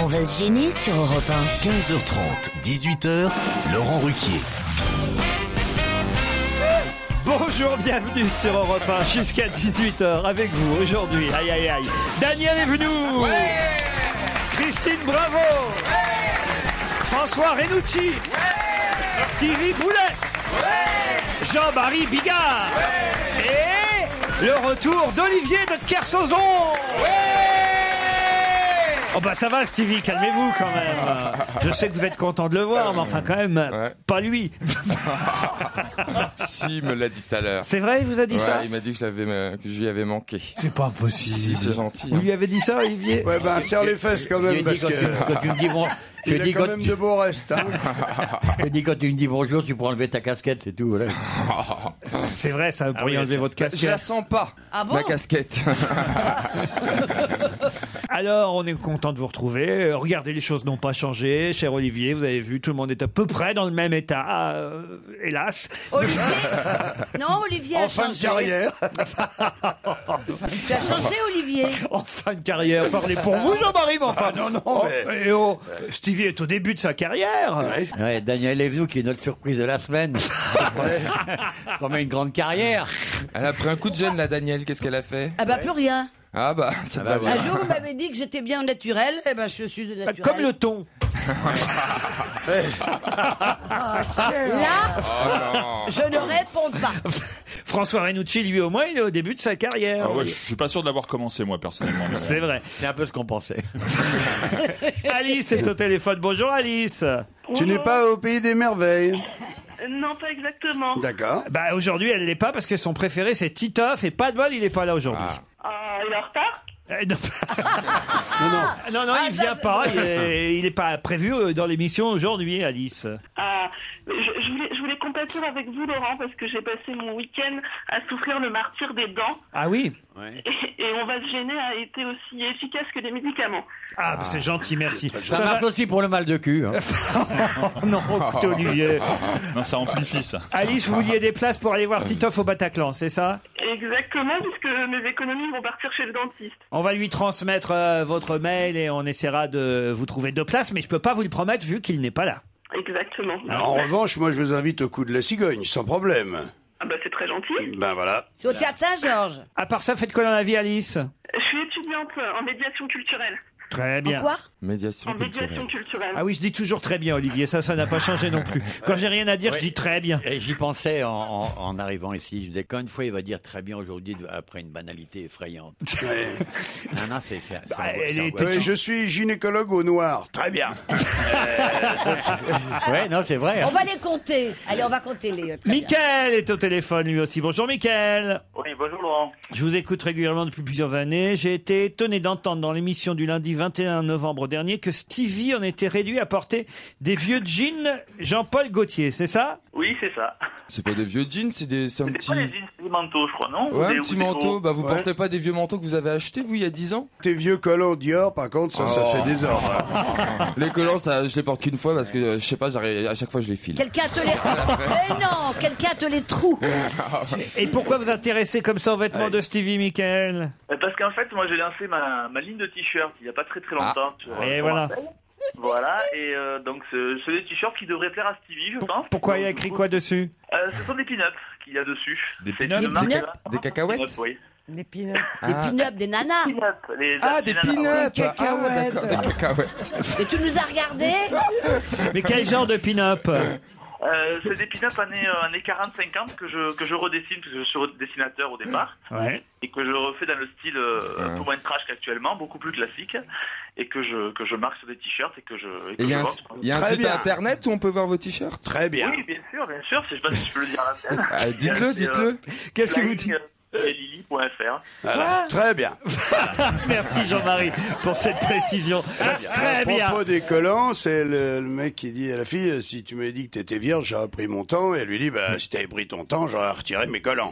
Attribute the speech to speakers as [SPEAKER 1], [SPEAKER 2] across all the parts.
[SPEAKER 1] On va se gêner sur Europe
[SPEAKER 2] 15h30, 18h, Laurent Ruquier.
[SPEAKER 3] Bonjour, bienvenue sur Europe 1 jusqu'à 18h avec vous aujourd'hui. Aïe aïe aïe. Daniel est venu. Christine Bravo. François Renucci. Stevie Boulet. Jean-Marie Bigard. Et le retour d'Olivier de Kersauzon. Oh bah ça va Stevie, calmez-vous quand même. Je sais que vous êtes content de le voir, mais enfin quand même, pas lui.
[SPEAKER 4] si, il me l'a dit tout à l'heure.
[SPEAKER 3] C'est vrai, il vous a dit
[SPEAKER 4] Ouais,
[SPEAKER 3] ça
[SPEAKER 4] Il m'a dit que je l'avais, euh, que je lui avais manqué.
[SPEAKER 3] C'est pas possible.
[SPEAKER 4] Si, c'est gentil. hein.
[SPEAKER 3] Vous lui avez dit ça, Olivier
[SPEAKER 5] Ouais, ben, serre les fesses quand
[SPEAKER 6] Je
[SPEAKER 5] même,
[SPEAKER 6] dis
[SPEAKER 5] parce
[SPEAKER 6] quand
[SPEAKER 5] que.
[SPEAKER 6] tu- quand tu me dis bon- je
[SPEAKER 5] Il a
[SPEAKER 6] dis
[SPEAKER 5] quand
[SPEAKER 6] quand-
[SPEAKER 5] même de beaux restes, hein.
[SPEAKER 6] je dis quand tu me dis bonjour, tu peux enlever ta casquette, c'est tout. Voilà. Ah
[SPEAKER 3] C'est vrai, ça, vous pourriez enlever votre
[SPEAKER 4] Je la
[SPEAKER 3] casquette.
[SPEAKER 4] sens pas,
[SPEAKER 7] Ah
[SPEAKER 4] ma casquette.
[SPEAKER 3] Alors, on est content de vous retrouver. Euh, Regardez, les choses n'ont pas changé. Cher Olivier, vous avez vu, tout le monde est à peu près dans le même état, euh, hélas.
[SPEAKER 7] Olivier Non, Olivier a
[SPEAKER 5] En fin de
[SPEAKER 7] changé.
[SPEAKER 5] carrière.
[SPEAKER 7] Tu as changé, Olivier.
[SPEAKER 3] En fin de carrière, parlez pour vous, Jean-Marie, mais enfin.
[SPEAKER 5] Ah, non, non,
[SPEAKER 3] Oh,
[SPEAKER 5] mais-
[SPEAKER 3] et oh, Stevie est au début de sa carrière.
[SPEAKER 5] Ouais.
[SPEAKER 6] Ouais, Daniel Evenou qui est notre surprise de la semaine. Quand même une grande carrière.
[SPEAKER 4] Elle a pris un coup de gêne, la Danielle. Qu'est-ce qu'elle a fait
[SPEAKER 7] Ah bah plus rien.
[SPEAKER 4] Ah bah, ça va
[SPEAKER 7] Un
[SPEAKER 4] bien.
[SPEAKER 7] jour, vous m'avez dit que j'étais bien au naturel. Eh ben, je suis au naturel.
[SPEAKER 3] Comme le ton.
[SPEAKER 7] Ah. Là,
[SPEAKER 4] Oh
[SPEAKER 7] je ne réponds pas.
[SPEAKER 3] François Renucci, lui, au moins, il est au début de sa carrière.
[SPEAKER 8] Ah ouais, je suis pas sûr de l'avoir commencé moi personnellement. mais bon.
[SPEAKER 3] C'est vrai.
[SPEAKER 6] C'est un peu ce qu'on pensait.
[SPEAKER 3] Alice est au téléphone. Bonjour, Alice.
[SPEAKER 5] Tu n'es pas au pays des merveilles.
[SPEAKER 9] Non, pas exactement.
[SPEAKER 5] D'accord.
[SPEAKER 3] Bah, aujourd'hui, elle l'est pas parce que son préféré, c'est Titoff. Et pas de bol, il est pas là aujourd'hui.
[SPEAKER 9] Ah, il est en retard
[SPEAKER 3] Euh, non. non, non,
[SPEAKER 7] Ah,
[SPEAKER 3] il
[SPEAKER 7] ça,
[SPEAKER 3] vient
[SPEAKER 7] c'est-
[SPEAKER 3] pas. Il est, il est pas prévu euh, dans l'émission aujourd'hui, Alice.
[SPEAKER 9] Ah, mais je, je voulais, je voulais compatir avec vous, Laurent, parce que j'ai passé mon week-end à souffrir le martyr des dents.
[SPEAKER 3] Ah oui
[SPEAKER 9] Et, et on va se gêner a été aussi efficace que les médicaments.
[SPEAKER 3] Ah, bah, c'est gentil, merci.
[SPEAKER 6] Ça marche aussi pour le mal de cul. hein.
[SPEAKER 3] Oh non, écoutez, Olivier.
[SPEAKER 8] Non, ça amplifie ça.
[SPEAKER 3] Alice, vous vouliez des places pour aller voir Titoff au Bataclan, c'est ça
[SPEAKER 9] Exactement, puisque mes économies vont partir chez le dentiste.
[SPEAKER 3] On va lui transmettre euh, votre mail et on essaiera de vous trouver deux places, mais je peux pas vous le promettre vu qu'il n'est pas là.
[SPEAKER 9] Exactement.
[SPEAKER 3] Ah,
[SPEAKER 5] Ah, En revanche, moi, je vous invite au coup de la cigogne, sans problème.
[SPEAKER 9] Ah bah, c'est très gentil.
[SPEAKER 5] Ben voilà.
[SPEAKER 7] C'est au théâtre Saint-Georges.
[SPEAKER 3] À part ça, faites quoi dans la vie, Alice
[SPEAKER 9] Je suis étudiante en médiation culturelle.
[SPEAKER 3] Très
[SPEAKER 7] En
[SPEAKER 3] bien.
[SPEAKER 7] quoi
[SPEAKER 4] Médiation
[SPEAKER 9] En médiation
[SPEAKER 4] culturelle.
[SPEAKER 9] culturelle.
[SPEAKER 3] Ah oui, je dis toujours très bien, Olivier. Ça, ça n'a pas changé non plus. Quand j'ai rien à dire, je dis très bien.
[SPEAKER 6] Et j'y pensais en, en- en arrivant ici. Je me disais, quand une fois, il va dire très bien aujourd'hui après une banalité effrayante. Non, non, c'est c'est- c'est
[SPEAKER 4] Bah,
[SPEAKER 6] ango-
[SPEAKER 3] elle
[SPEAKER 6] c'est
[SPEAKER 3] était-
[SPEAKER 5] Ouais,
[SPEAKER 6] angoissant.
[SPEAKER 5] je suis gynécologue au noir. Très bien.
[SPEAKER 6] Euh, Ouais, non, c'est vrai.
[SPEAKER 7] On va les compter. Allez, on va compter les. euh, très bien.
[SPEAKER 3] Mickaël est au téléphone lui aussi. Bonjour Mickaël.
[SPEAKER 9] Oui, bonjour, Laurent.
[SPEAKER 3] Je vous écoute régulièrement depuis plusieurs années. J'ai été étonné d'entendre dans l'émission du lundi 21 novembre dernier que Stevie en était réduit à porter des vieux jeans Jean-Paul Gaultier, c'est ça
[SPEAKER 9] Oui, c'est ça.
[SPEAKER 4] C'est pas des vieux jeans, c'est des, c'est un petit.
[SPEAKER 9] jeans, des manteaux, je crois, non
[SPEAKER 4] Ouais, un petit manteau. Bah, vous
[SPEAKER 5] Ouais.
[SPEAKER 4] portez pas des vieux manteaux que vous avez achetés, vous, il y a 10 ans
[SPEAKER 5] Tes vieux collants Dior, par contre, ça, ça
[SPEAKER 4] Oh.
[SPEAKER 5] fait des ordres.
[SPEAKER 4] Les collants, ça, je les porte qu'une fois parce que, euh, je sais pas, j'arrive- à chaque fois, je les file.
[SPEAKER 7] Quelqu'un te les. Mais non, quelqu'un te les trouve.
[SPEAKER 3] Et pourquoi vous intéressez comme ça aux vêtements de Stevie, Mickaël
[SPEAKER 9] Euh, Parce qu'en fait, moi, j'ai lancé ma, ma ligne de t-shirts il n'y a pas très
[SPEAKER 4] Ah.
[SPEAKER 9] très longtemps. sur-
[SPEAKER 3] Et
[SPEAKER 9] sur
[SPEAKER 3] voilà.
[SPEAKER 9] Marseille. Voilà, et euh, donc ce- ce sont des t-shirts qui devraient plaire à Stevie, je pense.
[SPEAKER 3] Pourquoi
[SPEAKER 9] Donc,
[SPEAKER 3] il y a
[SPEAKER 9] du
[SPEAKER 3] écrit
[SPEAKER 9] coup,
[SPEAKER 3] quoi dessus
[SPEAKER 9] euh, Ce sont des pin-ups qu'il y a dessus.
[SPEAKER 8] Des
[SPEAKER 9] C'est
[SPEAKER 8] pin-ups
[SPEAKER 9] une marque-
[SPEAKER 7] Des pin-ups
[SPEAKER 4] Des cacahuètes
[SPEAKER 9] oui.
[SPEAKER 7] Des
[SPEAKER 4] Ah.
[SPEAKER 7] pin-up, des nanas.
[SPEAKER 9] Pin-ups, les-
[SPEAKER 4] Ah,
[SPEAKER 9] les
[SPEAKER 4] des
[SPEAKER 9] nanas, ouais.
[SPEAKER 4] pin-up Ah, ouais, d'accord, des cacahuètes.
[SPEAKER 7] Et tu nous as regardés
[SPEAKER 3] Mais quel genre de pin-up
[SPEAKER 9] Euh, C'est des pin-ups années, euh, années 40-50 que je, que je redessine, parce que je suis dessinateur au départ,
[SPEAKER 3] Ouais.
[SPEAKER 9] et que je refais dans le style euh, un peu moins trash qu'actuellement, beaucoup plus classique, et que je, que je marque sur des t-shirts et que je. Et que
[SPEAKER 4] Et il y
[SPEAKER 9] je
[SPEAKER 4] a un,
[SPEAKER 9] vends, quoi.
[SPEAKER 4] il y a un
[SPEAKER 5] Très
[SPEAKER 4] site
[SPEAKER 5] bien.
[SPEAKER 4] internet où on peut voir vos t-shirts
[SPEAKER 5] Très bien.
[SPEAKER 9] Oui, bien sûr, bien sûr, si je sais pas si je peux le dire à la scène.
[SPEAKER 4] Ah, Dites-le, dites-le.
[SPEAKER 3] Qu'est-ce que vous dites
[SPEAKER 9] euh, et lily.fr.
[SPEAKER 5] Voilà. Très bien.
[SPEAKER 3] Merci Jean-Marie pour cette précision. Très
[SPEAKER 5] À
[SPEAKER 3] bien.
[SPEAKER 5] propos des collants, c'est le, le mec qui dit à la fille si tu m'avais dit que t'étais vierge, j'aurais pris mon temps. Et elle lui dit bah si t'avais pris ton temps, j'aurais retiré mes collants.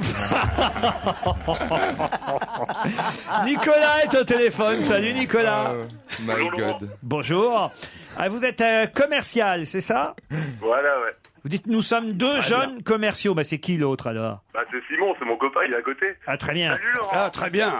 [SPEAKER 5] Ah.
[SPEAKER 3] Nicolas est au téléphone. Salut Nicolas.
[SPEAKER 4] My Oh. God.
[SPEAKER 3] Bonjour. Ah, vous êtes euh, commercial, c'est ça
[SPEAKER 10] Voilà, ouais.
[SPEAKER 3] Vous dites nous sommes deux jeunes commerciaux. Bah, c'est qui l'autre alors
[SPEAKER 10] Bah, c'est Simon, c'est mon copain, il est à côté.
[SPEAKER 3] Ah très bien.
[SPEAKER 10] Salut Laurent
[SPEAKER 5] Ah très bien.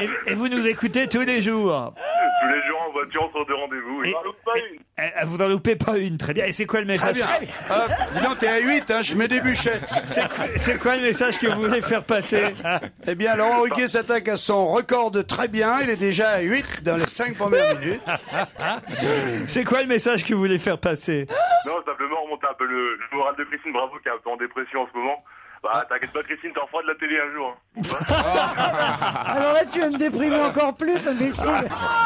[SPEAKER 3] Et, et vous nous écoutez tous les jours.
[SPEAKER 10] Tous les jours en voiture, on sort de rendez-vous.
[SPEAKER 3] Et-
[SPEAKER 10] Il m'en loupe pas une.
[SPEAKER 3] Eh, Vous en loupez pas une, très bien. Et c'est quoi le
[SPEAKER 5] Très
[SPEAKER 3] message
[SPEAKER 5] bien. Hop, dis donc, t'es à 8, hein, je mets des bûchettes.
[SPEAKER 3] C'est quoi- C'est quoi le message que vous voulez faire passer
[SPEAKER 5] Eh bien, Laurent Ruquier s'attaque à son record de très bien. Il est déjà à 8 dans les 5 premières minutes.
[SPEAKER 3] C'est quoi le message que vous voulez faire passer
[SPEAKER 10] Non, simplement remonter un peu le, le moral de Christine Bravo qui est un peu en dépression en ce moment.
[SPEAKER 3] Ah.
[SPEAKER 10] Bah, t'inquiète pas, Christine, t'en feras de la télé un jour. hein.
[SPEAKER 11] Alors là, tu vas me déprimer encore plus, imbécile.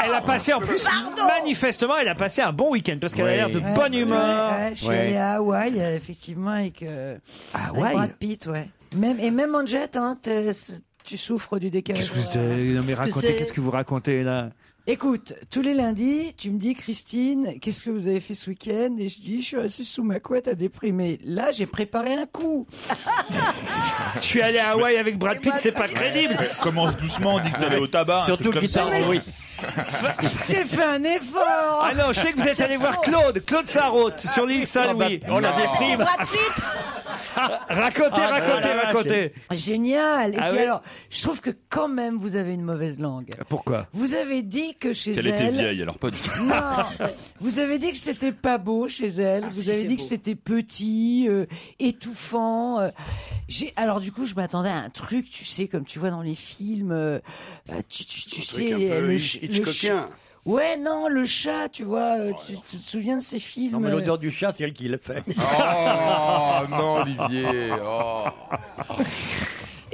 [SPEAKER 3] Elle a passé en plus, manifestement, elle a passé un bon week-end parce qu'elle a
[SPEAKER 6] Oui.
[SPEAKER 3] l'air de
[SPEAKER 11] Ouais,
[SPEAKER 3] bonne
[SPEAKER 11] ouais,
[SPEAKER 3] humeur.
[SPEAKER 11] ouais, je suis
[SPEAKER 6] Ouais.
[SPEAKER 11] allé à Hawaï, euh, effectivement, avec, euh, avec
[SPEAKER 3] Hawaï
[SPEAKER 11] Brad Pitt, ouais. Même, et même en jet, hein, t'es- tu souffres du décalage.
[SPEAKER 3] Qu'est-ce que vous euh, non, mais
[SPEAKER 11] Parce que
[SPEAKER 3] racontez,
[SPEAKER 11] c'est-
[SPEAKER 3] qu'est-ce que vous racontez là
[SPEAKER 11] Écoute, tous les lundis, tu me dis, Christine, qu'est-ce que vous avez fait ce week-end Et je dis, je suis assise sous ma couette à déprimer. Là, j'ai préparé un coup.
[SPEAKER 3] Je suis allé à Hawaï avec Brad Pitt, c'est pas crédible.
[SPEAKER 8] Commence doucement, on dit que t'allais au tabac.
[SPEAKER 6] Surtout
[SPEAKER 8] qu'il
[SPEAKER 6] qu'il t'a oui.
[SPEAKER 11] J'ai fait un effort
[SPEAKER 3] Ah non, je sais que vous êtes allé voir Claude, Claude Sarraute, sur l'île Saint-Louis.
[SPEAKER 6] Oh, la déprime.
[SPEAKER 7] bah, Brad Pitt Ah,
[SPEAKER 3] Racontez, racontez, racontez.
[SPEAKER 11] Génial Et
[SPEAKER 3] Ah
[SPEAKER 11] puis
[SPEAKER 3] ouais
[SPEAKER 11] alors, je trouve que quand même, vous avez une mauvaise langue.
[SPEAKER 3] Pourquoi
[SPEAKER 11] Vous avez dit que chez
[SPEAKER 8] Qu'elle
[SPEAKER 11] elle...
[SPEAKER 8] était vieille, alors pas du tout.
[SPEAKER 11] Non, vous avez dit que c'était pas beau chez elle. vous
[SPEAKER 7] si,
[SPEAKER 11] avez
[SPEAKER 7] c'est
[SPEAKER 11] dit
[SPEAKER 7] beau.
[SPEAKER 11] que c'était petit, euh, étouffant. euh. J'ai alors du coup, je m'attendais à un truc, tu sais, comme tu vois dans les films, euh, euh, tu, tu, tu
[SPEAKER 5] Un
[SPEAKER 11] sais,
[SPEAKER 5] truc un peu
[SPEAKER 11] euh,
[SPEAKER 5] Hitch-
[SPEAKER 11] ch-
[SPEAKER 5] Hitchcockien.
[SPEAKER 11] ch- Ouais, non, le chat, tu vois, euh, tu, tu te souviens de ces films
[SPEAKER 6] Non, mais
[SPEAKER 11] euh,
[SPEAKER 6] l'odeur du chat, c'est elle qui l'a fait.
[SPEAKER 4] Oh non, Olivier. Oh.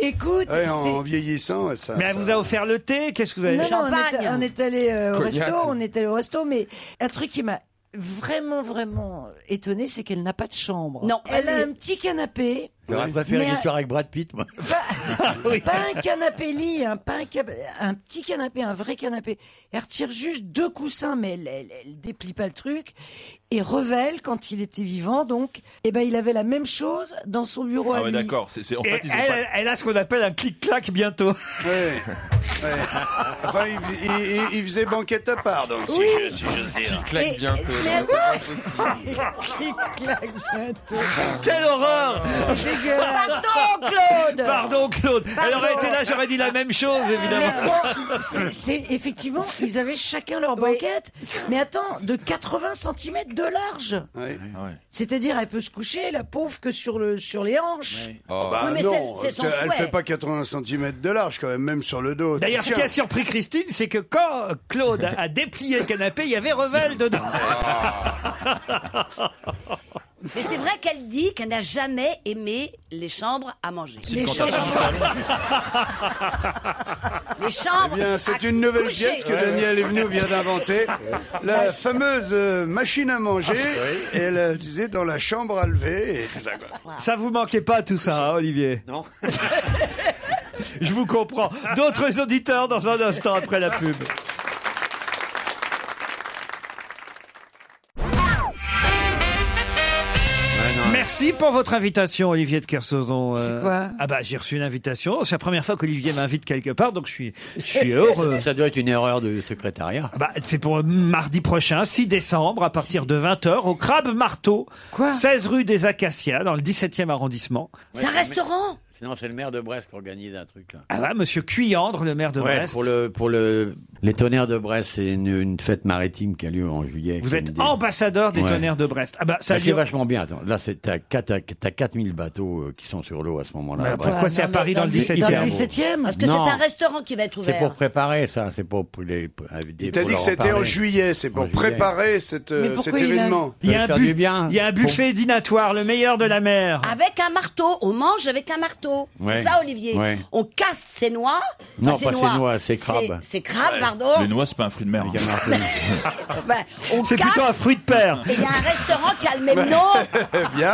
[SPEAKER 11] Écoute,
[SPEAKER 5] Ouais, en,
[SPEAKER 11] c'est-
[SPEAKER 5] en vieillissant, ça.
[SPEAKER 3] Mais elle
[SPEAKER 5] ça-
[SPEAKER 3] vous a offert le thé, qu'est-ce que vous avez
[SPEAKER 11] Non, non, on
[SPEAKER 7] Champagne.
[SPEAKER 11] est, on est allé euh, au
[SPEAKER 4] Cognac.
[SPEAKER 11] resto, on est allé au resto, mais un truc qui m'a vraiment vraiment étonné, c'est qu'elle n'a pas de chambre.
[SPEAKER 7] Non,
[SPEAKER 11] elle a
[SPEAKER 7] elle-
[SPEAKER 11] un petit canapé.
[SPEAKER 6] Je préfère
[SPEAKER 11] Mais- Bah,
[SPEAKER 6] une histoire avec Brad Pitt, moi.
[SPEAKER 11] Pas, pas un canapé lit, hein, pas un, cab- un petit canapé, un vrai canapé. Elle retire juste deux coussins, mais elle, elle, elle déplie pas le truc. Et Revel, quand il était vivant, donc, eh ben, il avait la même chose dans son bureau
[SPEAKER 8] Ah
[SPEAKER 11] à
[SPEAKER 8] ouais,
[SPEAKER 11] lui.
[SPEAKER 8] d'accord. c'est- c'est- En
[SPEAKER 3] Et
[SPEAKER 8] fait, ils ont
[SPEAKER 3] elle,
[SPEAKER 8] pas.
[SPEAKER 3] elle a ce qu'on appelle un clic-clac bientôt.
[SPEAKER 5] Ouais. Ouais. Enfin, il, il- il- il faisait banquette à part, donc, si je- si j'ose dire.
[SPEAKER 4] Claque
[SPEAKER 11] Et-
[SPEAKER 4] bientôt.
[SPEAKER 11] mais
[SPEAKER 4] C'est pas possible.
[SPEAKER 11] Clic, clac, bientôt.
[SPEAKER 3] Quelle horreur
[SPEAKER 11] Dégueulasse.
[SPEAKER 7] Pardon, Claude
[SPEAKER 3] Oh. Pardon Claude, elle aurait été là, j'aurais dit la même chose évidemment.
[SPEAKER 11] Mais bon, c'est- c'est effectivement, ils avaient chacun leur banquette, mais attends, de 80 cm de large.
[SPEAKER 5] Ouais.
[SPEAKER 11] C'est-à-dire, elle peut se coucher, la pauvre, que sur le sur les hanches.
[SPEAKER 4] Oh.
[SPEAKER 5] Ah bah
[SPEAKER 7] Oui, mais
[SPEAKER 5] non,
[SPEAKER 7] c'est- c'est son
[SPEAKER 5] parce que elle
[SPEAKER 7] souhait.
[SPEAKER 5] fait pas 80 cm de large quand même, même sur le dos.
[SPEAKER 3] D'ailleurs, ce qui a
[SPEAKER 5] Tiens.
[SPEAKER 3] surpris Christine, c'est que quand Claude a déplié le canapé, il y avait Revel dedans.
[SPEAKER 8] Ah.
[SPEAKER 7] Mais c'est vrai qu'elle dit qu'elle n'a jamais aimé les chambres à manger. Les
[SPEAKER 8] Quand t'as
[SPEAKER 7] chambres,
[SPEAKER 8] pas de salon,
[SPEAKER 7] les chambres
[SPEAKER 5] Eh bien, c'est
[SPEAKER 7] à
[SPEAKER 5] une nouvelle
[SPEAKER 7] coucher.
[SPEAKER 5] pièce que Daniel Evenou vient d'inventer. La fameuse euh, machine à manger.
[SPEAKER 7] Ah,
[SPEAKER 5] Elle euh, disait dans la chambre à lever et tout ça, quoi.
[SPEAKER 3] Ça vous manquait pas tout ça, hein, Olivier
[SPEAKER 6] Non.
[SPEAKER 3] Je vous comprends. D'autres auditeurs dans un instant après la pub. Merci pour votre invitation, Olivier de Kersauzon. Euh,
[SPEAKER 11] quoi
[SPEAKER 3] Ah bah j'ai reçu une invitation. C'est la première fois qu'Olivier m'invite quelque part, donc je suis, je suis heureux.
[SPEAKER 6] Ça doit être une erreur de secrétariat.
[SPEAKER 3] Bah, c'est pour mardi prochain, 6 décembre, à partir de 20h, au Crabe Marteau,
[SPEAKER 11] Quoi
[SPEAKER 3] 16 rue des Acacias, dans le 17e arrondissement.
[SPEAKER 7] C'est un restaurant
[SPEAKER 6] Sinon, c'est le maire de Brest qui organise un truc, là.
[SPEAKER 3] Ah bah, monsieur Cuyandre, le maire de
[SPEAKER 6] Ouais,
[SPEAKER 3] Brest.
[SPEAKER 6] Pour le, pour le, les tonnerres de Brest, c'est une, une fête maritime qui a lieu en juillet.
[SPEAKER 3] Vous
[SPEAKER 6] comme
[SPEAKER 3] êtes
[SPEAKER 6] dit.
[SPEAKER 3] ambassadeur des
[SPEAKER 6] Ouais.
[SPEAKER 3] tonnerres de Brest. Ah bah, ça a
[SPEAKER 6] Ça, c'est
[SPEAKER 3] lieu-
[SPEAKER 6] vachement bien. Attends, là, c'est, t'as, quatre- t'as, t'as 4000 bateaux euh, qui sont sur l'eau à ce moment-là.
[SPEAKER 3] Bah,
[SPEAKER 6] à Brest.
[SPEAKER 3] pourquoi
[SPEAKER 7] Ah,
[SPEAKER 3] c'est à
[SPEAKER 11] mais
[SPEAKER 3] Paris dans le 17e?
[SPEAKER 11] Dans le 17e
[SPEAKER 7] Parce que c'est
[SPEAKER 6] Non.
[SPEAKER 7] un restaurant qui va être
[SPEAKER 6] C'est
[SPEAKER 7] ouvert.
[SPEAKER 6] pour préparer ça. C'est pour, pour les. pour inviter-
[SPEAKER 5] Il t'a
[SPEAKER 6] pour
[SPEAKER 5] dit que
[SPEAKER 6] leur
[SPEAKER 5] c'était en
[SPEAKER 6] parler.
[SPEAKER 5] juillet, c'est pour
[SPEAKER 6] En juillet.
[SPEAKER 5] préparer cette, euh,
[SPEAKER 11] Mais pourquoi
[SPEAKER 5] cet
[SPEAKER 11] il a-
[SPEAKER 5] événement.
[SPEAKER 3] Il y a
[SPEAKER 6] Ça
[SPEAKER 3] un
[SPEAKER 6] fait
[SPEAKER 3] bu-
[SPEAKER 6] du bien.
[SPEAKER 3] il y a un buffet dînatoire, le meilleur de la mer.
[SPEAKER 7] Avec un marteau, on mange avec un marteau. gâteau.
[SPEAKER 6] Ouais.
[SPEAKER 7] C'est ça, Olivier
[SPEAKER 6] Ouais.
[SPEAKER 7] On casse ses noix.
[SPEAKER 6] Non,
[SPEAKER 7] Enfin,
[SPEAKER 6] pas ses noix, ses crabes.
[SPEAKER 7] Ah, C'est crabe, pardon.
[SPEAKER 8] Les noix, c'est pas un fruit de mer. hein.
[SPEAKER 7] Ben, on
[SPEAKER 8] C'est
[SPEAKER 7] casse.
[SPEAKER 8] plutôt un fruit de père.
[SPEAKER 7] Et il y a un restaurant qui a le même nom.
[SPEAKER 5] Bien.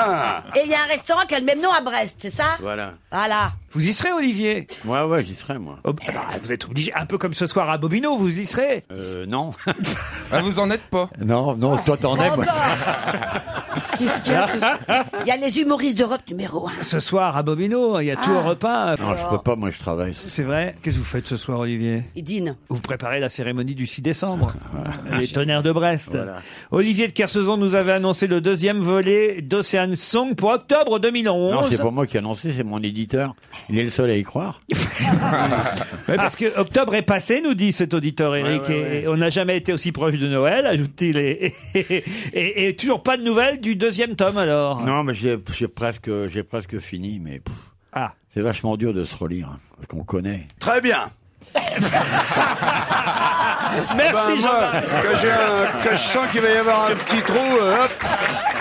[SPEAKER 7] Et il y a un restaurant qui a le même nom à Brest, c'est ça
[SPEAKER 6] Voilà.
[SPEAKER 7] Voilà.
[SPEAKER 3] Vous y serez, Olivier Oh, bah,
[SPEAKER 6] Ouais, ouais, j'y serai, moi.
[SPEAKER 3] vous êtes obligé, un peu comme ce soir à Bobino, vous y serez
[SPEAKER 6] Euh, non.
[SPEAKER 3] Ah, vous en êtes pas
[SPEAKER 6] Non, non, toi t'en es, moi.
[SPEAKER 7] Qu'est-ce qu'il y a ce- Il y a les humoristes d'Europe numéro 1.
[SPEAKER 3] Ce soir à Bobino, il y a tout
[SPEAKER 7] Ah.
[SPEAKER 3] au repas.
[SPEAKER 7] Non, je peux
[SPEAKER 6] pas, moi je travaille.
[SPEAKER 3] C'est vrai Qu'est-ce que vous faites ce soir, Olivier
[SPEAKER 7] Ils dînent.
[SPEAKER 3] Vous préparez la cérémonie du 6 décembre, les
[SPEAKER 6] Ah,
[SPEAKER 3] tonnerres de Brest. Olivier de Kersauzon nous avait annoncé le deuxième volet d'Ocean Song pour octobre 2011.
[SPEAKER 6] Non, c'est pas moi qui ai annoncé, c'est mon éditeur. Il est le seul à y croire.
[SPEAKER 3] Ouais, parce que octobre est passé, nous dit cet auditeur
[SPEAKER 6] Ouais,
[SPEAKER 3] Eric,
[SPEAKER 6] ouais, ouais.
[SPEAKER 3] et- et on n'a jamais été aussi proche de Noël, ajoute-t-il, et, et- et- et toujours pas de nouvelles du deuxième tome alors.
[SPEAKER 6] Non, mais j'ai j'ai presque, j'ai presque fini, mais pff,
[SPEAKER 3] Ah.
[SPEAKER 6] c'est vachement dur de se relire, hein, parce qu'on connaît.
[SPEAKER 5] Très bien. Eh
[SPEAKER 3] Merci,
[SPEAKER 5] Jean-Marc. Que, ben, j'ai un- que je sens qu'il va y avoir un petit trou, euh, hop,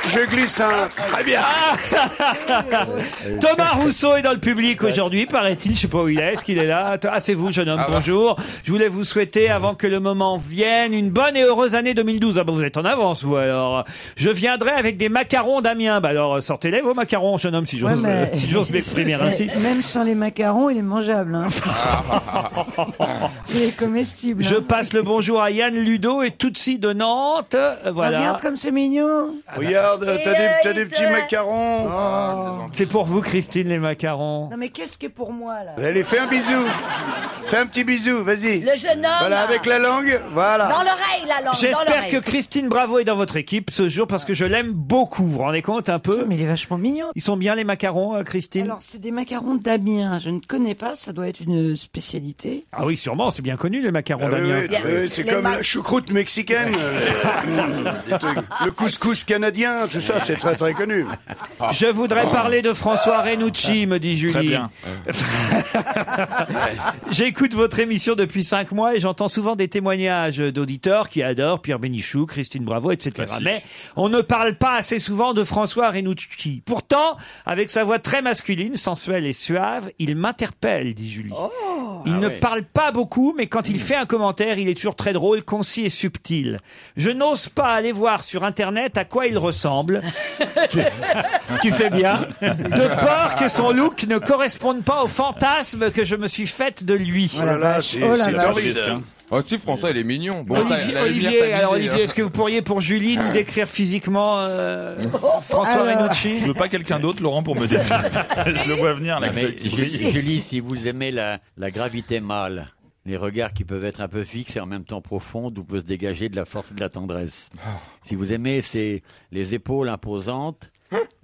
[SPEAKER 5] je glisse un. Très bien.
[SPEAKER 3] Ah Thomas Rousseau est dans le public aujourd'hui, paraît-il. Je sais pas où il est. Est-ce qu'il est là Attends, Ah, c'est vous, jeune homme. Bonjour. Je voulais vous souhaiter, avant que le moment vienne, une bonne et heureuse année 2012. Ah bah, vous êtes en avance, vous, alors. Je viendrai avec des macarons, Damien. Bah, alors, sortez-les, vos macarons, jeune homme, si j'ose euh,
[SPEAKER 11] Ouais, mais-
[SPEAKER 3] si j'ose m'exprimer
[SPEAKER 11] Mais
[SPEAKER 3] ainsi.
[SPEAKER 11] Même sans les macarons, il est mangeable. hein. il est comestible.
[SPEAKER 3] Je
[SPEAKER 11] hein.
[SPEAKER 3] passe le bonjour à Yann Ludo et Tutsi de Nantes. Euh, Voilà.
[SPEAKER 11] Regarde comme c'est mignon.
[SPEAKER 7] Ah,
[SPEAKER 5] Regarde, t'as des, t'as des petits macarons.
[SPEAKER 3] C'est pour vous, Christine, les macarons.
[SPEAKER 11] Non mais qu'est-ce qui est pour moi là
[SPEAKER 5] Allez, fais un bisou. Fais un petit bisou, vas-y.
[SPEAKER 7] Le jeune homme.
[SPEAKER 5] Voilà, avec la langue, voilà.
[SPEAKER 7] Dans l'oreille, la langue. dans
[SPEAKER 3] J'espère
[SPEAKER 7] l'oreille.
[SPEAKER 3] que Christine Bravo est dans votre équipe ce jour parce que je l'aime beaucoup. Vous vous rendez compte un peu
[SPEAKER 11] Mais il est vachement mignon.
[SPEAKER 3] Ils sont bien les macarons, euh, Christine
[SPEAKER 11] Alors c'est des macarons d'Amiens. Je ne connais pas. Ça doit être une spécialité.
[SPEAKER 3] Ah oui, sûrement, c'est bien connu les macarons
[SPEAKER 5] Ah oui,
[SPEAKER 3] d'Amiens.
[SPEAKER 5] oui, oui, c'est comme la choucroute mexicaine, euh, des trucs. Hum, le couscous canadien, tout ça, c'est très très connu.
[SPEAKER 3] Je voudrais parler de François Renucci, me dit Julie.
[SPEAKER 5] Ah, Très bien.
[SPEAKER 3] J'écoute votre émission depuis cinq mois et j'entends souvent des témoignages d'auditeurs qui adorent Pierre Bénichou, Christine Bravo, etc.
[SPEAKER 12] Classique.
[SPEAKER 3] Mais on ne parle pas assez souvent de François Renucci. Pourtant, avec sa voix très masculine, sensuelle et suave, il m'interpelle, dit Julie. Il
[SPEAKER 12] Ah
[SPEAKER 3] ne
[SPEAKER 12] ouais.
[SPEAKER 3] parle pas beaucoup, mais quand il fait un commentaire, il est toujours très drôle, concis et subtil. Je n'ose pas aller voir sur Internet à quoi il ressemble. tu, tu fais bien. De peur que son look ne corresponde pas au fantasme que je me suis faite de lui.
[SPEAKER 4] Oh là là, c'est- Oh là c'est là. horrible. Ah si, François, il est mignon. Bon, t'as-
[SPEAKER 3] Olivier,
[SPEAKER 4] la lumière
[SPEAKER 3] Olivier,
[SPEAKER 4] tamisée,
[SPEAKER 3] alors
[SPEAKER 4] hein.
[SPEAKER 3] Olivier, est-ce que vous pourriez pour Julie nous décrire physiquement euh, François Renucci
[SPEAKER 8] Je veux pas quelqu'un d'autre, Laurent, pour me dire. Je le vois venir, là.
[SPEAKER 6] Non, mais Julie, Julie, si vous aimez la, la gravité mâle, les regards qui peuvent être un peu fixes et en même temps profonds, d'où peut se dégager de la force et de la tendresse.
[SPEAKER 8] Oh.
[SPEAKER 6] Si vous aimez c'est les épaules imposantes,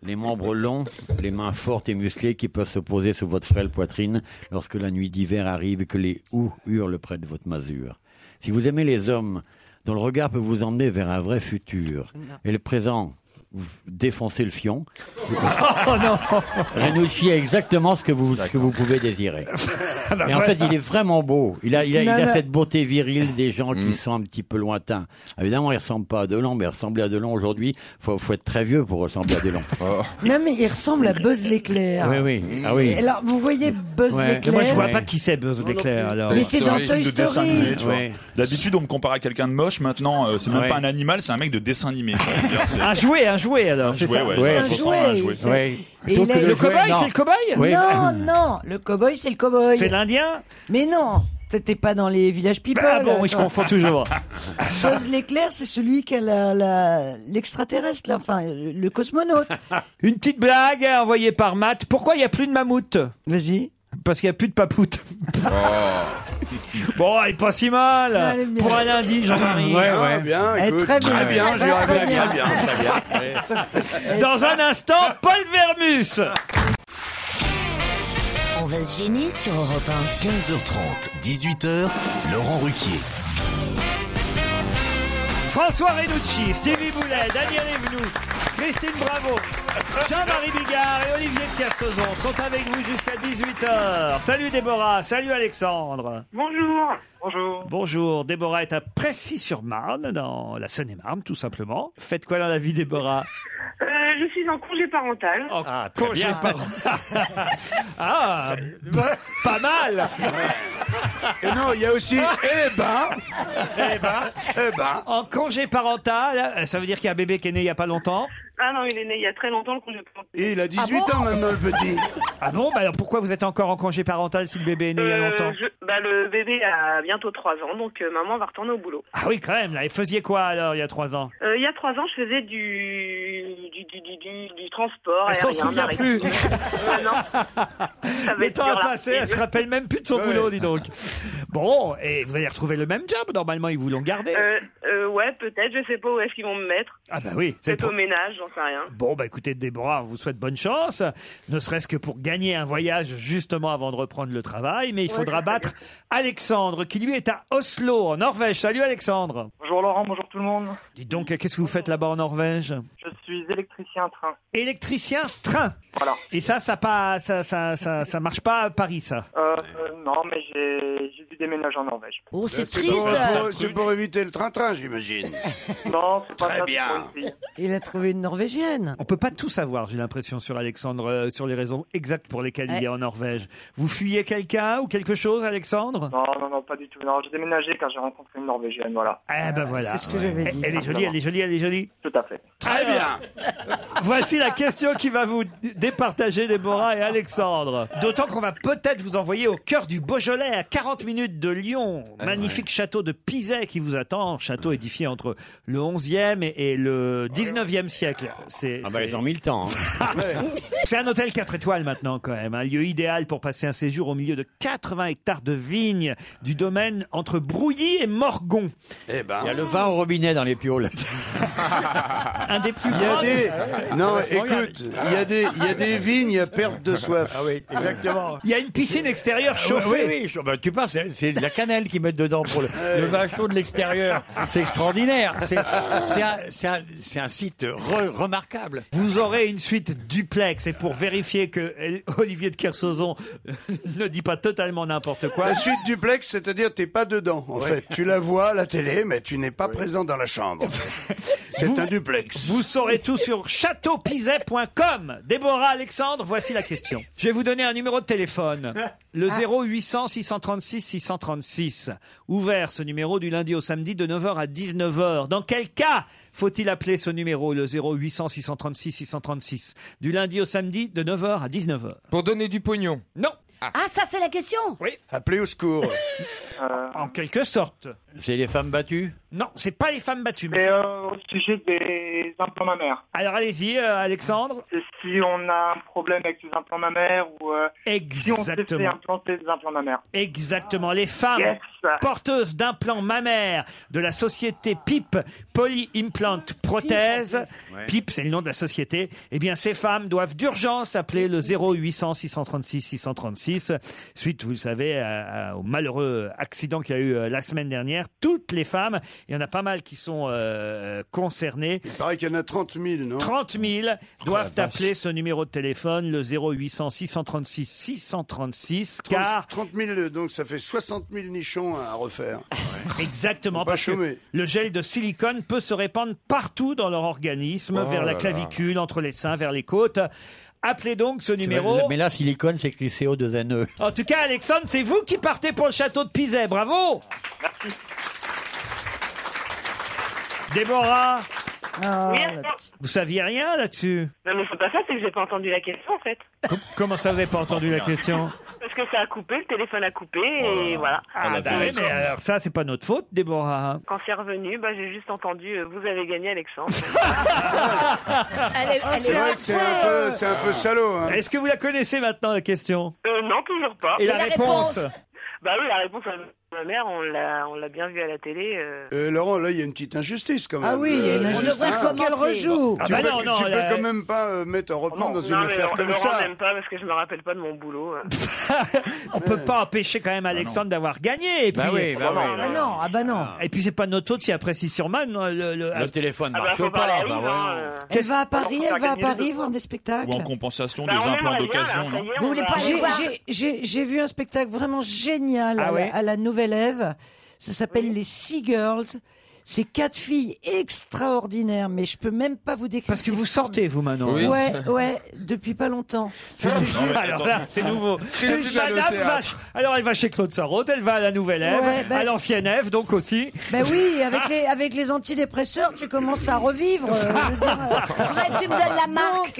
[SPEAKER 6] les membres longs, les mains fortes et musclées qui peuvent se poser sur votre frêle poitrine lorsque la nuit d'hiver arrive et que les houes hurlent près de votre masure. Si vous aimez les hommes dont le regard peut vous emmener vers un vrai futur et le présent, vous défoncez le fion.
[SPEAKER 3] Oh non
[SPEAKER 6] Renucci est exactement ce que vous, ce que vous pouvez désirer. Et en fait, il est vraiment beau. Il a, il a, il a
[SPEAKER 12] Non, non.
[SPEAKER 6] cette beauté virile des gens qui sont un petit peu lointains. Évidemment, il ressemble pas à Delon, mais ressembler à Delon aujourd'hui, faut, faut être très vieux pour ressembler à Delon.
[SPEAKER 11] Non mais il ressemble à Buzz l'éclair.
[SPEAKER 6] Oui, oui. Ah oui.
[SPEAKER 11] Alors vous voyez Buzz
[SPEAKER 6] Ouais.
[SPEAKER 11] l'éclair.
[SPEAKER 3] Moi, je vois pas qui c'est Buzz l'éclair. alors.
[SPEAKER 11] Mais c'est dans
[SPEAKER 8] Un truc
[SPEAKER 11] Toy
[SPEAKER 8] de dessin
[SPEAKER 11] Story.
[SPEAKER 8] animé, tu vois.
[SPEAKER 3] Ouais.
[SPEAKER 8] D'habitude, on me compare à quelqu'un de moche. Maintenant, euh, c'est même
[SPEAKER 3] Ouais. Ah,
[SPEAKER 8] pas un animal, c'est un mec de dessin animé. quoi. Je veux dire, c'est-
[SPEAKER 3] Un jouet, un jouet alors. c'est
[SPEAKER 8] jouet,
[SPEAKER 3] ça
[SPEAKER 8] ouais, c'est un jouet, un jouet.
[SPEAKER 11] c'est-
[SPEAKER 8] Ouais.
[SPEAKER 11] Et
[SPEAKER 3] Plutôt
[SPEAKER 11] il
[SPEAKER 3] que
[SPEAKER 11] est-
[SPEAKER 3] le Le jouet, cow-boy, non. c'est le cow-boy Oui.
[SPEAKER 11] Non, non, le cow-boy, c'est le cow-boy.
[SPEAKER 3] C'est l'Indien
[SPEAKER 11] Mais non, c'était pas dans les villages people.
[SPEAKER 3] Ah bon, oui, je
[SPEAKER 11] attends.
[SPEAKER 3] confonds toujours.
[SPEAKER 11] Buzz l'éclair, c'est celui qui a la- la- l'extraterrestre, là, enfin, le cosmonaute.
[SPEAKER 3] Une petite blague envoyée par Matt. Pourquoi il n'y a plus de mammouth
[SPEAKER 11] Vas-y.
[SPEAKER 3] Parce qu'il n'y a plus de papoute. bon, elle est pas si mal.
[SPEAKER 12] Ah, Elle est bien.
[SPEAKER 3] Pour un lundi, Jean-Marie.
[SPEAKER 12] Ouais, ouais. Ah, bien, Elle est écoute, très très bien. bien, je dirais Très bien, bien.
[SPEAKER 3] Dans un instant, Paul Vermus.
[SPEAKER 1] On va se gêner sur Europe 1.
[SPEAKER 2] 15h30, 18h, Laurent Ruquier.
[SPEAKER 3] François Renucci, Stevie Boulet, Daniel Evenou, Christine Bravo, Jean-Marie Bigard et Olivier de Kersauzon sont avec vous jusqu'à 18h. Salut Déborah, salut Alexandre.
[SPEAKER 13] Bonjour. Bonjour.
[SPEAKER 3] Bonjour, Déborah est à Précy-sur-Marne, dans la Seine-et-Marne, tout simplement. Faites quoi dans la vie, Déborah
[SPEAKER 13] Euh, je suis en congé parental.
[SPEAKER 3] Ah, congé parental. ah, bah, pas mal.
[SPEAKER 5] Et non, il y a aussi eh ben, eh ben, eh ben.
[SPEAKER 3] En congé parental, euh, ça veut dire qu'il y a un bébé qui est né il y a pas longtemps.
[SPEAKER 13] Ah non, il est né il y a très longtemps le congé parental.
[SPEAKER 5] Et il a
[SPEAKER 3] 18
[SPEAKER 5] ans maintenant, le petit.
[SPEAKER 3] Ah bon Bah alors pourquoi vous êtes encore en congé parental si le bébé est né il y a
[SPEAKER 13] Euh,
[SPEAKER 3] longtemps
[SPEAKER 13] je- bah, le bébé a bientôt 3 ans, donc euh, maman va retourner au boulot.
[SPEAKER 3] Ah oui, quand même. Là, et faisiez quoi alors il y a trois ans
[SPEAKER 13] Euh, il y a 3 ans, je faisais du, du, du, du, du- du transport.
[SPEAKER 3] Elle s'en
[SPEAKER 13] aérien,
[SPEAKER 3] souvient
[SPEAKER 13] maritime.
[SPEAKER 3] plus.
[SPEAKER 13] Ah non, ça va
[SPEAKER 3] Le
[SPEAKER 13] être
[SPEAKER 3] temps
[SPEAKER 13] dur,
[SPEAKER 3] a
[SPEAKER 13] là.
[SPEAKER 3] passé, elle se rappelle même plus de son boulot, dis donc. Bon, et vous allez retrouver le même job. Normalement, ils vous l'ont gardé.
[SPEAKER 13] Euh, euh, ouais, peut-être, je sais pas où est-ce qu'ils vont me mettre.
[SPEAKER 3] Ah bah oui, c'est
[SPEAKER 13] Peut-être
[SPEAKER 3] le
[SPEAKER 13] au
[SPEAKER 3] pro-
[SPEAKER 13] ménage, j'en sais rien.
[SPEAKER 3] Bon, bah écoutez, Déborah, on vous souhaite bonne chance, ne serait-ce que pour gagner un voyage justement avant de reprendre le travail, mais il
[SPEAKER 14] Ouais,
[SPEAKER 3] faudra
[SPEAKER 14] c'est
[SPEAKER 3] battre Alexandre, qui lui est à Oslo, en Norvège. Salut Alexandre
[SPEAKER 14] Bonjour Laurent, bonjour tout le monde.
[SPEAKER 3] Dites donc, qu'est-ce que vous faites là-bas en Norvège
[SPEAKER 14] Je suis électricien train.
[SPEAKER 3] Électricien, train
[SPEAKER 14] Voilà.
[SPEAKER 3] Et ça, ça, pas, ça, ça, ça, ça marche pas à Paris, ça
[SPEAKER 14] Euh, euh, non, mais j'ai j'ai dû déménager en Norvège.
[SPEAKER 5] Oh, c'est C'est triste. pour- pour- c'est pour éviter le train-train, j'imagine.
[SPEAKER 14] Non, c'est pas
[SPEAKER 5] Très
[SPEAKER 14] ça,
[SPEAKER 5] bien.
[SPEAKER 14] c'est aussi.
[SPEAKER 3] Il a trouvé une Norvégienne. On peut pas tout savoir, j'ai l'impression, sur Alexandre, euh, sur les raisons exactes pour lesquelles il est en Norvège. Vous fuyez quelqu'un ou quelque chose, Alexandre
[SPEAKER 14] Non, non, non, pas du tout. Non, j'ai déménagé quand j'ai rencontré une Norvégienne, voilà.
[SPEAKER 3] Eh ben voilà.
[SPEAKER 14] C'est ce que j'avais
[SPEAKER 3] Elle-
[SPEAKER 14] dit.
[SPEAKER 3] Elle est jolie, elle est jolie, elle est jolie.
[SPEAKER 14] Tout à fait.
[SPEAKER 3] Très bien. Voici la question qui va vous dé- départager Déborah et Alexandre. D'autant qu'on va peut-être vous envoyer au cœur du Beaujolais, à 40 minutes de Lyon.
[SPEAKER 6] Ah
[SPEAKER 3] Magnifique château de Pizet qui vous attend. Château édifié entre le 11e et, et le 19e siècle. C'est,
[SPEAKER 6] Ah bah,
[SPEAKER 3] c'est-
[SPEAKER 6] ils ont mis le temps. hein.
[SPEAKER 3] c'est un hôtel 4 étoiles maintenant quand même, un lieu idéal pour passer un séjour au milieu de 80 hectares de vignes du domaine entre Brouilly et Morgon.
[SPEAKER 5] Eh ben.
[SPEAKER 6] Il y a le vin au robinet dans les pioles.
[SPEAKER 3] un des plus
[SPEAKER 5] Il y a
[SPEAKER 3] grands-
[SPEAKER 5] des non, écoute, il y a des il y a des vignes à perte de soif.
[SPEAKER 6] Ah oui, exactement. Ah,
[SPEAKER 3] Il y a une piscine extérieure chauffée.
[SPEAKER 6] Oui, oui, chaud- bah, tu parles, c'est- c'est de la cannelle qu'ils mettent dedans pour le, le vin chaud de l'extérieur. C'est extraordinaire. C'est c'est un, c'est un- c'est un site re- remarquable.
[SPEAKER 3] Vous aurez une suite duplex et pour vérifier que El- Olivier de Kersauzon ne dit pas totalement n'importe quoi.
[SPEAKER 5] La suite duplex, c'est-à-dire t'es pas dedans. En fait, tu la vois à la télé, mais tu n'es pas présent dans la chambre. C'est un duplex.
[SPEAKER 3] Vous saurez tout sur châteaupizet.com. Déborah Alexandre, voici la question. Je vais vous donner un numéro de téléphone. Le 0800 636 636. Ouvert ce numéro du lundi au samedi de 9h à 19h. Dans quel cas faut-il appeler ce numéro, le 0800 636 636 Du lundi au samedi de 9h à 19h.
[SPEAKER 4] Pour donner du pognon.
[SPEAKER 3] Non.
[SPEAKER 7] Ah, ça, c'est la question
[SPEAKER 3] Oui.
[SPEAKER 5] Appelez au secours.
[SPEAKER 3] En quelque sorte.
[SPEAKER 6] C'est les femmes battues
[SPEAKER 3] Non, c'est pas les femmes battues. mais
[SPEAKER 14] Et
[SPEAKER 3] c'est-
[SPEAKER 14] euh, au sujet des implants mammaires.
[SPEAKER 3] Alors allez-y, euh, Alexandre.
[SPEAKER 14] Si on a un problème avec les implants mammaires ou euh, si on s'est fait
[SPEAKER 3] Exactement.
[SPEAKER 14] implanter des implants mammaires.
[SPEAKER 3] Exactement, les femmes
[SPEAKER 14] Yes.
[SPEAKER 3] porteuses d'implants mammaires de la société PIP, Poly Implant Prothèse.
[SPEAKER 14] Ouais.
[SPEAKER 3] PIP, c'est le nom de la société. Eh bien, ces femmes doivent d'urgence appeler le 0800 636 636. Suite, vous le savez, à- à- au malheureux accident qu'il y a eu euh, la semaine dernière. Toutes les femmes, il y en a pas mal qui sont euh, concernées.
[SPEAKER 5] Il paraît qu'il y en a 30 000, non
[SPEAKER 3] 30 000
[SPEAKER 6] Oh,
[SPEAKER 3] doivent appeler ce numéro de téléphone, le 0800 636 636, car
[SPEAKER 5] 30 000, donc ça fait 60 000 nichons à refaire.
[SPEAKER 3] Exactement,
[SPEAKER 5] Faut pas
[SPEAKER 3] parce que
[SPEAKER 5] chômer.
[SPEAKER 3] le gel de silicone peut se répandre partout dans leur organisme,
[SPEAKER 6] Oh
[SPEAKER 3] vers
[SPEAKER 6] là
[SPEAKER 3] la
[SPEAKER 6] là.
[SPEAKER 3] clavicule, entre les seins, vers les côtes. Appelez donc ce numéro.
[SPEAKER 6] Mais là, silicone, c'est écrit CO2NE.
[SPEAKER 3] En tout cas, Alexandre, c'est vous qui partez pour le château de Pizet. Bravo Déborah,
[SPEAKER 11] Ah,
[SPEAKER 13] oui, attends.
[SPEAKER 3] vous saviez rien là-dessus
[SPEAKER 13] Non, mais c'est pas ça, c'est que j'ai pas entendu la question en fait.
[SPEAKER 3] Com- Comment ça, vous n'avez pas entendu la question
[SPEAKER 13] Parce que ça a coupé, le téléphone a coupé, et voilà.
[SPEAKER 3] Ah, bah oui, mais alors ça, c'est pas notre faute, Déborah. hein.
[SPEAKER 13] Quand c'est revenu, bah, j'ai juste entendu euh, Vous avez gagné, Alexandre.
[SPEAKER 7] Elle
[SPEAKER 3] Ah,
[SPEAKER 7] est, elle
[SPEAKER 5] C'est
[SPEAKER 7] est-
[SPEAKER 5] vrai que c'est un
[SPEAKER 11] euh.
[SPEAKER 5] peu, c'est un peu salaud. hein.
[SPEAKER 3] Est-ce que vous la connaissez maintenant, la question
[SPEAKER 13] Euh, non, toujours pas.
[SPEAKER 3] Et la Et la réponse réponse
[SPEAKER 13] Bah oui, la réponse à ma mère, on l'a, on l'a bien vu à la télé. euh.
[SPEAKER 5] Euh, Laurent, là, il y a une petite injustice quand même.
[SPEAKER 11] Ah oui, il y a une
[SPEAKER 5] Euh,
[SPEAKER 11] injustice.
[SPEAKER 5] Laurent,
[SPEAKER 11] Faut qu'elle rejoue.
[SPEAKER 3] Ah
[SPEAKER 5] tu
[SPEAKER 3] bah
[SPEAKER 5] peux,
[SPEAKER 3] non, non,
[SPEAKER 5] tu peux
[SPEAKER 3] la-
[SPEAKER 5] quand même pas euh, mettre un
[SPEAKER 14] Oh
[SPEAKER 5] reprend dans
[SPEAKER 13] Non,
[SPEAKER 5] une
[SPEAKER 13] mais
[SPEAKER 5] affaire
[SPEAKER 13] Laurent-
[SPEAKER 5] comme
[SPEAKER 13] Laurent
[SPEAKER 5] ça.
[SPEAKER 13] n'aime pas parce que je me rappelle pas de mon boulot. euh.
[SPEAKER 3] On peut pas empêcher quand même Alexandre d'avoir gagné. Et puis, euh,
[SPEAKER 6] Bah oui, bah oui.
[SPEAKER 11] Ah non, ah bah non.
[SPEAKER 3] Et puis c'est pas de notre faute si après Sissurman, le, le-
[SPEAKER 6] Le téléphone
[SPEAKER 13] Ah bah,
[SPEAKER 6] marche
[SPEAKER 13] faut
[SPEAKER 6] pas.
[SPEAKER 13] parler à
[SPEAKER 6] bah,
[SPEAKER 13] Yves,
[SPEAKER 6] voyons.
[SPEAKER 13] hein, euh.
[SPEAKER 11] Elle va à Paris, elle va à
[SPEAKER 13] gagner les
[SPEAKER 11] Paris
[SPEAKER 13] deux.
[SPEAKER 11] voir des spectacles.
[SPEAKER 8] Ou en compensation
[SPEAKER 13] Bah,
[SPEAKER 8] des
[SPEAKER 13] on
[SPEAKER 8] implants
[SPEAKER 13] aimerait bien,
[SPEAKER 8] d'occasion,
[SPEAKER 13] là, ça
[SPEAKER 8] non
[SPEAKER 13] y est,
[SPEAKER 11] Vous
[SPEAKER 13] on
[SPEAKER 11] voulez
[SPEAKER 13] va-
[SPEAKER 11] pas
[SPEAKER 13] on
[SPEAKER 11] J'ai-
[SPEAKER 13] va-
[SPEAKER 11] j'ai- J'ai j'ai vu un spectacle vraiment génial
[SPEAKER 3] Ah
[SPEAKER 11] à, la-
[SPEAKER 3] ouais
[SPEAKER 11] à la Nouvelle Ève. Ça s'appelle les Sea Girls. C'est quatre filles extraordinaires, mais je peux même pas vous décrire.
[SPEAKER 3] Parce que vous sortez, vous, maintenant. hein.
[SPEAKER 11] Ouais, ouais, depuis pas longtemps.
[SPEAKER 8] Ah,
[SPEAKER 3] C'est Alors là, c'est nouveau.
[SPEAKER 11] Christine
[SPEAKER 3] Je-
[SPEAKER 11] va le
[SPEAKER 3] Madame
[SPEAKER 11] théâtre.
[SPEAKER 3] va ch- Alors elle va chez Claude Sarraute, elle va à la Nouvelle Ève,
[SPEAKER 11] Ouais, ben-
[SPEAKER 3] à l'ancienne Ève, donc aussi.
[SPEAKER 11] Ben oui, avec les, avec les antidépresseurs, tu commences à revivre. euh, je veux dire, euh.
[SPEAKER 3] Ouais, tu me donnes la marque.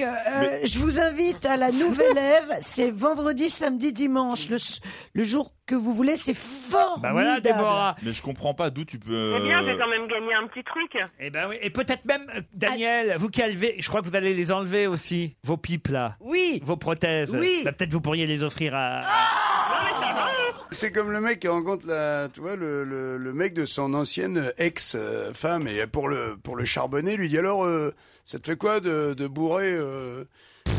[SPEAKER 11] Donc, euh, je vous invite à la Nouvelle Ève. C'est vendredi, samedi, dimanche. Le, s- le jour que vous voulez, c'est formidable.
[SPEAKER 3] Ben Bah
[SPEAKER 8] Mais je comprends pas d'où tu peux.
[SPEAKER 5] Eh
[SPEAKER 13] C'est bien, j'ai quand même gagné un petit truc.
[SPEAKER 3] euh. Eh ben oui, et peut-être même, euh, Daniel, vous qui avez, je crois que vous allez les enlever aussi, vos pipes là.
[SPEAKER 7] Oui.
[SPEAKER 3] Vos prothèses.
[SPEAKER 5] Oui.
[SPEAKER 3] Bah, peut-être vous pourriez les offrir à.
[SPEAKER 5] C'est comme le mec qui rencontre la, tu vois, le, le, le mec de son ancienne ex-femme et pour le pour le charbonner, lui dit alors, euh, ça te fait quoi de, de bourrer euh,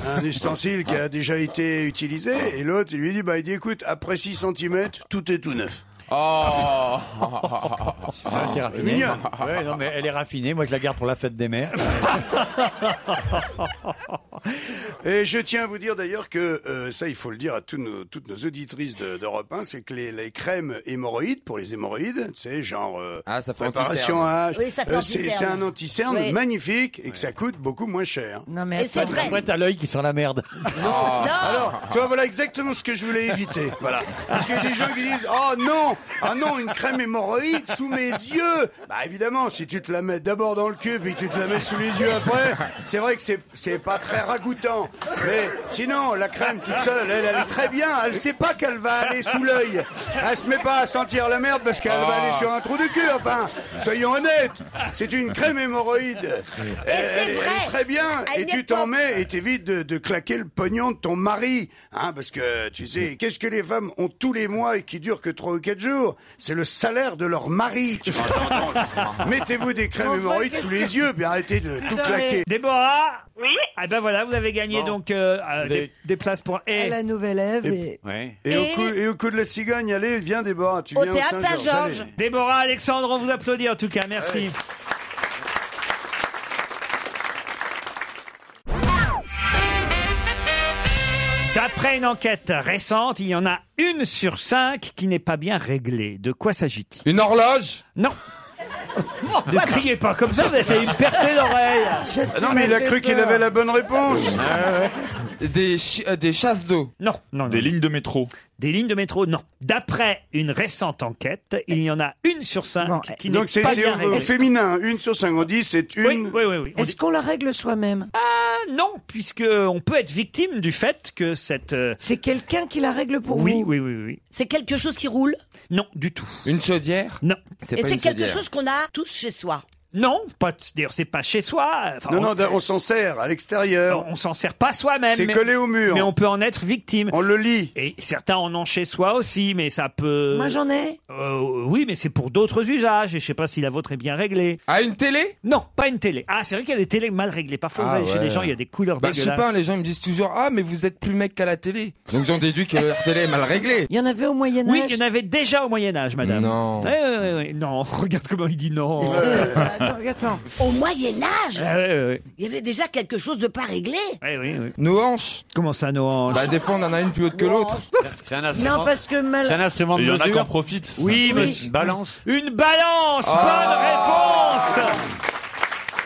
[SPEAKER 5] un ustensile qui a déjà été utilisé Et l'autre, il lui dit, bah, il dit, écoute, après 6 cm, tout est tout neuf.
[SPEAKER 4] Oh
[SPEAKER 6] Ah, c'est raffiné.
[SPEAKER 5] Mignonne.
[SPEAKER 6] Ouais, non, mais elle est raffinée. Moi, je la garde pour la fête des mères.
[SPEAKER 5] Et je tiens à vous dire d'ailleurs que, euh, ça il faut le dire à tous nos- toutes nos auditrices de- d'Europe 1, c'est que les, les crèmes hémorroïdes, pour les hémorroïdes, c'est genre euh,
[SPEAKER 4] Ah, fait
[SPEAKER 5] préparation à
[SPEAKER 4] anti-cerne. Oui, ça fait
[SPEAKER 5] c'est
[SPEAKER 4] anti-cerne.
[SPEAKER 5] c'est un anti-cerne
[SPEAKER 4] Oui.
[SPEAKER 5] magnifique et que ça coûte beaucoup moins cher.
[SPEAKER 11] Non,
[SPEAKER 5] mais Et attends. c'est vrai.
[SPEAKER 6] Après, t'as l'œil qui sent la merde.
[SPEAKER 5] Non. Alors, tu vois, voilà exactement ce que je voulais éviter. Voilà. Parce qu'il y a des gens qui disent Oh non Ah non, une crème hémorroïde sous mes yeux Bah évidemment, si tu te la mets d'abord dans le cul puis que tu te la mets sous les yeux après, c'est vrai que c'est- c'est pas très ragoûtant. Mais sinon, la crème toute seule, elle, elle est très bien. Elle sait pas qu'elle va aller sous l'œil. Elle se met pas à sentir la merde parce qu'elle va
[SPEAKER 12] Ah.
[SPEAKER 5] aller sur un trou de cul. Enfin, soyons honnêtes, c'est une crème hémorroïde.
[SPEAKER 12] Et
[SPEAKER 5] Elle-
[SPEAKER 12] c'est
[SPEAKER 5] elle est- elle est
[SPEAKER 12] vrai.
[SPEAKER 5] Très bien.
[SPEAKER 12] À
[SPEAKER 5] Et
[SPEAKER 12] une
[SPEAKER 5] tu t'en mets et t'évites de, de claquer le pognon de ton mari. Hein, parce que, tu sais, qu'est-ce que les femmes ont tous les mois et qui dure que 3 ou 4 jours C'est le salaire de leur mari. tu vois. Mettez-vous des crèmes
[SPEAKER 3] Enfin,
[SPEAKER 5] hémorroïdes
[SPEAKER 3] qu'est-ce
[SPEAKER 5] sous
[SPEAKER 3] que-
[SPEAKER 5] les yeux, puis arrêtez de tout
[SPEAKER 3] Attendez.
[SPEAKER 5] claquer.
[SPEAKER 3] Déborah
[SPEAKER 13] Oui
[SPEAKER 3] Ah ben voilà, vous avez gagné
[SPEAKER 5] Bon.
[SPEAKER 3] donc euh, euh,
[SPEAKER 5] Des-
[SPEAKER 3] des, des places pour.
[SPEAKER 11] Euh, À la Nouvelle Ève. et-
[SPEAKER 5] Et, au coup, et au coup de la cigogne, allez, viens Déborah, tu viens au Saint-Georges. allez.
[SPEAKER 3] Déborah, Alexandre, on vous applaudit en tout cas, merci. D'après une enquête récente, il y en a une sur cinq qui n'est pas bien réglée. De quoi s'agit-il
[SPEAKER 4] Une horloge
[SPEAKER 3] Non. ne criez pas comme ça, vous avez fait une percée d'oreille.
[SPEAKER 5] Ah
[SPEAKER 3] Ah,
[SPEAKER 5] non, mais il a cru qu'il avait la bonne réponse.
[SPEAKER 4] Euh, Des, chi- euh, des chasses d'eau.
[SPEAKER 3] Non, non,
[SPEAKER 8] Des lignes de métro.
[SPEAKER 3] Des lignes de métro, non. D'après une récente enquête, il y en a une sur cinq qui n'est
[SPEAKER 5] Donc c'est
[SPEAKER 3] pas
[SPEAKER 5] c'est
[SPEAKER 3] bien
[SPEAKER 5] au, au
[SPEAKER 3] réglée.
[SPEAKER 5] féminin, une sur cinq, on dit c'est une.
[SPEAKER 3] Oui, oui, oui.
[SPEAKER 11] Est-ce qu'on la règle soi-même
[SPEAKER 3] Ah non, puisque on peut être victime du fait que cette. euh,
[SPEAKER 11] C'est quelqu'un qui la règle pour
[SPEAKER 3] oui,
[SPEAKER 11] vous
[SPEAKER 3] Oui, oui, oui.
[SPEAKER 7] C'est quelque chose qui roule
[SPEAKER 3] Non, du tout.
[SPEAKER 4] Une chaudière
[SPEAKER 3] Non.
[SPEAKER 7] Et c'est quelque chose qu'on a tous chez soi.
[SPEAKER 3] Non, pas. D'ailleurs, c'est pas chez soi. Enfin,
[SPEAKER 5] non,
[SPEAKER 3] on-
[SPEAKER 5] non, on s'en sert à l'extérieur.
[SPEAKER 3] On s'en sert pas soi-même.
[SPEAKER 5] C'est
[SPEAKER 3] mais-
[SPEAKER 5] collé au mur.
[SPEAKER 3] Mais on peut en être victime.
[SPEAKER 5] On le lit.
[SPEAKER 3] Et certains en ont chez soi aussi, mais ça peut.
[SPEAKER 11] Moi, j'en ai.
[SPEAKER 3] Euh, oui, mais c'est pour d'autres usages. Et je sais pas si la vôtre est bien réglée.
[SPEAKER 4] Ah, une télé
[SPEAKER 3] Non, pas une télé. Ah, c'est vrai qu'il y a des télés mal réglées. Parfois, vous
[SPEAKER 4] Ah
[SPEAKER 3] allez chez
[SPEAKER 4] ouais.
[SPEAKER 3] des gens, il y a des couleurs
[SPEAKER 4] Bah, je sais
[SPEAKER 3] dégueulasses.
[SPEAKER 4] pas, les gens ils me disent toujours Ah, mais vous êtes plus mec qu'à la télé. Donc j'en déduis que la télé est mal réglée.
[SPEAKER 11] Il y en avait au Moyen Âge.
[SPEAKER 3] Oui, il y en avait déjà au Moyen Âge, madame.
[SPEAKER 4] Non.
[SPEAKER 3] Ouais, ouais, ouais, ouais. Non, regarde comment il dit non.
[SPEAKER 11] Attends, attends.
[SPEAKER 7] Ah, Au Moyen-Âge,
[SPEAKER 11] Euh,
[SPEAKER 3] Ah, ouais, ouais, ouais.
[SPEAKER 7] il y avait déjà quelque chose de pas réglé.
[SPEAKER 3] Ouais, oui, oui.
[SPEAKER 4] Nos hanches.
[SPEAKER 3] Comment ça, nos hanches
[SPEAKER 4] Bah, des fois, on en a une plus haute
[SPEAKER 7] Oh,
[SPEAKER 4] que l'autre.
[SPEAKER 6] C'est un instrument.
[SPEAKER 11] Non, parce que mal...
[SPEAKER 6] C'est un instrument de
[SPEAKER 8] Et il y en a
[SPEAKER 6] mesure.
[SPEAKER 8] qui en profitent.
[SPEAKER 6] Oui,
[SPEAKER 8] Ça.
[SPEAKER 6] mais
[SPEAKER 8] Oui.
[SPEAKER 6] balance.
[SPEAKER 3] Une balance
[SPEAKER 11] Ah.
[SPEAKER 6] Ah.
[SPEAKER 3] Bonne réponse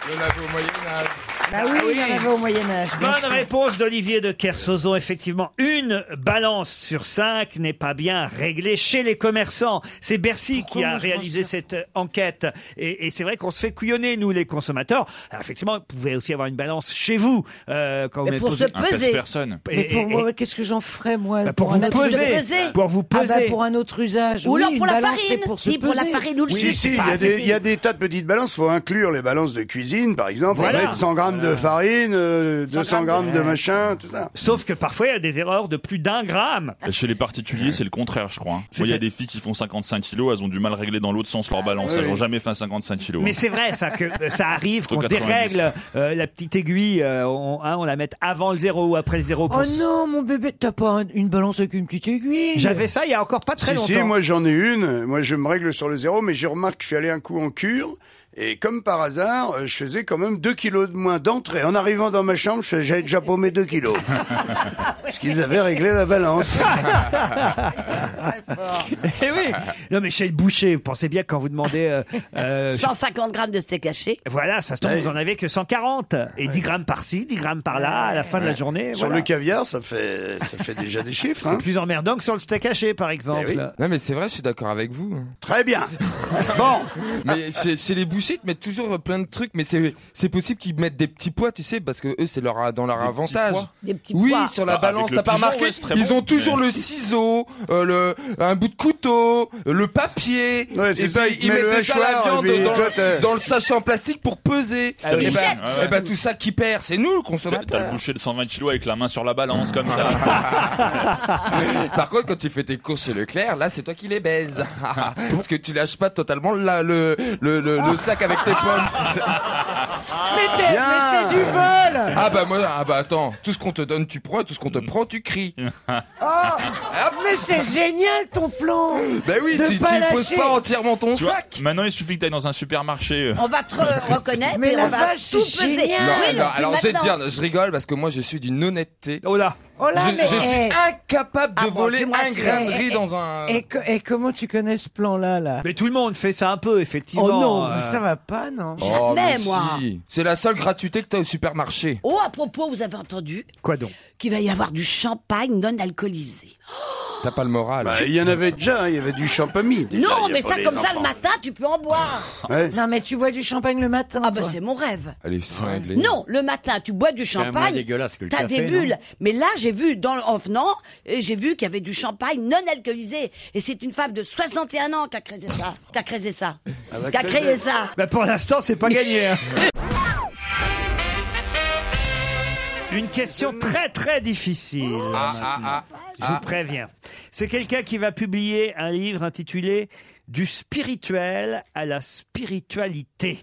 [SPEAKER 4] Il y en avait au Moyen-Âge.
[SPEAKER 5] Ah
[SPEAKER 11] Bah oui, il y en avait au Moyen Âge. bien sûr.
[SPEAKER 3] Bonne réponse d'Olivier de Kersozo. Effectivement, une balance sur cinq n'est pas bien réglée chez les commerçants. C'est Bercy qui a réalisé cette euh, enquête. Et, et c'est vrai qu'on se fait couillonner, nous, les consommateurs. Alors, effectivement, vous pouvez aussi avoir une balance chez vous euh,
[SPEAKER 5] Ah,
[SPEAKER 3] quand vous êtes aux-
[SPEAKER 8] Un pèse-personne.
[SPEAKER 3] Et-
[SPEAKER 11] Mais pour
[SPEAKER 3] et-
[SPEAKER 11] moi, qu'est-ce que j'en ferais, moi
[SPEAKER 3] Bah, pour vous
[SPEAKER 11] un autre
[SPEAKER 3] peser.
[SPEAKER 11] usage
[SPEAKER 3] Pour vous
[SPEAKER 11] Ah, bah,
[SPEAKER 3] peser.
[SPEAKER 11] pour un autre usage.
[SPEAKER 7] Ou
[SPEAKER 11] oui,
[SPEAKER 7] alors
[SPEAKER 11] une
[SPEAKER 7] pour la
[SPEAKER 11] balance,
[SPEAKER 7] farine.
[SPEAKER 11] c'est Pour se
[SPEAKER 7] Si, pour la
[SPEAKER 11] peser.
[SPEAKER 7] farine ou le
[SPEAKER 5] Oui, si, si, il y, a des- il y a des tas de petites balances. faut inclure les balances de cuisine, par exemple.
[SPEAKER 3] Voilà.
[SPEAKER 5] On mettre 100 grammes de farine, euh, 200 grammes de machin, tout ça.
[SPEAKER 3] Sauf que parfois, il y a des erreurs de plus d'un gramme.
[SPEAKER 8] Bah, Chez les particuliers, c'est le contraire, je crois. hein. Moi, Il y a des filles qui font 55 kilos, elles ont du mal à régler dans l'autre sens leur balance.
[SPEAKER 5] oui.
[SPEAKER 8] Elles n'ont jamais fait un 55 kilos.
[SPEAKER 3] Ah, Mais
[SPEAKER 8] hein.
[SPEAKER 3] c'est vrai, ça, que euh, ça arrive qu'on
[SPEAKER 8] 90.
[SPEAKER 3] dérègle euh, la petite aiguille. euh, on, hein, on la mette avant le zéro ou après le zéro. pour-
[SPEAKER 11] Oh non, mon bébé, t'as pas un- une balance avec une petite aiguille
[SPEAKER 3] J'avais ça il y a encore pas très
[SPEAKER 5] si,
[SPEAKER 3] longtemps.
[SPEAKER 5] si, moi j'en ai une. Moi je me règle sur le zéro, mais je remarque que je suis allé un coup en cure. Et comme par hasard, euh, je faisais quand même 2 kilos de moins d'entrée. En arrivant dans ma chambre, je fais- j'avais déjà paumé 2 kilos.
[SPEAKER 7] Ah
[SPEAKER 5] Parce qu'ils avaient réglé la balance.
[SPEAKER 3] Eh oui Non, mais chez le boucher, vous pensez bien que quand vous demandez. euh, euh, je-
[SPEAKER 7] 150 grammes de steak haché.
[SPEAKER 3] Voilà, ça se trouve,
[SPEAKER 7] Ouais.
[SPEAKER 3] vous en avez que 140. Et 10 grammes par-ci, 10 grammes par-là, à la fin de la
[SPEAKER 5] Ouais.
[SPEAKER 3] journée.
[SPEAKER 5] Sur
[SPEAKER 3] voilà.
[SPEAKER 5] le caviar, ça fait, ça fait déjà des chiffres.
[SPEAKER 3] C'est
[SPEAKER 5] hein. Eh
[SPEAKER 3] plus emmerdant que sur le steak haché, par
[SPEAKER 15] Eh
[SPEAKER 3] exemple.
[SPEAKER 4] Non mais c'est vrai, je suis d'accord avec vous.
[SPEAKER 5] Très bien. Bon.
[SPEAKER 4] Mais chez, chez les bouchers, ils mettent toujours plein de trucs, mais c'est c'est possible qu'ils mettent des petits poids, tu sais, parce que eux c'est leur a- dans leur
[SPEAKER 15] Des petits
[SPEAKER 4] avantage.
[SPEAKER 15] pois Des petits
[SPEAKER 4] oui,
[SPEAKER 15] pois.
[SPEAKER 4] sur la
[SPEAKER 15] Bah, avec
[SPEAKER 4] balance,
[SPEAKER 15] le
[SPEAKER 4] t'as pas
[SPEAKER 15] pigeon,
[SPEAKER 4] remarqué
[SPEAKER 15] ouais, c'est très
[SPEAKER 4] Ils
[SPEAKER 15] bon.
[SPEAKER 4] ont toujours
[SPEAKER 15] Ouais.
[SPEAKER 4] le ciseau, euh, le un bout de couteau, euh, le papier.
[SPEAKER 5] Ouais, c'est
[SPEAKER 4] et
[SPEAKER 5] ça,
[SPEAKER 4] puis,
[SPEAKER 5] ils te
[SPEAKER 4] ils
[SPEAKER 5] mettent
[SPEAKER 4] mettent
[SPEAKER 5] le
[SPEAKER 4] déjà la
[SPEAKER 5] hachoir,
[SPEAKER 4] viande
[SPEAKER 5] mais
[SPEAKER 4] dans,
[SPEAKER 5] toi, t'as-
[SPEAKER 4] le, dans le sachet en plastique pour peser.
[SPEAKER 3] Ah
[SPEAKER 15] Ah
[SPEAKER 8] T'as le
[SPEAKER 4] Et
[SPEAKER 8] boucher,
[SPEAKER 4] bah,
[SPEAKER 8] ouais.
[SPEAKER 4] et bah, tout ça qui perd, c'est nous le
[SPEAKER 8] T'as t'as le
[SPEAKER 4] consommateur.
[SPEAKER 8] boucher de 120 kilos avec la main sur la balance comme ça.
[SPEAKER 4] Par contre, quand tu fais tes courses chez Leclerc, là, c'est toi qui les baises.
[SPEAKER 3] Ah.
[SPEAKER 4] Parce que tu lâches pas totalement la- le, le, le, le sac avec tes
[SPEAKER 3] Ah.
[SPEAKER 4] pommes. tu sais.
[SPEAKER 15] Mais t'es- Bien. mais c'est du vol
[SPEAKER 4] Ah bah moi, ah bah attends, tout ce qu'on te donne, tu prends, et tout ce qu'on te prend, tu cries.
[SPEAKER 11] Oh, mais c'est génial ton plan
[SPEAKER 4] Ben oui,
[SPEAKER 11] De
[SPEAKER 4] tu, tu
[SPEAKER 11] pas
[SPEAKER 4] poses
[SPEAKER 11] lâcher.
[SPEAKER 4] pas entièrement ton
[SPEAKER 8] Tu vois,
[SPEAKER 4] sac.
[SPEAKER 8] maintenant il suffit que t'ailles dans un supermarché. euh.
[SPEAKER 7] On va te re- reconnaître
[SPEAKER 11] Mais
[SPEAKER 7] et
[SPEAKER 11] la
[SPEAKER 7] on va
[SPEAKER 11] vache,
[SPEAKER 7] tout
[SPEAKER 11] c'est
[SPEAKER 7] peser.
[SPEAKER 11] génial.
[SPEAKER 4] Non,
[SPEAKER 7] Oui,
[SPEAKER 4] non,
[SPEAKER 7] non, plus
[SPEAKER 4] alors je vais te
[SPEAKER 7] maintenant.
[SPEAKER 4] dire, je rigole parce que moi je suis d'une honnêteté.
[SPEAKER 3] Oh là
[SPEAKER 11] Oh là,
[SPEAKER 4] je,
[SPEAKER 11] mais,
[SPEAKER 4] je
[SPEAKER 11] eh.
[SPEAKER 4] suis incapable de
[SPEAKER 11] Ah bon,
[SPEAKER 4] voler
[SPEAKER 11] tu me
[SPEAKER 4] un grain de
[SPEAKER 11] rassures.
[SPEAKER 4] riz
[SPEAKER 11] Eh,
[SPEAKER 4] dans un.
[SPEAKER 11] Et, co- et comment tu connais ce plan-là, là
[SPEAKER 3] Mais tout le monde fait ça un peu, effectivement.
[SPEAKER 11] Oh non,
[SPEAKER 3] Euh,
[SPEAKER 11] mais ça va pas, non
[SPEAKER 4] Oh, mais
[SPEAKER 7] moi.
[SPEAKER 4] si. C'est la seule gratuité que t'as au supermarché.
[SPEAKER 7] Oh, à propos, vous avez entendu
[SPEAKER 3] Quoi donc
[SPEAKER 7] qu'il va y avoir du champagne non alcoolisé.
[SPEAKER 4] T'as pas le moral.
[SPEAKER 5] Bah, Il y en avait déjà, hein, il y avait du champami. déjà,
[SPEAKER 7] Non,
[SPEAKER 5] il y a
[SPEAKER 7] mais
[SPEAKER 5] pas
[SPEAKER 7] ça,
[SPEAKER 5] les
[SPEAKER 7] comme ça, le
[SPEAKER 5] enfants.
[SPEAKER 7] matin, tu peux en boire.
[SPEAKER 5] Ouais.
[SPEAKER 11] Non, mais tu bois du champagne le matin.
[SPEAKER 7] Ah, bah, c'est mon rêve.
[SPEAKER 4] Elle est cinglée.
[SPEAKER 7] Non, le matin, tu bois du
[SPEAKER 4] C'est quand même moins
[SPEAKER 7] champagne.
[SPEAKER 4] dégueulasse que le
[SPEAKER 7] T'as
[SPEAKER 4] café,
[SPEAKER 7] des
[SPEAKER 4] non
[SPEAKER 7] bulles. Mais là, j'ai vu, dans, en venant, et j'ai vu qu'il y avait du champagne non alcoolisé. Et c'est une femme de 61 ans qui a créé ça. Qui a créé ça.
[SPEAKER 3] va
[SPEAKER 7] Qui a créé
[SPEAKER 3] creuser.
[SPEAKER 7] ça.
[SPEAKER 3] Bah, pour l'instant, c'est pas gagné. hein. Une question très très difficile.
[SPEAKER 4] ah,
[SPEAKER 3] maintenant.
[SPEAKER 4] ah,
[SPEAKER 3] Je vous préviens. C'est quelqu'un qui va publier un livre intitulé Du spirituel à la spiritualité.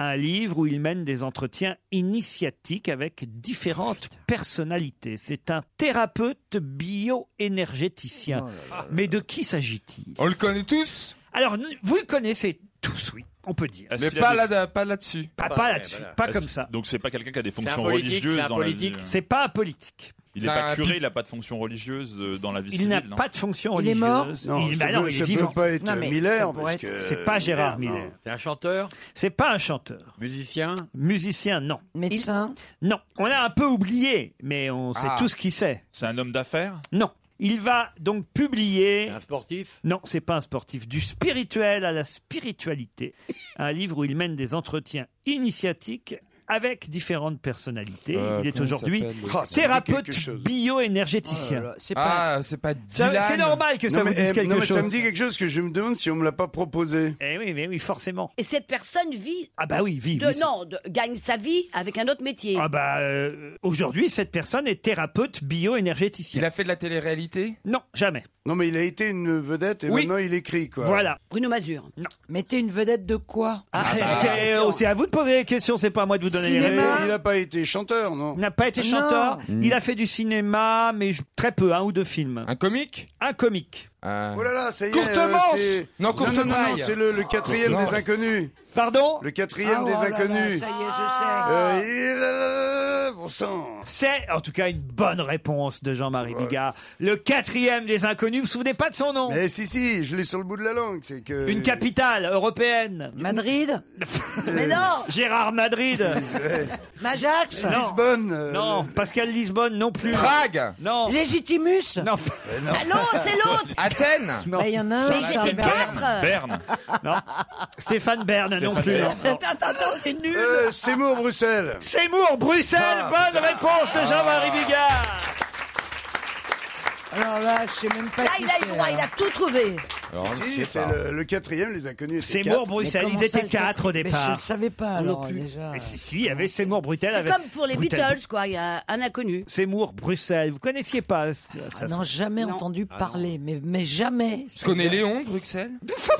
[SPEAKER 3] Un livre où il mène des entretiens initiatiques avec différentes personnalités. C'est un thérapeute bioénergéticien.
[SPEAKER 4] Oh
[SPEAKER 3] Mais de qui s'agit-il
[SPEAKER 4] On le connaît tous
[SPEAKER 3] Alors, vous le connaissez tous, oui, on peut dire.
[SPEAKER 8] Est-ce Mais qu'il a pas des-
[SPEAKER 4] là- pas là-dessus.
[SPEAKER 3] Pas,
[SPEAKER 8] Ouais,
[SPEAKER 3] là-dessus,
[SPEAKER 8] voilà.
[SPEAKER 3] pas
[SPEAKER 8] Est-ce
[SPEAKER 3] comme
[SPEAKER 8] que-
[SPEAKER 3] ça.
[SPEAKER 8] Donc c'est pas quelqu'un qui a des
[SPEAKER 3] un
[SPEAKER 8] fonctions
[SPEAKER 3] politique, c'est
[SPEAKER 8] religieuses
[SPEAKER 3] un
[SPEAKER 8] dans la vie. hein. euh.
[SPEAKER 3] politique. C'est pas un politique.
[SPEAKER 8] Il n'est pas curé, il n'a pas de fonction religieuse euh, dans la vie
[SPEAKER 3] Il
[SPEAKER 8] civile.
[SPEAKER 3] n'a
[SPEAKER 8] non
[SPEAKER 3] pas de fonction
[SPEAKER 11] Il est
[SPEAKER 3] religieuse.
[SPEAKER 11] mort
[SPEAKER 5] Non,
[SPEAKER 3] il,
[SPEAKER 5] ça
[SPEAKER 3] bah non,
[SPEAKER 5] peut-
[SPEAKER 3] il
[SPEAKER 5] ça
[SPEAKER 3] est
[SPEAKER 5] peut
[SPEAKER 3] vivant.
[SPEAKER 5] pas être Non, mais Miller, ça pourrait parce être- que-
[SPEAKER 3] c'est pas Gérard
[SPEAKER 5] Miller, non.
[SPEAKER 3] Miller.
[SPEAKER 6] C'est un chanteur
[SPEAKER 3] C'est pas un chanteur.
[SPEAKER 6] Musicien
[SPEAKER 3] Musicien, non.
[SPEAKER 11] Médecin
[SPEAKER 3] Non. On l'a un peu oublié, mais on sait
[SPEAKER 8] Ah.
[SPEAKER 3] tous qui c'est.
[SPEAKER 8] C'est un homme d'affaires
[SPEAKER 3] Non. Il va donc publier.
[SPEAKER 6] Un sportif
[SPEAKER 3] Non, c'est pas un sportif. Du spirituel à la spiritualité. Un livre où il mène des entretiens initiatiques avec différentes personnalités.
[SPEAKER 4] Euh,
[SPEAKER 3] il est
[SPEAKER 4] comment il
[SPEAKER 3] aujourd'hui
[SPEAKER 4] s'appelle, le- Ah, ça me dit
[SPEAKER 3] thérapeute
[SPEAKER 4] quelque chose.
[SPEAKER 5] Oh
[SPEAKER 3] bioénergéticien.
[SPEAKER 4] Ah, c'est pas
[SPEAKER 3] Ça-
[SPEAKER 4] Dylan.
[SPEAKER 3] c'est normal que ça
[SPEAKER 5] Non,
[SPEAKER 3] vous
[SPEAKER 5] mais,
[SPEAKER 3] dise
[SPEAKER 5] eh,
[SPEAKER 3] quelque
[SPEAKER 5] non, mais
[SPEAKER 3] chose.
[SPEAKER 5] ça me dit quelque chose que je me demande si on me l'a pas proposé.
[SPEAKER 3] Eh oui, mais oui, forcément.
[SPEAKER 7] Et cette personne vit.
[SPEAKER 3] Ah bah oui, vit,
[SPEAKER 7] de-
[SPEAKER 3] oui, c'est-
[SPEAKER 7] non, de- gagne sa vie avec un autre métier.
[SPEAKER 3] Ah bah euh, aujourd'hui cette personne est thérapeute bioénergéticien.
[SPEAKER 4] Il a fait de la télé-réalité
[SPEAKER 3] Non, jamais.
[SPEAKER 5] Non, mais il a été une vedette et maintenant il écrit, quoi.
[SPEAKER 3] Voilà.
[SPEAKER 7] Bruno Mazur.
[SPEAKER 3] Non.
[SPEAKER 11] Mais t'es une vedette de quoi
[SPEAKER 4] Ah,
[SPEAKER 3] c'est euh, c'est à vous de poser les questions, c'est pas à moi de vous donner
[SPEAKER 5] Il
[SPEAKER 3] les réponses.
[SPEAKER 5] n'a pas été chanteur, non
[SPEAKER 3] Il n'a pas été chanteur,
[SPEAKER 4] Non.
[SPEAKER 3] il a fait du cinéma, mais je- très peu, un ou deux films.
[SPEAKER 4] Un comique
[SPEAKER 3] Un comique.
[SPEAKER 5] Oh là là, ça y est.
[SPEAKER 4] Courte
[SPEAKER 5] euh,
[SPEAKER 4] manche
[SPEAKER 5] c'est-
[SPEAKER 4] Non,
[SPEAKER 5] non,
[SPEAKER 4] courte
[SPEAKER 5] non, non,
[SPEAKER 4] paille.
[SPEAKER 5] c'est le, le quatrième
[SPEAKER 4] Non.
[SPEAKER 5] des inconnus.
[SPEAKER 3] Pardon
[SPEAKER 5] Le quatrième
[SPEAKER 11] Ah,
[SPEAKER 5] des
[SPEAKER 11] oh là là,
[SPEAKER 5] inconnus.
[SPEAKER 11] ça y est, je sais.
[SPEAKER 5] Euh, il- euh, bon sang.
[SPEAKER 3] Ah. C'est en tout cas une bonne réponse de Jean-Marie Bigard. Le quatrième des inconnus, vous vous souvenez pas de son nom
[SPEAKER 5] Mais si, si, je l'ai sur le euh, bout de la langue. C'est que...
[SPEAKER 3] Une capitale européenne.
[SPEAKER 11] Madrid
[SPEAKER 7] Mais non
[SPEAKER 3] Gérard Madrid.
[SPEAKER 11] Majax
[SPEAKER 3] Non.
[SPEAKER 5] Lisbonne. euh,
[SPEAKER 3] non, Pascal Lisbonne non plus.
[SPEAKER 4] Prague
[SPEAKER 3] Non.
[SPEAKER 11] Légitimus
[SPEAKER 3] Non.
[SPEAKER 7] Ah non, c'est l'autre
[SPEAKER 4] Athènes
[SPEAKER 3] Non.
[SPEAKER 11] Bah, il y en a un.
[SPEAKER 7] Mais j'étais quatre
[SPEAKER 8] Berne
[SPEAKER 3] Non. Stéphane Bern non
[SPEAKER 8] Stéphane
[SPEAKER 3] plus.
[SPEAKER 8] Bern.
[SPEAKER 3] non.
[SPEAKER 7] Attends, attends, c'est nul
[SPEAKER 5] euh, Seymour, Bruxelles.
[SPEAKER 3] Seymour, Bruxelles,
[SPEAKER 5] Ah,
[SPEAKER 3] bonne réponse de Jean-Marie Bigard.
[SPEAKER 11] Alors là, je sais même pas
[SPEAKER 7] Là,
[SPEAKER 11] qui
[SPEAKER 7] il a eu
[SPEAKER 11] c'est,
[SPEAKER 7] droit,
[SPEAKER 11] hein.
[SPEAKER 7] il a tout trouvé
[SPEAKER 5] Si, c'est le, le quatrième des inconnus. c'est
[SPEAKER 3] Seymour,
[SPEAKER 5] quatre.
[SPEAKER 3] Bruxelles,
[SPEAKER 11] Mais
[SPEAKER 3] ils
[SPEAKER 11] comment ça,
[SPEAKER 3] étaient
[SPEAKER 11] le
[SPEAKER 3] quatre au
[SPEAKER 11] quatrième Mais
[SPEAKER 3] départ.
[SPEAKER 11] Je ne savais pas, alors,
[SPEAKER 3] non plus.
[SPEAKER 11] déjà.
[SPEAKER 3] Mais si, si, il y avait Seymour Bruxelles.
[SPEAKER 7] C'est
[SPEAKER 3] avec-
[SPEAKER 7] comme pour les
[SPEAKER 3] Bruxelles.
[SPEAKER 7] Beatles, quoi, il y a un inconnu.
[SPEAKER 3] Seymour, Bruxelles, vous connaissiez pas ça, ça-
[SPEAKER 11] Ah non, jamais entendu parler, mais, mais jamais.
[SPEAKER 4] Tu connais Léon, Bruxelles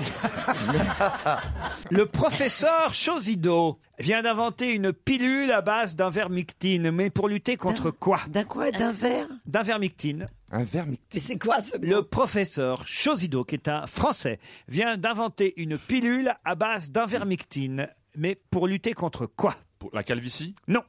[SPEAKER 3] Le professeur Chosido vient d'inventer une pilule à base d'invermectine, mais pour lutter contre quoi
[SPEAKER 11] D'un quoi D'un verre
[SPEAKER 3] D'invermectine.
[SPEAKER 4] Un vermi.
[SPEAKER 7] Mais c'est quoi ce
[SPEAKER 3] Le professeur Chosido, qui est un Français, vient d'inventer une pilule à base d'invermectine. Mais pour lutter contre quoi
[SPEAKER 8] Pour la calvitie
[SPEAKER 3] Non.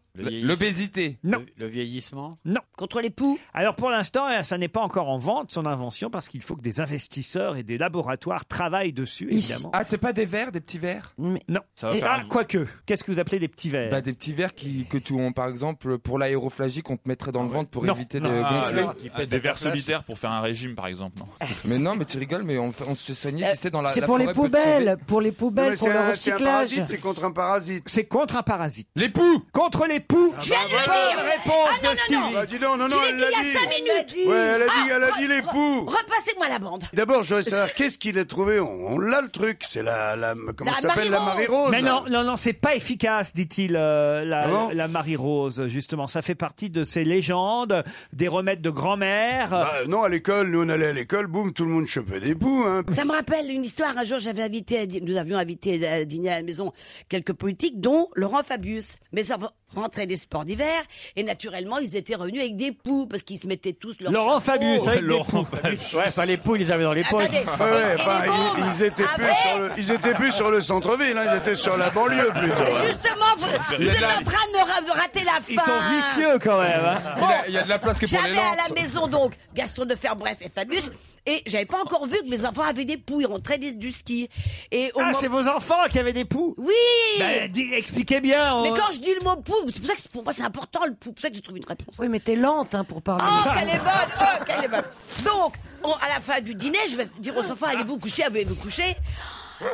[SPEAKER 4] L'obésité
[SPEAKER 3] Non.
[SPEAKER 6] Le vieillissement
[SPEAKER 3] Non.
[SPEAKER 7] Contre les poux
[SPEAKER 3] Alors pour l'instant, euh, ça n'est pas encore en vente, son invention, parce qu'il faut que des investisseurs et des laboratoires travaillent dessus, évidemment.
[SPEAKER 4] Ah, c'est pas des verres, des petits verres
[SPEAKER 3] Non.
[SPEAKER 4] Ça va
[SPEAKER 3] Et,
[SPEAKER 4] faire
[SPEAKER 3] ah,
[SPEAKER 4] un-
[SPEAKER 3] quoique, qu'est-ce que vous appelez des petits verres
[SPEAKER 4] Bah, des petits verres qui, que tu on, par exemple, pour l'aéroflagie qu'on te mettrait dans le ventre pour
[SPEAKER 3] Non.
[SPEAKER 4] éviter
[SPEAKER 3] Non.
[SPEAKER 4] de
[SPEAKER 3] Ah,
[SPEAKER 4] gonfler.
[SPEAKER 3] alors, il pète
[SPEAKER 8] Des
[SPEAKER 3] la
[SPEAKER 8] verres
[SPEAKER 3] place.
[SPEAKER 8] solitaires pour faire un régime, par exemple. Non.
[SPEAKER 4] Mais non, mais tu rigoles, mais on, fait- on se soignait,
[SPEAKER 3] Euh,
[SPEAKER 4] tu sais, dans la
[SPEAKER 11] C'est
[SPEAKER 4] la
[SPEAKER 11] pour les
[SPEAKER 4] forêt peut te
[SPEAKER 11] poubelles,
[SPEAKER 4] sauver.
[SPEAKER 11] pour les poubelles, pour le recyclage.
[SPEAKER 3] contre un parasite. C'est contre un parasite. Les poux Contre les poux
[SPEAKER 5] Je viens de le dire.
[SPEAKER 3] réponse
[SPEAKER 5] Ah, non,
[SPEAKER 3] de
[SPEAKER 5] non,
[SPEAKER 3] Stevie.
[SPEAKER 5] non. Bah, dis donc, non, non, Je l'ai elle dit l'a il y a dit. cinq minutes. Ouais, elle a dit- elle a dit les poux.
[SPEAKER 7] Ah, Repassez-moi la bande.
[SPEAKER 5] D'abord, je voudrais savoir qu'est-ce qu'il a trouvé. On, on l'a le truc. C'est la, la comment ça s'appelle la Marie Rose.
[SPEAKER 3] Mais non, non, non, c'est pas efficace, dit-il, euh, la,
[SPEAKER 5] Ah bon
[SPEAKER 3] la Marie Rose, justement. Ça fait partie de ces légendes, des remèdes de grand-mère.
[SPEAKER 5] Bah, non, à l'école, nous on allait à l'école, boum, tout le monde chopait des poux. Hein.
[SPEAKER 7] Ça me rappelle une histoire. Un jour, j'avais invité, à dî- nous avions invité à dîner à la maison quelques politiques, dont Laurent Fabius. Mais ça rentrait des sports d'hiver, et naturellement, ils étaient revenus avec des poux, parce qu'ils se mettaient tous leurs
[SPEAKER 3] Laurent
[SPEAKER 7] chapeaux.
[SPEAKER 3] Fabius, avec des poux.
[SPEAKER 6] Ouais, pas les poux, ils les avaient dans les poches.
[SPEAKER 7] Attendez.
[SPEAKER 5] Ouais, ouais, bah,
[SPEAKER 7] les
[SPEAKER 5] ils,
[SPEAKER 7] mômes
[SPEAKER 5] ils étaient plus
[SPEAKER 7] Avec-
[SPEAKER 5] sur le, ils étaient plus sur le centre-ville, hein, ils étaient sur la banlieue plutôt. hein.
[SPEAKER 7] Justement, vous,
[SPEAKER 5] Il
[SPEAKER 7] vous
[SPEAKER 5] y a
[SPEAKER 7] êtes
[SPEAKER 5] de la-
[SPEAKER 7] en train de me ra- de rater la fin.
[SPEAKER 5] Ils sont
[SPEAKER 3] vicieux quand même.
[SPEAKER 7] Bon,
[SPEAKER 4] Il y a de la place que pour les
[SPEAKER 7] J'avais
[SPEAKER 4] lentes.
[SPEAKER 7] à la maison donc Gaston de Fer, bref, et Fabius. Et j'avais pas encore vu que mes enfants avaient des poux, ils rentraient des- du ski. Et au
[SPEAKER 3] Ah,
[SPEAKER 7] moment-
[SPEAKER 3] c'est vos enfants qui avaient des poux
[SPEAKER 7] Oui
[SPEAKER 3] Bah, dis- Expliquez bien. hein. on-
[SPEAKER 7] Mais quand je dis le mot poux, c'est pour ça que c'est- pour moi c'est important le poux, c'est pour ça que je trouve une réponse.
[SPEAKER 11] Oui, mais t'es lente hein, pour parler.
[SPEAKER 7] Oh, qu'elle est bonne Oh, qu'elle est bonne Donc, on- à la fin du dîner, je vais dire au sofa, allez-vous coucher, allez-vous coucher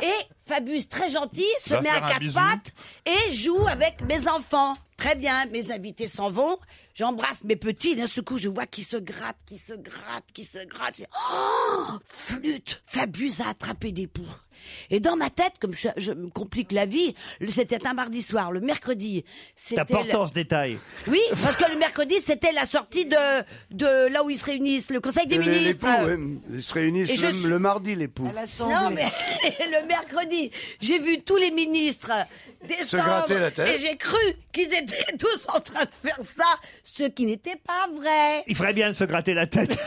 [SPEAKER 7] Et Fabius, très gentil, se
[SPEAKER 15] Va
[SPEAKER 7] met à
[SPEAKER 15] faire un
[SPEAKER 7] quatre
[SPEAKER 15] bisou.
[SPEAKER 7] pattes et joue avec mes enfants. Très bien, mes invités s'en vont. J'embrasse mes petits. D'un seul coup, je vois qu'ils se grattent, qu'ils se grattent, qu'ils se grattent. Je fais, oh, flûte Fabius a attrapé des poux. Et dans ma tête, comme je, je me complique la vie, le- c'était un mardi soir, le mercredi.
[SPEAKER 3] C'est
[SPEAKER 7] c'était
[SPEAKER 3] important
[SPEAKER 7] le-
[SPEAKER 3] ce détail.
[SPEAKER 7] oui, parce que le mercredi, c'était la sortie de, de là où ils se réunissent, le Conseil des
[SPEAKER 5] Les- les,
[SPEAKER 7] ministres.
[SPEAKER 5] poux, ouais, ils se réunissent
[SPEAKER 7] Et je
[SPEAKER 5] le,
[SPEAKER 7] suis-
[SPEAKER 5] le mardi, les poux.
[SPEAKER 7] Non, mais le mercredi, j'ai vu tous les ministres descendre.
[SPEAKER 5] gratter la tête.
[SPEAKER 7] Et j'ai cru qu'ils étaient tous en train de faire ça, ce qui n'était pas vrai.
[SPEAKER 3] Il ferait bien de se gratter la tête.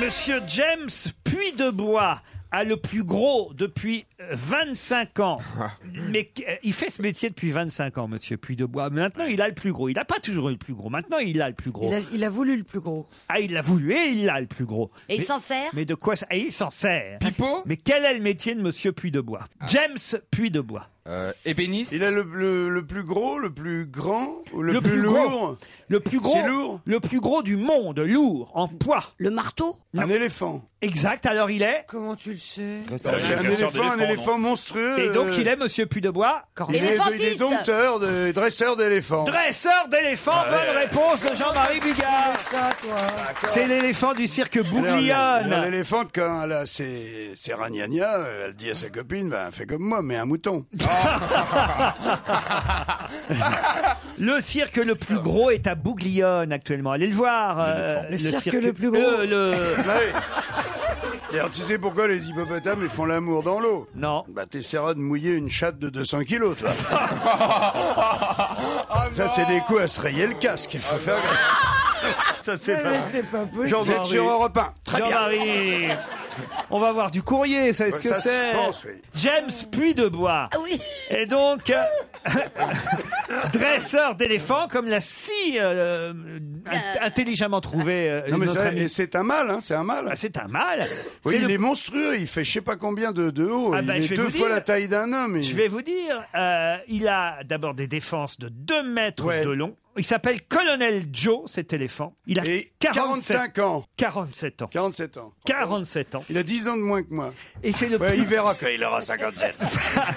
[SPEAKER 3] Monsieur James Puy de Bois a le plus gros depuis euh, 25 ans. Mais qu- euh, il fait ce métier depuis 25 ans, monsieur Puy de Bois. Maintenant, il a le plus gros. Il n'a pas toujours eu le plus gros. Maintenant, il a le plus gros.
[SPEAKER 11] Il a, il a voulu le plus gros.
[SPEAKER 3] Ah, il l'a voulu et il a le plus gros.
[SPEAKER 7] Et il
[SPEAKER 3] Mais-
[SPEAKER 7] s'en sert
[SPEAKER 3] Mais de quoi ça Et il s'en sert. Mais quel est le métier de monsieur Puy de Bois James Puy de Bois.
[SPEAKER 4] Euh, ébéniste.
[SPEAKER 5] Il a le, le- le plus gros, le plus grand, ou le,
[SPEAKER 3] Le
[SPEAKER 5] plus,
[SPEAKER 3] plus gros.
[SPEAKER 5] lourd.
[SPEAKER 3] Le plus gros.
[SPEAKER 5] C'est lourd.
[SPEAKER 3] Le plus gros du monde, lourd, en poids.
[SPEAKER 7] Le marteau
[SPEAKER 5] Un éléphant.
[SPEAKER 3] Exact, alors il est.
[SPEAKER 11] Comment tu le sais
[SPEAKER 5] Bah, c'est un éléphant, un éléphant monstrueux.
[SPEAKER 3] Et donc
[SPEAKER 5] euh,
[SPEAKER 3] il est monsieur Puy de Bois.
[SPEAKER 5] Il est, il est dompteur, de, dresseur d'éléphants.
[SPEAKER 3] Dresseur d'éléphant,
[SPEAKER 5] Euh. Ah ouais.
[SPEAKER 3] bonne réponse de Jean-Marie
[SPEAKER 5] Ah,
[SPEAKER 3] Bigard. C'est l'éléphant du cirque
[SPEAKER 5] Alors, le- le-
[SPEAKER 3] Bouglione.
[SPEAKER 5] L'éléphante, quand elle a ses, ses ragnagnas, euh, elle dit à sa copine, ben, fais comme moi, mais un mouton.
[SPEAKER 3] Le cirque le plus gros est à Bouglione actuellement. Allez le voir. euh,
[SPEAKER 5] Le cirque le plus gros.
[SPEAKER 3] Le, le-
[SPEAKER 5] Et alors, tu sais pourquoi les hippopotames, ils font l'amour dans l'eau
[SPEAKER 3] Non.
[SPEAKER 5] Bah, t'essaieras de mouiller une chatte de 200 kilos, toi.
[SPEAKER 3] Ah
[SPEAKER 5] Ça, c'est des coups à se rayer le casque. Il faut faire
[SPEAKER 3] Ça,
[SPEAKER 5] c'est
[SPEAKER 11] Mais c'est pas possible.
[SPEAKER 5] J'en ai sur Europe 1. Très bien.
[SPEAKER 3] Jean-Marie. On va voir du courrier, ça, est-ce
[SPEAKER 5] Ouais,
[SPEAKER 3] que
[SPEAKER 5] ça se
[SPEAKER 3] c'est
[SPEAKER 5] pense, oui.
[SPEAKER 3] James Puy de Bois.
[SPEAKER 7] oui.
[SPEAKER 3] Et donc, euh, dresseur d'éléphant, comme l'a si euh, int- intelligemment trouvé euh,
[SPEAKER 5] Non, mais c'est
[SPEAKER 3] notre
[SPEAKER 5] vrai,
[SPEAKER 3] ami. Ah,
[SPEAKER 5] et c'est un mâle, hein, c'est un mâle.
[SPEAKER 3] c'est un mâle.
[SPEAKER 5] Oui,
[SPEAKER 3] C'est
[SPEAKER 5] il
[SPEAKER 3] le-
[SPEAKER 5] est monstrueux, il fait je sais pas combien de, de haut.
[SPEAKER 3] Ah bah,
[SPEAKER 5] il
[SPEAKER 3] je
[SPEAKER 5] est
[SPEAKER 3] vais
[SPEAKER 5] deux
[SPEAKER 3] vous
[SPEAKER 5] fois
[SPEAKER 3] dire-
[SPEAKER 5] la taille d'un homme. il-
[SPEAKER 3] Je vais vous dire, euh, il a d'abord des défenses de 2 mètres de long. Il s'appelle Colonel Joe, cet éléphant. Il a
[SPEAKER 5] Et
[SPEAKER 3] 47
[SPEAKER 5] 45 ans.
[SPEAKER 3] 47 ans.
[SPEAKER 5] 47 ans.
[SPEAKER 3] 47 ans.
[SPEAKER 5] Il a 10 ans de moins que moi.
[SPEAKER 3] Et c'est le
[SPEAKER 5] Ouais, il verra quand il aura 57.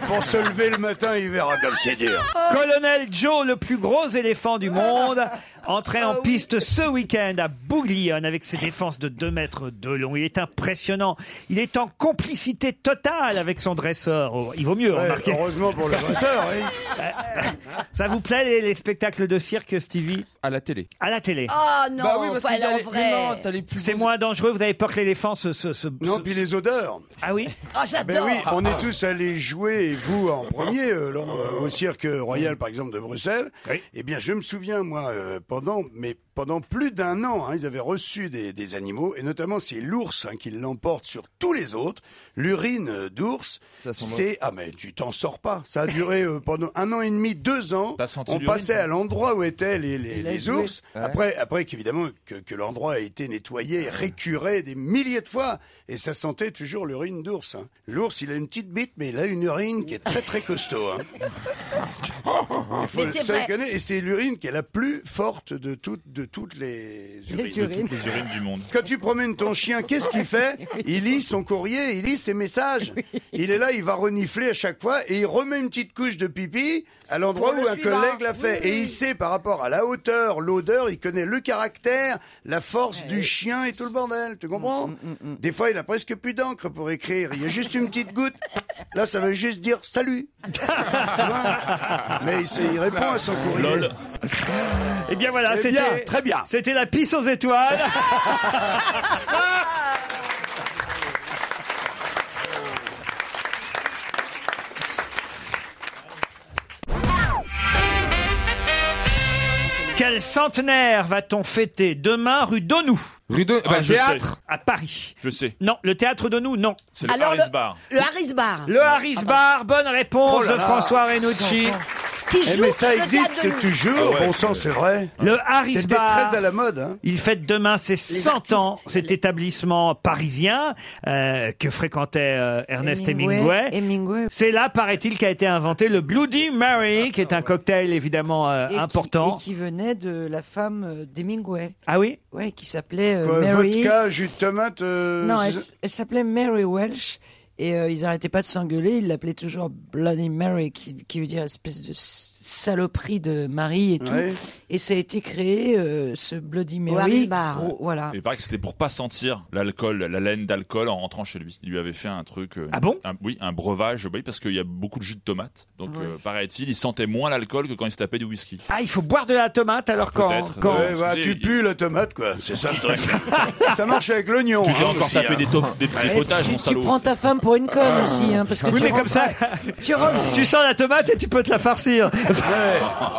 [SPEAKER 5] Pour se lever le matin, il verra comme c'est dur.
[SPEAKER 3] Colonel Joe, le plus gros éléphant du monde, Entré
[SPEAKER 7] Ah
[SPEAKER 3] en piste ce week-end à Bouglione avec ses défenses de 2 mètres de long. Il est impressionnant. Il est en complicité totale avec son dresseur. Oh, Il vaut mieux,
[SPEAKER 5] Ouais,
[SPEAKER 3] remarquez.
[SPEAKER 5] heureusement pour le dresseur, oui.
[SPEAKER 3] Ça vous plaît les, les spectacles de cirque, Stevie
[SPEAKER 4] À la télé.
[SPEAKER 3] À la télé.
[SPEAKER 7] Ah non,
[SPEAKER 4] Bah oui, parce
[SPEAKER 7] faut
[SPEAKER 4] qu'il y
[SPEAKER 7] aller
[SPEAKER 4] a
[SPEAKER 7] en
[SPEAKER 4] les-
[SPEAKER 7] vrai.
[SPEAKER 4] mais non,
[SPEAKER 3] C'est moins dangereux, vous avez peur que l'éléphant se, se,
[SPEAKER 5] Non, puis les odeurs.
[SPEAKER 3] Ah oui
[SPEAKER 7] Ah, j'adore.
[SPEAKER 5] Ben oui, on est tous allés jouer, et vous en premier, euh, Laurent, euh, au cirque royal, par exemple, de Bruxelles. Eh bien, je me souviens, moi, euh, pendant, mais pendant plus d'un an, hein, ils avaient reçu des, des animaux, et notamment c'est l'ours hein, qui l'emporte sur tous les autres. L'urine euh, d'ours, c'est... Ah, mais tu t'en sors pas. Ça a duré euh, pendant un an et demi, deux ans. On
[SPEAKER 4] l'urine,
[SPEAKER 5] passait
[SPEAKER 4] toi
[SPEAKER 5] à l'endroit où étaient les, les-
[SPEAKER 4] Il a
[SPEAKER 5] les
[SPEAKER 4] joué.
[SPEAKER 5] ours.
[SPEAKER 4] Ouais.
[SPEAKER 5] Après, après qu'évidemment, que, que l'endroit a été nettoyé, récuré des milliers de fois. Et ça sentait toujours l'urine d'ours. hein. L'ours, il a une petite bite, mais il a une urine qui est très, très costaud. hein. Il faut
[SPEAKER 7] Mais
[SPEAKER 5] le-
[SPEAKER 7] c'est
[SPEAKER 5] ça
[SPEAKER 7] vrai.
[SPEAKER 5] le connaît. Et c'est l'urine qui est la plus forte de, toutes de toutes les urines.
[SPEAKER 8] urines. De toutes les urines du monde.
[SPEAKER 5] Quand tu promènes ton chien, qu'est-ce qu'il fait Il lit son courrier, il lit ses messages. Il est là, il va renifler à chaque fois et il remet une petite couche de pipi à l'endroit
[SPEAKER 12] Pour le
[SPEAKER 5] où un
[SPEAKER 12] suivant.
[SPEAKER 5] collègue l'a fait.
[SPEAKER 12] Oui,
[SPEAKER 5] Et il sait par rapport à la hauteur, l'odeur, il connaît le caractère, la force
[SPEAKER 12] Eh.
[SPEAKER 5] du chien et tout le bordel. Tu
[SPEAKER 12] Mm,
[SPEAKER 5] comprends Des fois, il a presque plus d'encre pour écrire. Il y a juste une petite goutte. Là, ça veut juste dire salut. Tu vois Mais il, sait- il répond à son courrier.
[SPEAKER 3] Et bien voilà,
[SPEAKER 5] Eh
[SPEAKER 3] c'était
[SPEAKER 5] bien, très bien.
[SPEAKER 3] C'était la pisse aux étoiles. Quel centenaire va-t-on fêter demain rue Donou
[SPEAKER 4] Rue Donou,
[SPEAKER 3] Un
[SPEAKER 4] bah, théâtre.
[SPEAKER 3] à Paris.
[SPEAKER 8] Je sais.
[SPEAKER 3] Non, le théâtre Donou, non.
[SPEAKER 8] C'est
[SPEAKER 7] Alors, le- Le Harris Bar. Ah bah.
[SPEAKER 3] Le Harris Bar, bonne réponse
[SPEAKER 5] Oh là
[SPEAKER 3] de
[SPEAKER 5] là.
[SPEAKER 3] François Renucci.
[SPEAKER 7] Qui
[SPEAKER 5] Eh,
[SPEAKER 7] joue
[SPEAKER 5] mais ça
[SPEAKER 7] le
[SPEAKER 5] existe
[SPEAKER 7] théâtre de nous.
[SPEAKER 5] toujours, bon sang, Ah c'est vrai.
[SPEAKER 3] Le Harris
[SPEAKER 5] C'était
[SPEAKER 3] Bar.
[SPEAKER 5] très à la mode. hein.
[SPEAKER 3] Il fête demain ses 100 ans, cet établissement parisien euh, que fréquentait euh, Ernest Hemingway.
[SPEAKER 11] Hemingway, Hemingway.
[SPEAKER 3] C'est là, paraît-il, qu'a été inventé le Bloody Mary, qui est un cocktail évidemment euh,
[SPEAKER 11] Et qui-
[SPEAKER 3] important.
[SPEAKER 11] et qui venait de la femme euh, d'Hemingway.
[SPEAKER 3] Ah oui
[SPEAKER 11] Ouais, qui s'appelait euh,
[SPEAKER 5] Quoi,
[SPEAKER 11] Mary.
[SPEAKER 5] vodka, jus de tomate. euh,
[SPEAKER 11] non,
[SPEAKER 5] c'est
[SPEAKER 11] elle,
[SPEAKER 5] ça
[SPEAKER 11] s- elle s'appelait Mary Welsh. Et euh, ils n'arrêtaient pas de s'engueuler. Ils l'appelaient toujours Bloody Mary, qui, qui veut dire espèce de s- saloperie de Marie et tout.
[SPEAKER 8] Ouais.
[SPEAKER 11] Et ça a été créé, euh, ce Bloody Mary.
[SPEAKER 7] Harry Bar.
[SPEAKER 11] Oh, voilà.
[SPEAKER 8] Et il paraît que c'était pour pas sentir l'alcool, la laine d'alcool en rentrant chez lui. Il lui avait fait un truc. euh,
[SPEAKER 3] Ah bon
[SPEAKER 8] un- Oui, un breuvage, oui, parce qu'il y a beaucoup de jus de tomate. Donc,
[SPEAKER 3] Ouais.
[SPEAKER 8] euh, paraît-il, il sentait moins l'alcool que quand il se tapait du whisky.
[SPEAKER 3] Ah, il faut boire de la tomate alors qu'en...
[SPEAKER 8] Peut-être. euh,
[SPEAKER 3] qu'en-
[SPEAKER 8] Ouais,
[SPEAKER 5] Bah, tu pues la tomate, quoi. C'est ça le truc. ça marche avec l'oignon.
[SPEAKER 8] Tu t'es
[SPEAKER 5] hein,
[SPEAKER 8] encore
[SPEAKER 5] aussi,
[SPEAKER 8] tapé
[SPEAKER 5] hein.
[SPEAKER 8] des, to- des- des
[SPEAKER 5] Ouais,
[SPEAKER 8] potages,
[SPEAKER 5] tu-
[SPEAKER 8] mon
[SPEAKER 5] tu
[SPEAKER 8] salaud. Ah.
[SPEAKER 11] Prends ta femme pour une conne aussi, hein, parce que
[SPEAKER 3] Oui,
[SPEAKER 11] tu
[SPEAKER 3] mais
[SPEAKER 11] rentres
[SPEAKER 3] comme ça,
[SPEAKER 11] pas- tu rentres-
[SPEAKER 3] tu sens la tomate et tu peux te la farcir.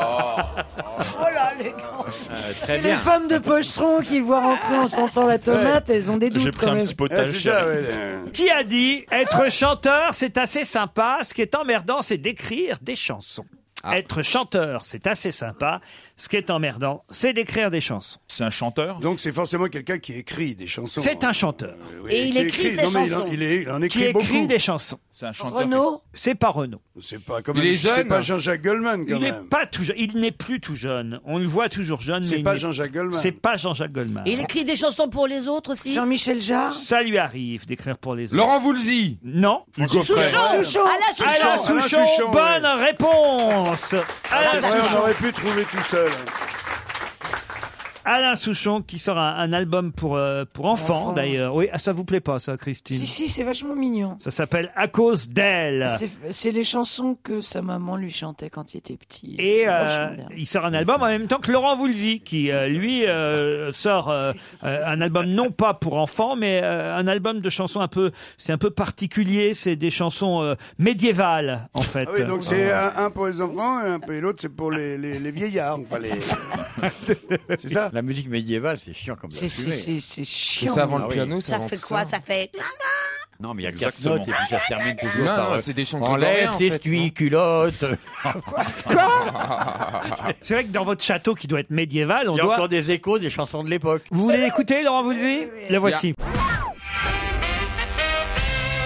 [SPEAKER 7] Oh là, les gars.
[SPEAKER 11] Et les femmes de pocheron qui voient rentrer en sentant la tomate, elles ont des doutes. quand même.
[SPEAKER 3] Ah,
[SPEAKER 5] Ouais, c'est ça, ouais, euh.
[SPEAKER 3] Qui a dit être chanteur, c'est assez sympa. Ce qui est emmerdant, c'est d'écrire des chansons.
[SPEAKER 11] Ah.
[SPEAKER 3] Être chanteur, c'est assez sympa. Ce qui est emmerdant, c'est d'écrire des chansons.
[SPEAKER 8] C'est un chanteur
[SPEAKER 5] Donc c'est forcément quelqu'un qui écrit des chansons. Euh,
[SPEAKER 3] C'est un chanteur.
[SPEAKER 5] Oui, qui non, mais il en- Il, est- il en écrit
[SPEAKER 3] Qui
[SPEAKER 5] beaucoup.
[SPEAKER 3] écrit des chansons.
[SPEAKER 8] C'est un
[SPEAKER 5] chanteur Renaud
[SPEAKER 3] C'est pas Renaud.
[SPEAKER 5] C'est pas comme C'est pas Jean-Jacques Goldman quand
[SPEAKER 3] Il n'est
[SPEAKER 5] même.
[SPEAKER 3] pas tout jeune. Il n'est plus tout jeune. On le voit toujours jeune.
[SPEAKER 5] C'est
[SPEAKER 3] mais il
[SPEAKER 5] pas
[SPEAKER 3] n'est-
[SPEAKER 5] Jean-Jacques Goldman.
[SPEAKER 3] C'est pas Jean-Jacques Goldman.
[SPEAKER 7] Et il écrit des chansons pour les autres aussi
[SPEAKER 11] Jean-Michel Jarre
[SPEAKER 3] Ça lui arrive d'écrire pour les autres.
[SPEAKER 4] Laurent Voulzy.
[SPEAKER 3] Non.
[SPEAKER 4] Hugo
[SPEAKER 7] Souchon.
[SPEAKER 4] Frey.
[SPEAKER 7] Souchon. Alain Souchon.
[SPEAKER 3] Alain
[SPEAKER 5] Alain
[SPEAKER 3] Souchon,
[SPEAKER 5] Souchon,
[SPEAKER 3] bonne réponse. Alain
[SPEAKER 5] C'est vrai, on
[SPEAKER 3] Souchon.
[SPEAKER 5] aurait pu trouver tout seul.
[SPEAKER 3] Alain Souchon qui sort un, un album pour, euh, pour enfants
[SPEAKER 11] Enfants.
[SPEAKER 3] d'ailleurs. Oui, ah, ça vous plaît pas ça, Christine
[SPEAKER 11] Si, si, c'est vachement mignon.
[SPEAKER 3] Ça s'appelle À cause d'elle.
[SPEAKER 11] C'est- C'est les chansons que sa maman lui chantait quand il était petit.
[SPEAKER 3] Et
[SPEAKER 11] C'est
[SPEAKER 3] euh,
[SPEAKER 11] vachement bien.
[SPEAKER 3] il sort un album en même temps que Laurent Voulzy, qui euh, lui euh, sort euh, euh, un album non pas pour enfants, mais euh, un album de chansons un peu, c'est un peu particulier, c'est des chansons euh, médiévales en fait.
[SPEAKER 5] Ah oui, donc c'est un, un pour les enfants et un peu- et l'autre c'est pour les, les- les vieillards. Enfin, les... C'est ça
[SPEAKER 6] La musique médiévale, c'est chiant comme
[SPEAKER 11] C'est-
[SPEAKER 6] la fumée.
[SPEAKER 11] c'est- c'est- c'est chiant.
[SPEAKER 4] ça avant
[SPEAKER 6] Ah
[SPEAKER 4] le
[SPEAKER 6] oui.
[SPEAKER 4] piano,
[SPEAKER 7] Ça fait quoi Ça fait.
[SPEAKER 6] Non, mais il y a quatre
[SPEAKER 4] Exactement.
[SPEAKER 6] notes et puis ça se termine toujours
[SPEAKER 4] Non,
[SPEAKER 6] par.
[SPEAKER 4] non,
[SPEAKER 6] euh,
[SPEAKER 4] c'est des chants
[SPEAKER 6] Enlève
[SPEAKER 4] gregoriens, en
[SPEAKER 6] ses
[SPEAKER 4] fait,
[SPEAKER 6] stuis, culottes.
[SPEAKER 3] C'est vrai que dans votre château qui doit être médiéval, on
[SPEAKER 6] Il y a
[SPEAKER 3] doit.
[SPEAKER 6] encore des échos des chansons de l'époque.
[SPEAKER 3] Vous voulez l'écouter, Laurent Voulzy La voici.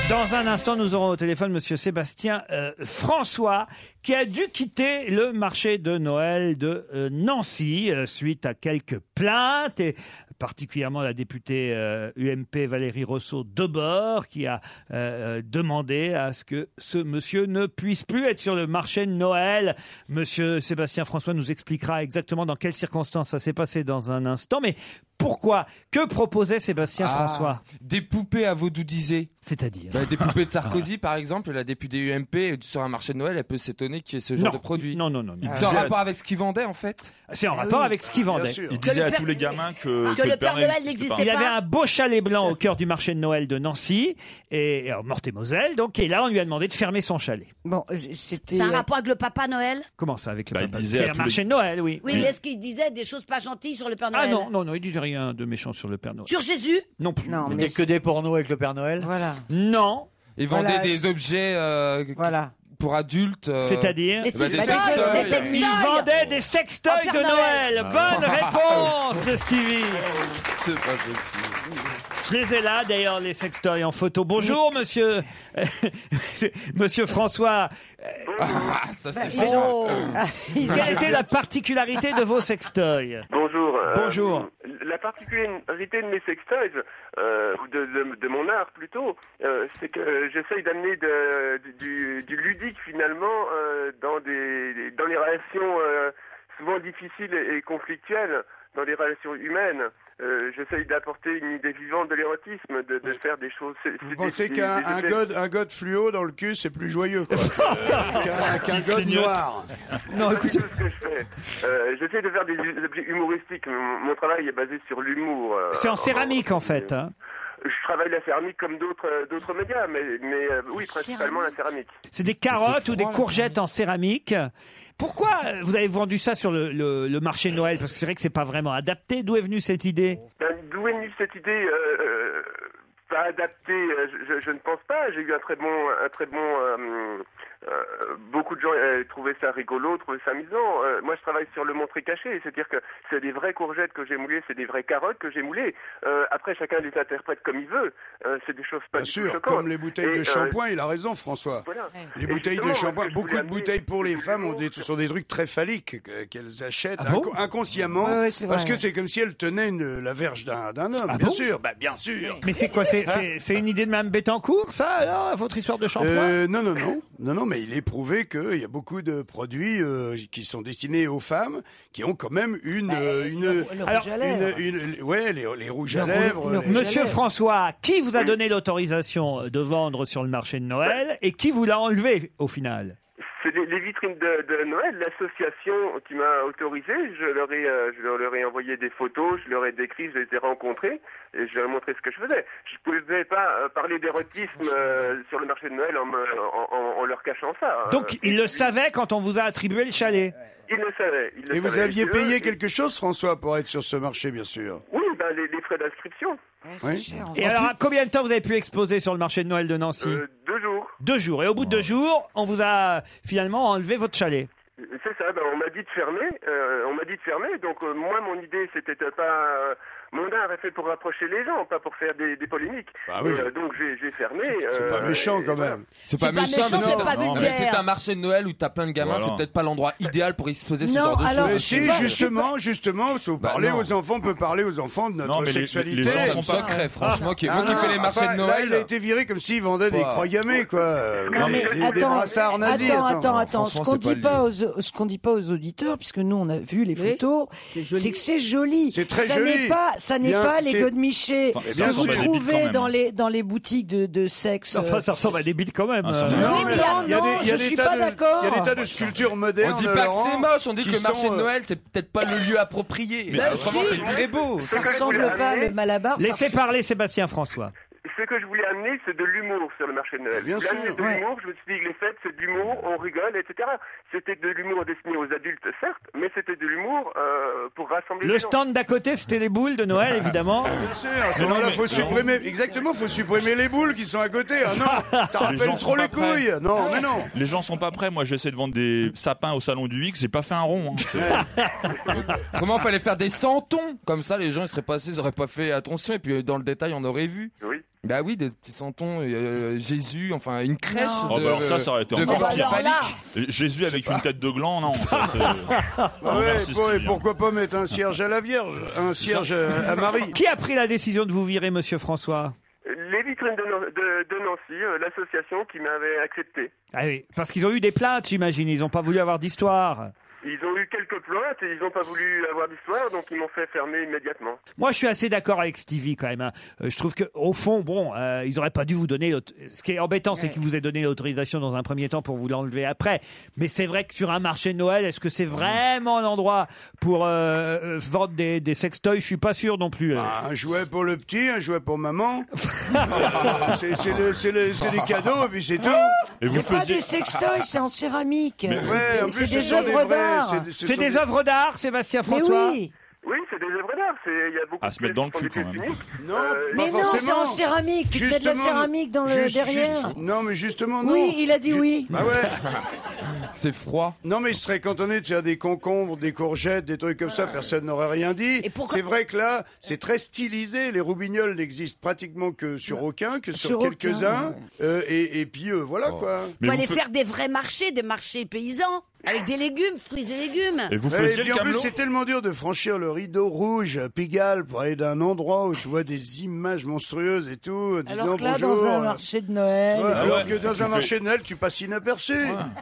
[SPEAKER 3] Dans un instant, nous aurons au téléphone Monsieur Sébastien euh, François, qui a dû quitter le marché de Noël de euh, Nancy euh, suite à quelques plaintes et particulièrement la députée euh, UMP Valérie Rousseau Debord qui a euh, euh, demandé à ce que ce monsieur ne puisse plus être sur le marché de Noël. Monsieur Sébastien François nous expliquera exactement dans quelles circonstances ça s'est passé dans un instant, mais pourquoi Que proposait Sébastien
[SPEAKER 4] Ah,
[SPEAKER 3] François
[SPEAKER 4] Des poupées à vaudoudiser.
[SPEAKER 3] C'est-à-dire
[SPEAKER 4] Bah, des poupées de Sarkozy, par exemple, la députée UMP, sur un marché de Noël, elle peut s'étonner qu'il y ait ce genre
[SPEAKER 3] Non.
[SPEAKER 4] de produit.
[SPEAKER 3] Non, non, non. non.
[SPEAKER 4] C'est en rapport avec ce qu'il vendait, en fait Eh
[SPEAKER 3] C'est en rapport avec ce qu'il vendait.
[SPEAKER 8] Il disait à tous les gamins que,
[SPEAKER 4] que le Père Noël n'existait
[SPEAKER 3] Il
[SPEAKER 4] pas.
[SPEAKER 3] avait un beau chalet blanc au cœur du marché de Noël de Nancy, et alors, Meurthe-et-Moselle, donc, et là, on lui a demandé de fermer son chalet.
[SPEAKER 11] Bon, c'était.
[SPEAKER 7] C'est un rapport avec le Papa Noël
[SPEAKER 3] Comment ça, avec le papa
[SPEAKER 8] Bah, disait à
[SPEAKER 3] C'est un
[SPEAKER 8] tous
[SPEAKER 3] marché
[SPEAKER 8] les-
[SPEAKER 3] de Noël, oui.
[SPEAKER 7] Oui, mais est-ce qu'il disait des choses pas gentilles sur le Père
[SPEAKER 3] Ah
[SPEAKER 7] Noël
[SPEAKER 3] non, non, non, il disait rien de méchant sur le Père Noël.
[SPEAKER 7] Sur Jésus
[SPEAKER 3] Non plus.
[SPEAKER 7] Non,
[SPEAKER 6] Il mais n'y a que c'est- des pornos avec le Père Noël
[SPEAKER 11] Voilà.
[SPEAKER 3] Non.
[SPEAKER 4] Ils vendaient
[SPEAKER 11] Voilà,
[SPEAKER 4] des
[SPEAKER 11] c'est-
[SPEAKER 4] objets euh, pour adultes. euh,
[SPEAKER 3] C'est-à-dire
[SPEAKER 4] bah, des
[SPEAKER 3] sextoys.
[SPEAKER 4] sextoys.
[SPEAKER 3] Ils vendaient des sextoys
[SPEAKER 4] En
[SPEAKER 3] de
[SPEAKER 4] Père
[SPEAKER 3] Noël.
[SPEAKER 4] Noël.
[SPEAKER 3] Bonne
[SPEAKER 4] Ah.
[SPEAKER 3] réponse de Stevie.
[SPEAKER 4] C'est pas possible.
[SPEAKER 3] Je les ai là, d'ailleurs, les sextoys en photo. Bonjour, monsieur. monsieur François.
[SPEAKER 4] Ça,
[SPEAKER 3] Bah,
[SPEAKER 4] c'est
[SPEAKER 3] ils
[SPEAKER 4] pas-
[SPEAKER 3] ont- Quelle était la particularité de vos sextoys
[SPEAKER 10] Bonjour. euh,
[SPEAKER 3] Bonjour.
[SPEAKER 10] La particularité de mes sextoys, euh, ou de, de- de mon art plutôt, euh, c'est que j'essaye d'amener de- du- du, du ludique finalement euh, dans, des, dans les relations euh, souvent difficiles et, et conflictuelles, dans les relations humaines. Euh, j'essaye d'apporter une idée vivante de l'érotisme, de, de faire des choses. c'est- c'est
[SPEAKER 5] Vous
[SPEAKER 10] des-
[SPEAKER 5] pensez
[SPEAKER 10] des-
[SPEAKER 5] qu'un
[SPEAKER 10] des
[SPEAKER 5] un
[SPEAKER 10] objets-
[SPEAKER 5] god, un god fluo dans le cul, c'est plus joyeux quoi, que- qu'un qu'un god noir
[SPEAKER 3] Non, écoutez.
[SPEAKER 10] C'est tout ce que je fais. Euh, J'essaie de faire des objets humoristiques. mais Mon, mon travail est basé sur l'humour. euh,
[SPEAKER 3] C'est en céramique, en fait. hein.
[SPEAKER 10] Je travaille la céramique comme d'autres euh, d'autres médias, mais, mais euh, oui, principalement la céramique.
[SPEAKER 3] C'est des carottes ou des courgettes en céramique. Pourquoi euh, vous avez vendu ça sur le, le- le marché de Noël Parce que c'est vrai que c'est pas vraiment adapté. D'où est venue cette idée
[SPEAKER 10] Ben, D'où est venue cette idée euh, euh, pas adaptée euh, je, je- je ne pense pas. J'ai eu un très bon, un très bon. euh, euh, beaucoup de gens euh, trouvaient ça rigolo, trouvaient ça amusant. Euh, moi, je travaille sur le montré caché, c'est-à-dire que c'est des vraies courgettes que j'ai moulées, c'est des vraies carottes que j'ai moulées. Euh, après, chacun les interprète comme il veut. Euh, c'est des choses pas
[SPEAKER 5] Bien
[SPEAKER 10] du
[SPEAKER 5] sûr,
[SPEAKER 10] tout choquantes.
[SPEAKER 5] comme les bouteilles
[SPEAKER 10] Et,
[SPEAKER 5] de
[SPEAKER 10] euh,
[SPEAKER 5] shampoing, il a raison François.
[SPEAKER 10] Voilà.
[SPEAKER 5] Les
[SPEAKER 10] Et
[SPEAKER 5] bouteilles de
[SPEAKER 10] justement,
[SPEAKER 5] shampoing,
[SPEAKER 10] moi, ce que je
[SPEAKER 5] beaucoup
[SPEAKER 10] voulais
[SPEAKER 5] de
[SPEAKER 10] amener,
[SPEAKER 5] bouteilles pour les femmes ont des, sont des trucs très phalliques que- qu'elles achètent
[SPEAKER 3] Ah bon
[SPEAKER 5] inco- inconsciemment
[SPEAKER 3] Ouais, ouais, c'est vrai,
[SPEAKER 5] parce que
[SPEAKER 3] ouais.
[SPEAKER 5] c'est comme si elles tenaient une- la verge d'un d'un homme,
[SPEAKER 3] Ah
[SPEAKER 5] bien
[SPEAKER 3] bon
[SPEAKER 5] sûr, bah bien sûr.
[SPEAKER 3] Mais c'est quoi C'est- C'est c'est une idée de Mme Bettencourt, ça, alors, votre histoire de shampoing
[SPEAKER 5] Euh, non, non, non, non, non, mais il est prouvé qu'il y a beaucoup de produits euh, qui sont destinés aux femmes qui ont quand même une,
[SPEAKER 3] Bah,
[SPEAKER 5] euh, une,
[SPEAKER 3] le rouge à lèvres.
[SPEAKER 5] une- une- ouais, les, les rouges à
[SPEAKER 3] Le
[SPEAKER 5] lèvres.
[SPEAKER 3] rouge-
[SPEAKER 5] les-
[SPEAKER 3] Monsieur François, qui vous a donné l'autorisation de vendre sur le marché de Noël et qui vous l'a enlevé au final
[SPEAKER 10] C'est les, les vitrines de, de Noël, l'association qui m'a autorisé. Je leur, ai, euh, je leur ai envoyé des photos, je leur ai décrit, je les ai rencontrés et je leur ai montré ce que je faisais. Je ne pouvais pas euh, parler d'érotisme euh, sur le marché de Noël en, me- en- en- en leur cachant ça. Euh,
[SPEAKER 3] Donc, il le savait quand on vous a attribué le chalet.
[SPEAKER 10] Ils le savaient. ils le
[SPEAKER 5] Et vous
[SPEAKER 10] savaient.
[SPEAKER 5] aviez
[SPEAKER 10] Et eux,
[SPEAKER 5] payé
[SPEAKER 10] ils-
[SPEAKER 5] quelque chose, François, pour être sur ce marché, bien sûr.
[SPEAKER 10] Oui, ben, les, les frais d'inscription.
[SPEAKER 5] Oui.
[SPEAKER 3] Et alors, à combien de temps vous avez pu exposer sur le marché de Noël de Nancy
[SPEAKER 10] Euh, deux jours.
[SPEAKER 3] Deux jours. Et au bout de deux jours, on vous a finalement enlevé votre chalet.
[SPEAKER 10] C'est ça, ben, on m'a dit de fermer, euh, on m'a dit de fermer, donc euh, moi mon idée c'était de pas... euh, mon art est fait pour rapprocher les gens, pas pour faire des, des polémiques.
[SPEAKER 5] Bah oui.
[SPEAKER 10] Et, euh, donc j'ai j'ai fermé.
[SPEAKER 5] C'est pas
[SPEAKER 10] euh,
[SPEAKER 5] méchant,
[SPEAKER 10] et-
[SPEAKER 5] quand même.
[SPEAKER 4] C'est pas, méchant, mais
[SPEAKER 10] méchant,
[SPEAKER 4] c'est
[SPEAKER 10] c'est
[SPEAKER 4] un-
[SPEAKER 10] pas
[SPEAKER 4] non, mais
[SPEAKER 10] vulgaire.
[SPEAKER 4] c'est un marché de Noël où t'as plein de gamins,
[SPEAKER 5] Voilà.
[SPEAKER 4] c'est peut-être pas l'endroit idéal pour exposer ce
[SPEAKER 5] Non,
[SPEAKER 4] genre de
[SPEAKER 5] alors,
[SPEAKER 4] choses.
[SPEAKER 5] Mais si, justement, justement, si vous
[SPEAKER 4] Bah
[SPEAKER 5] parlez
[SPEAKER 4] non.
[SPEAKER 5] aux enfants, on peut parler aux enfants de notre
[SPEAKER 4] Non, mais les- les- les
[SPEAKER 5] sexualité.
[SPEAKER 4] gens sont pas sacrés, franchement, qui-
[SPEAKER 5] Ah
[SPEAKER 4] moi qui
[SPEAKER 5] non,
[SPEAKER 4] fais les marchés
[SPEAKER 5] enfin,
[SPEAKER 4] de
[SPEAKER 5] Là,
[SPEAKER 4] Noël. Bah.
[SPEAKER 5] il a été viré comme s'il vendait des
[SPEAKER 4] Voilà.
[SPEAKER 5] croix gammées, quoi. Euh,
[SPEAKER 11] Non, mais
[SPEAKER 5] des- des
[SPEAKER 11] attends,
[SPEAKER 5] brassards nazis.
[SPEAKER 11] attends, attends,
[SPEAKER 5] Non,
[SPEAKER 11] attends. Ce
[SPEAKER 5] franchement,
[SPEAKER 11] qu'on
[SPEAKER 5] c'est
[SPEAKER 11] dit
[SPEAKER 5] le
[SPEAKER 11] pas aux, ce qu'on dit pas aux auditeurs, puisque nous on a vu les photos, c'est que c'est joli.
[SPEAKER 5] C'est très
[SPEAKER 11] ça
[SPEAKER 5] joli.
[SPEAKER 11] n'est pas, ça n'est
[SPEAKER 5] Bien,
[SPEAKER 11] pas les
[SPEAKER 5] c'est-
[SPEAKER 11] godemichés
[SPEAKER 5] Enfin,
[SPEAKER 11] que
[SPEAKER 5] ça
[SPEAKER 11] vous
[SPEAKER 5] ressemble à des bites quand
[SPEAKER 11] trouvez
[SPEAKER 5] même.
[SPEAKER 11] dans les dans les boutiques de, de sexe.
[SPEAKER 3] Enfin,
[SPEAKER 11] euh,
[SPEAKER 3] ça ressemble à des bites quand même. euh.
[SPEAKER 11] ressemble-
[SPEAKER 5] Non,
[SPEAKER 11] Oui,
[SPEAKER 5] mais
[SPEAKER 11] bien,
[SPEAKER 5] il y a
[SPEAKER 11] non,
[SPEAKER 5] des, il y a
[SPEAKER 11] je
[SPEAKER 5] des
[SPEAKER 11] suis
[SPEAKER 5] tas
[SPEAKER 11] pas
[SPEAKER 5] de-
[SPEAKER 11] d'accord.
[SPEAKER 5] Il y a des tas de sculptures modernes.
[SPEAKER 4] On dit pas que
[SPEAKER 5] Laurent,
[SPEAKER 4] c'est moche, on dit que
[SPEAKER 5] qui
[SPEAKER 4] le marché
[SPEAKER 5] sont,
[SPEAKER 4] de
[SPEAKER 5] euh,
[SPEAKER 4] Noël, c'est peut-être pas le lieu approprié.
[SPEAKER 5] Mais Bah
[SPEAKER 4] Autrement,
[SPEAKER 5] si.
[SPEAKER 4] c'est très beau.
[SPEAKER 11] Ça ressemble pas à le Malabar. ça
[SPEAKER 3] Laissez
[SPEAKER 11] ressemble-
[SPEAKER 3] parler Sébastien François.
[SPEAKER 10] Ce que je voulais amener, c'est de l'humour sur le marché de Noël.
[SPEAKER 5] Bien
[SPEAKER 10] Je voulais
[SPEAKER 5] sûr,
[SPEAKER 10] amener de
[SPEAKER 5] ouais.
[SPEAKER 10] l'humour, je me suis dit que les fêtes, c'est de l'humour, on rigole, etc. C'était de l'humour destiné aux adultes, certes, mais c'était de l'humour euh, pour rassembler
[SPEAKER 3] Le
[SPEAKER 10] les gens.
[SPEAKER 3] stand d'à côté, c'était les boules de Noël, évidemment.
[SPEAKER 5] Bien sûr, à ce
[SPEAKER 3] Mais non,
[SPEAKER 5] moment-là,
[SPEAKER 3] mais-
[SPEAKER 5] faut supprimer. Exactement, faut supprimer les boules qui sont à côté. Ah non, ça
[SPEAKER 8] Les
[SPEAKER 5] rappelle
[SPEAKER 8] gens
[SPEAKER 5] trop
[SPEAKER 8] sont
[SPEAKER 5] les
[SPEAKER 8] pas prêts.
[SPEAKER 5] couilles. Non, mais non.
[SPEAKER 8] Les gens sont pas prêts. Moi, j'essaie de vendre des sapins au salon du X. J'ai pas fait un rond. hein.
[SPEAKER 4] Comment fallait faire des centons Comme ça, les gens ils seraient passés, ils auraient pas fait attention, et puis dans le euh, détail, on aurait vu.
[SPEAKER 10] Oui.
[SPEAKER 4] Bah oui, des petits santons, euh, Jésus, enfin une crèche.
[SPEAKER 8] Oh,
[SPEAKER 4] de,
[SPEAKER 8] bah alors ça, ça aurait été
[SPEAKER 4] de
[SPEAKER 8] encore
[SPEAKER 4] vampires
[SPEAKER 8] pire.
[SPEAKER 4] phalliques.
[SPEAKER 8] Et Jésus avec une tête de gland, non. ça, c'est- Non,
[SPEAKER 5] Ouais,
[SPEAKER 8] merci,
[SPEAKER 5] pour-
[SPEAKER 8] Stevie, hein.
[SPEAKER 5] pourquoi pas mettre un cierge à la Vierge, un cierge à à Marie
[SPEAKER 3] Qui a pris la décision de vous virer, monsieur François
[SPEAKER 10] Les vitrines de, Nan- de- de Nancy, euh, l'association qui m'avait accepté.
[SPEAKER 3] Ah oui, parce qu'ils ont eu des plaintes, j'imagine. Ils n'ont pas voulu avoir d'histoire.
[SPEAKER 10] Ils ont eu quelques plaintes et ils n'ont pas voulu avoir d'histoire, donc ils m'ont fait fermer immédiatement.
[SPEAKER 3] Moi, je suis assez d'accord avec Stevie quand même. hein. Euh, Je trouve que au fond, bon, euh, ils auraient pas dû vous donner. l'aut- Ce qui est embêtant, c'est qu'ils vous aient donné l'autorisation dans un premier temps pour vous l'enlever après. Mais c'est vrai que sur un marché de Noël, est-ce que c'est vraiment l'endroit pour euh, euh, vendre des, des sextoys Je suis pas sûr non plus. euh.
[SPEAKER 5] Un jouet pour le petit, un jouet pour maman. Euh, c'est c'est le- c'est le- c'est des cadeaux et puis c'est tout.
[SPEAKER 11] C'est pas des sextoys, c'est en céramique.
[SPEAKER 5] Mais
[SPEAKER 11] C'est-
[SPEAKER 5] ouais, en
[SPEAKER 11] c'est
[SPEAKER 5] plus, ce
[SPEAKER 11] des
[SPEAKER 5] sont des
[SPEAKER 11] œuvres
[SPEAKER 5] vrais,
[SPEAKER 11] d'art.
[SPEAKER 5] c'est- ce C'est sont des des-
[SPEAKER 3] œuvres d'art, Sébastien
[SPEAKER 11] Mais
[SPEAKER 5] François
[SPEAKER 11] oui.
[SPEAKER 10] Oui, c'est des œuvres d'art. c'est- Il y a beaucoup
[SPEAKER 8] À se mettre dans le cul quand même.
[SPEAKER 5] Non,
[SPEAKER 11] Mais non, c'est en céramique, tu te mets de la céramique dans le derrière.
[SPEAKER 5] non, mais justement, non.
[SPEAKER 11] Oui, il a dit
[SPEAKER 5] Ju-
[SPEAKER 11] oui.
[SPEAKER 5] Bah ouais. C'est froid. Non, mais il serait cantonné de faire des concombres, des courgettes, des trucs comme ça. Personne n'aurait rien dit. C'est vrai que là, c'est très stylisé. Les roubignoles n'existent pratiquement que sur aucun, que sur,
[SPEAKER 7] Sur aucun,
[SPEAKER 5] quelques-uns.
[SPEAKER 7] ouais.
[SPEAKER 5] Euh, et, et puis, euh, voilà, quoi.
[SPEAKER 7] Faut aller faire des vrais marchés, des marchés paysans, avec des légumes, fruits et légumes.
[SPEAKER 5] Ouais, Eh, et puis en plus, c'est tellement dur de franchir le rideau rouge à Pigalle pour aller d'un endroit où tu vois des images monstrueuses et tout. en disant
[SPEAKER 11] Alors que là,
[SPEAKER 5] bonjour,
[SPEAKER 11] dans un
[SPEAKER 5] euh,
[SPEAKER 11] marché de Noël.
[SPEAKER 5] Ouais, alors
[SPEAKER 4] ouais,
[SPEAKER 5] que dans un
[SPEAKER 4] tu fais-
[SPEAKER 5] marché de Noël, tu passes inaperçu.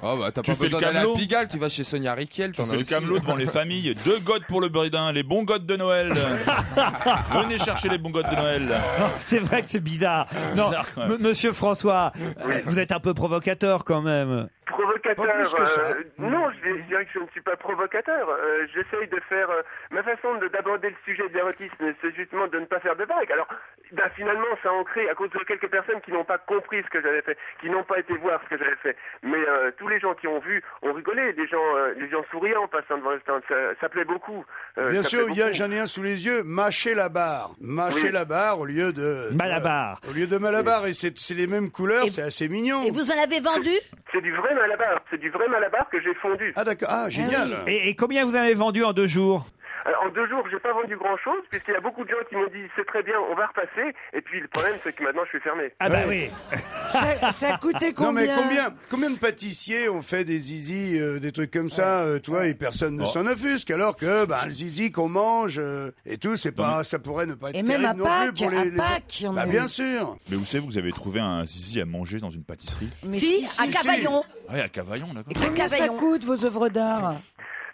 [SPEAKER 4] Ah bah t'as
[SPEAKER 8] Tu
[SPEAKER 4] pas
[SPEAKER 8] fais le
[SPEAKER 4] besoin d'aller à hein,
[SPEAKER 8] camelot
[SPEAKER 4] Pigalle, tu vas chez Sonia Riquel.
[SPEAKER 8] Tu fais le camelot devant les familles. Deux godes pour le bridin, les bons godes de Noël. Venez chercher les bons godes de Noël.
[SPEAKER 3] Oh, c'est vrai que c'est bizarre. Non,
[SPEAKER 8] Bizarre, quand même.
[SPEAKER 3] M- monsieur François, euh, vous êtes un peu provocateur quand même.
[SPEAKER 10] Provocateur.
[SPEAKER 5] Pas plus que ça. Mm.
[SPEAKER 10] euh, non, je, dis- je dirais que je ne suis pas provocateur. Euh, J'essaye de faire. euh, ma façon de- d'aborder le sujet de l'érotisme, c'est justement de ne pas faire de vagues. Alors, ben, finalement, ça a ancré à cause de quelques personnes qui n'ont pas compris ce que j'avais fait, qui n'ont pas été voir ce que j'avais fait. Mais euh, tous les gens qui ont vu ont rigolé. Les gens, euh, les gens souriants en passant devant le stand, ça, ça plaît beaucoup. Euh,
[SPEAKER 5] Bien
[SPEAKER 10] ça
[SPEAKER 5] sûr,
[SPEAKER 10] plaît
[SPEAKER 5] il y a,
[SPEAKER 10] beaucoup.
[SPEAKER 5] j'en ai un sous les yeux, mâcher la barre. Mâcher
[SPEAKER 10] Oui.
[SPEAKER 5] la barre au lieu de. euh,
[SPEAKER 3] Malabar.
[SPEAKER 5] au lieu de Malabar. Et c'est c'est les mêmes couleurs, c'est assez mignon.
[SPEAKER 7] Et vous en avez vendu
[SPEAKER 10] C'est du vrai malabar. C'est du vrai malabar que j'ai fondu.
[SPEAKER 5] Ah, d'accord. Ah, génial.
[SPEAKER 3] Et, et combien vous en avez vendu en deux jours
[SPEAKER 10] Alors, en deux jours, j'ai pas vendu grand chose, puisqu'il y a beaucoup de gens qui m'ont dit c'est très bien, on va repasser. Et puis le problème, c'est que maintenant je suis fermé.
[SPEAKER 3] Ah bah oui.
[SPEAKER 11] Ça, ça a coûté combien
[SPEAKER 5] Non, mais combien, combien de pâtissiers ont fait des zizi, euh, des trucs comme ça, euh, toi, et personne ne
[SPEAKER 11] Oh.
[SPEAKER 5] s'en offusque, alors que ben, le zizi qu'on mange euh, et tout, c'est pas, ça pourrait ne pas être
[SPEAKER 11] Et
[SPEAKER 5] terrible
[SPEAKER 11] même à
[SPEAKER 5] non plus
[SPEAKER 11] Pâques,
[SPEAKER 5] pour les.
[SPEAKER 11] à
[SPEAKER 5] les-
[SPEAKER 11] Pâques, il y en
[SPEAKER 5] Bah,
[SPEAKER 11] a
[SPEAKER 5] bien
[SPEAKER 11] eu.
[SPEAKER 5] sûr.
[SPEAKER 8] Mais vous savez, vous avez trouvé un zizi à manger dans une pâtisserie
[SPEAKER 11] si, à Cavaillon.
[SPEAKER 8] Ah Ouais, à Cavaillon, d'accord.
[SPEAKER 11] Combien ça
[SPEAKER 10] Cavaillon.
[SPEAKER 11] coûte vos œuvres d'art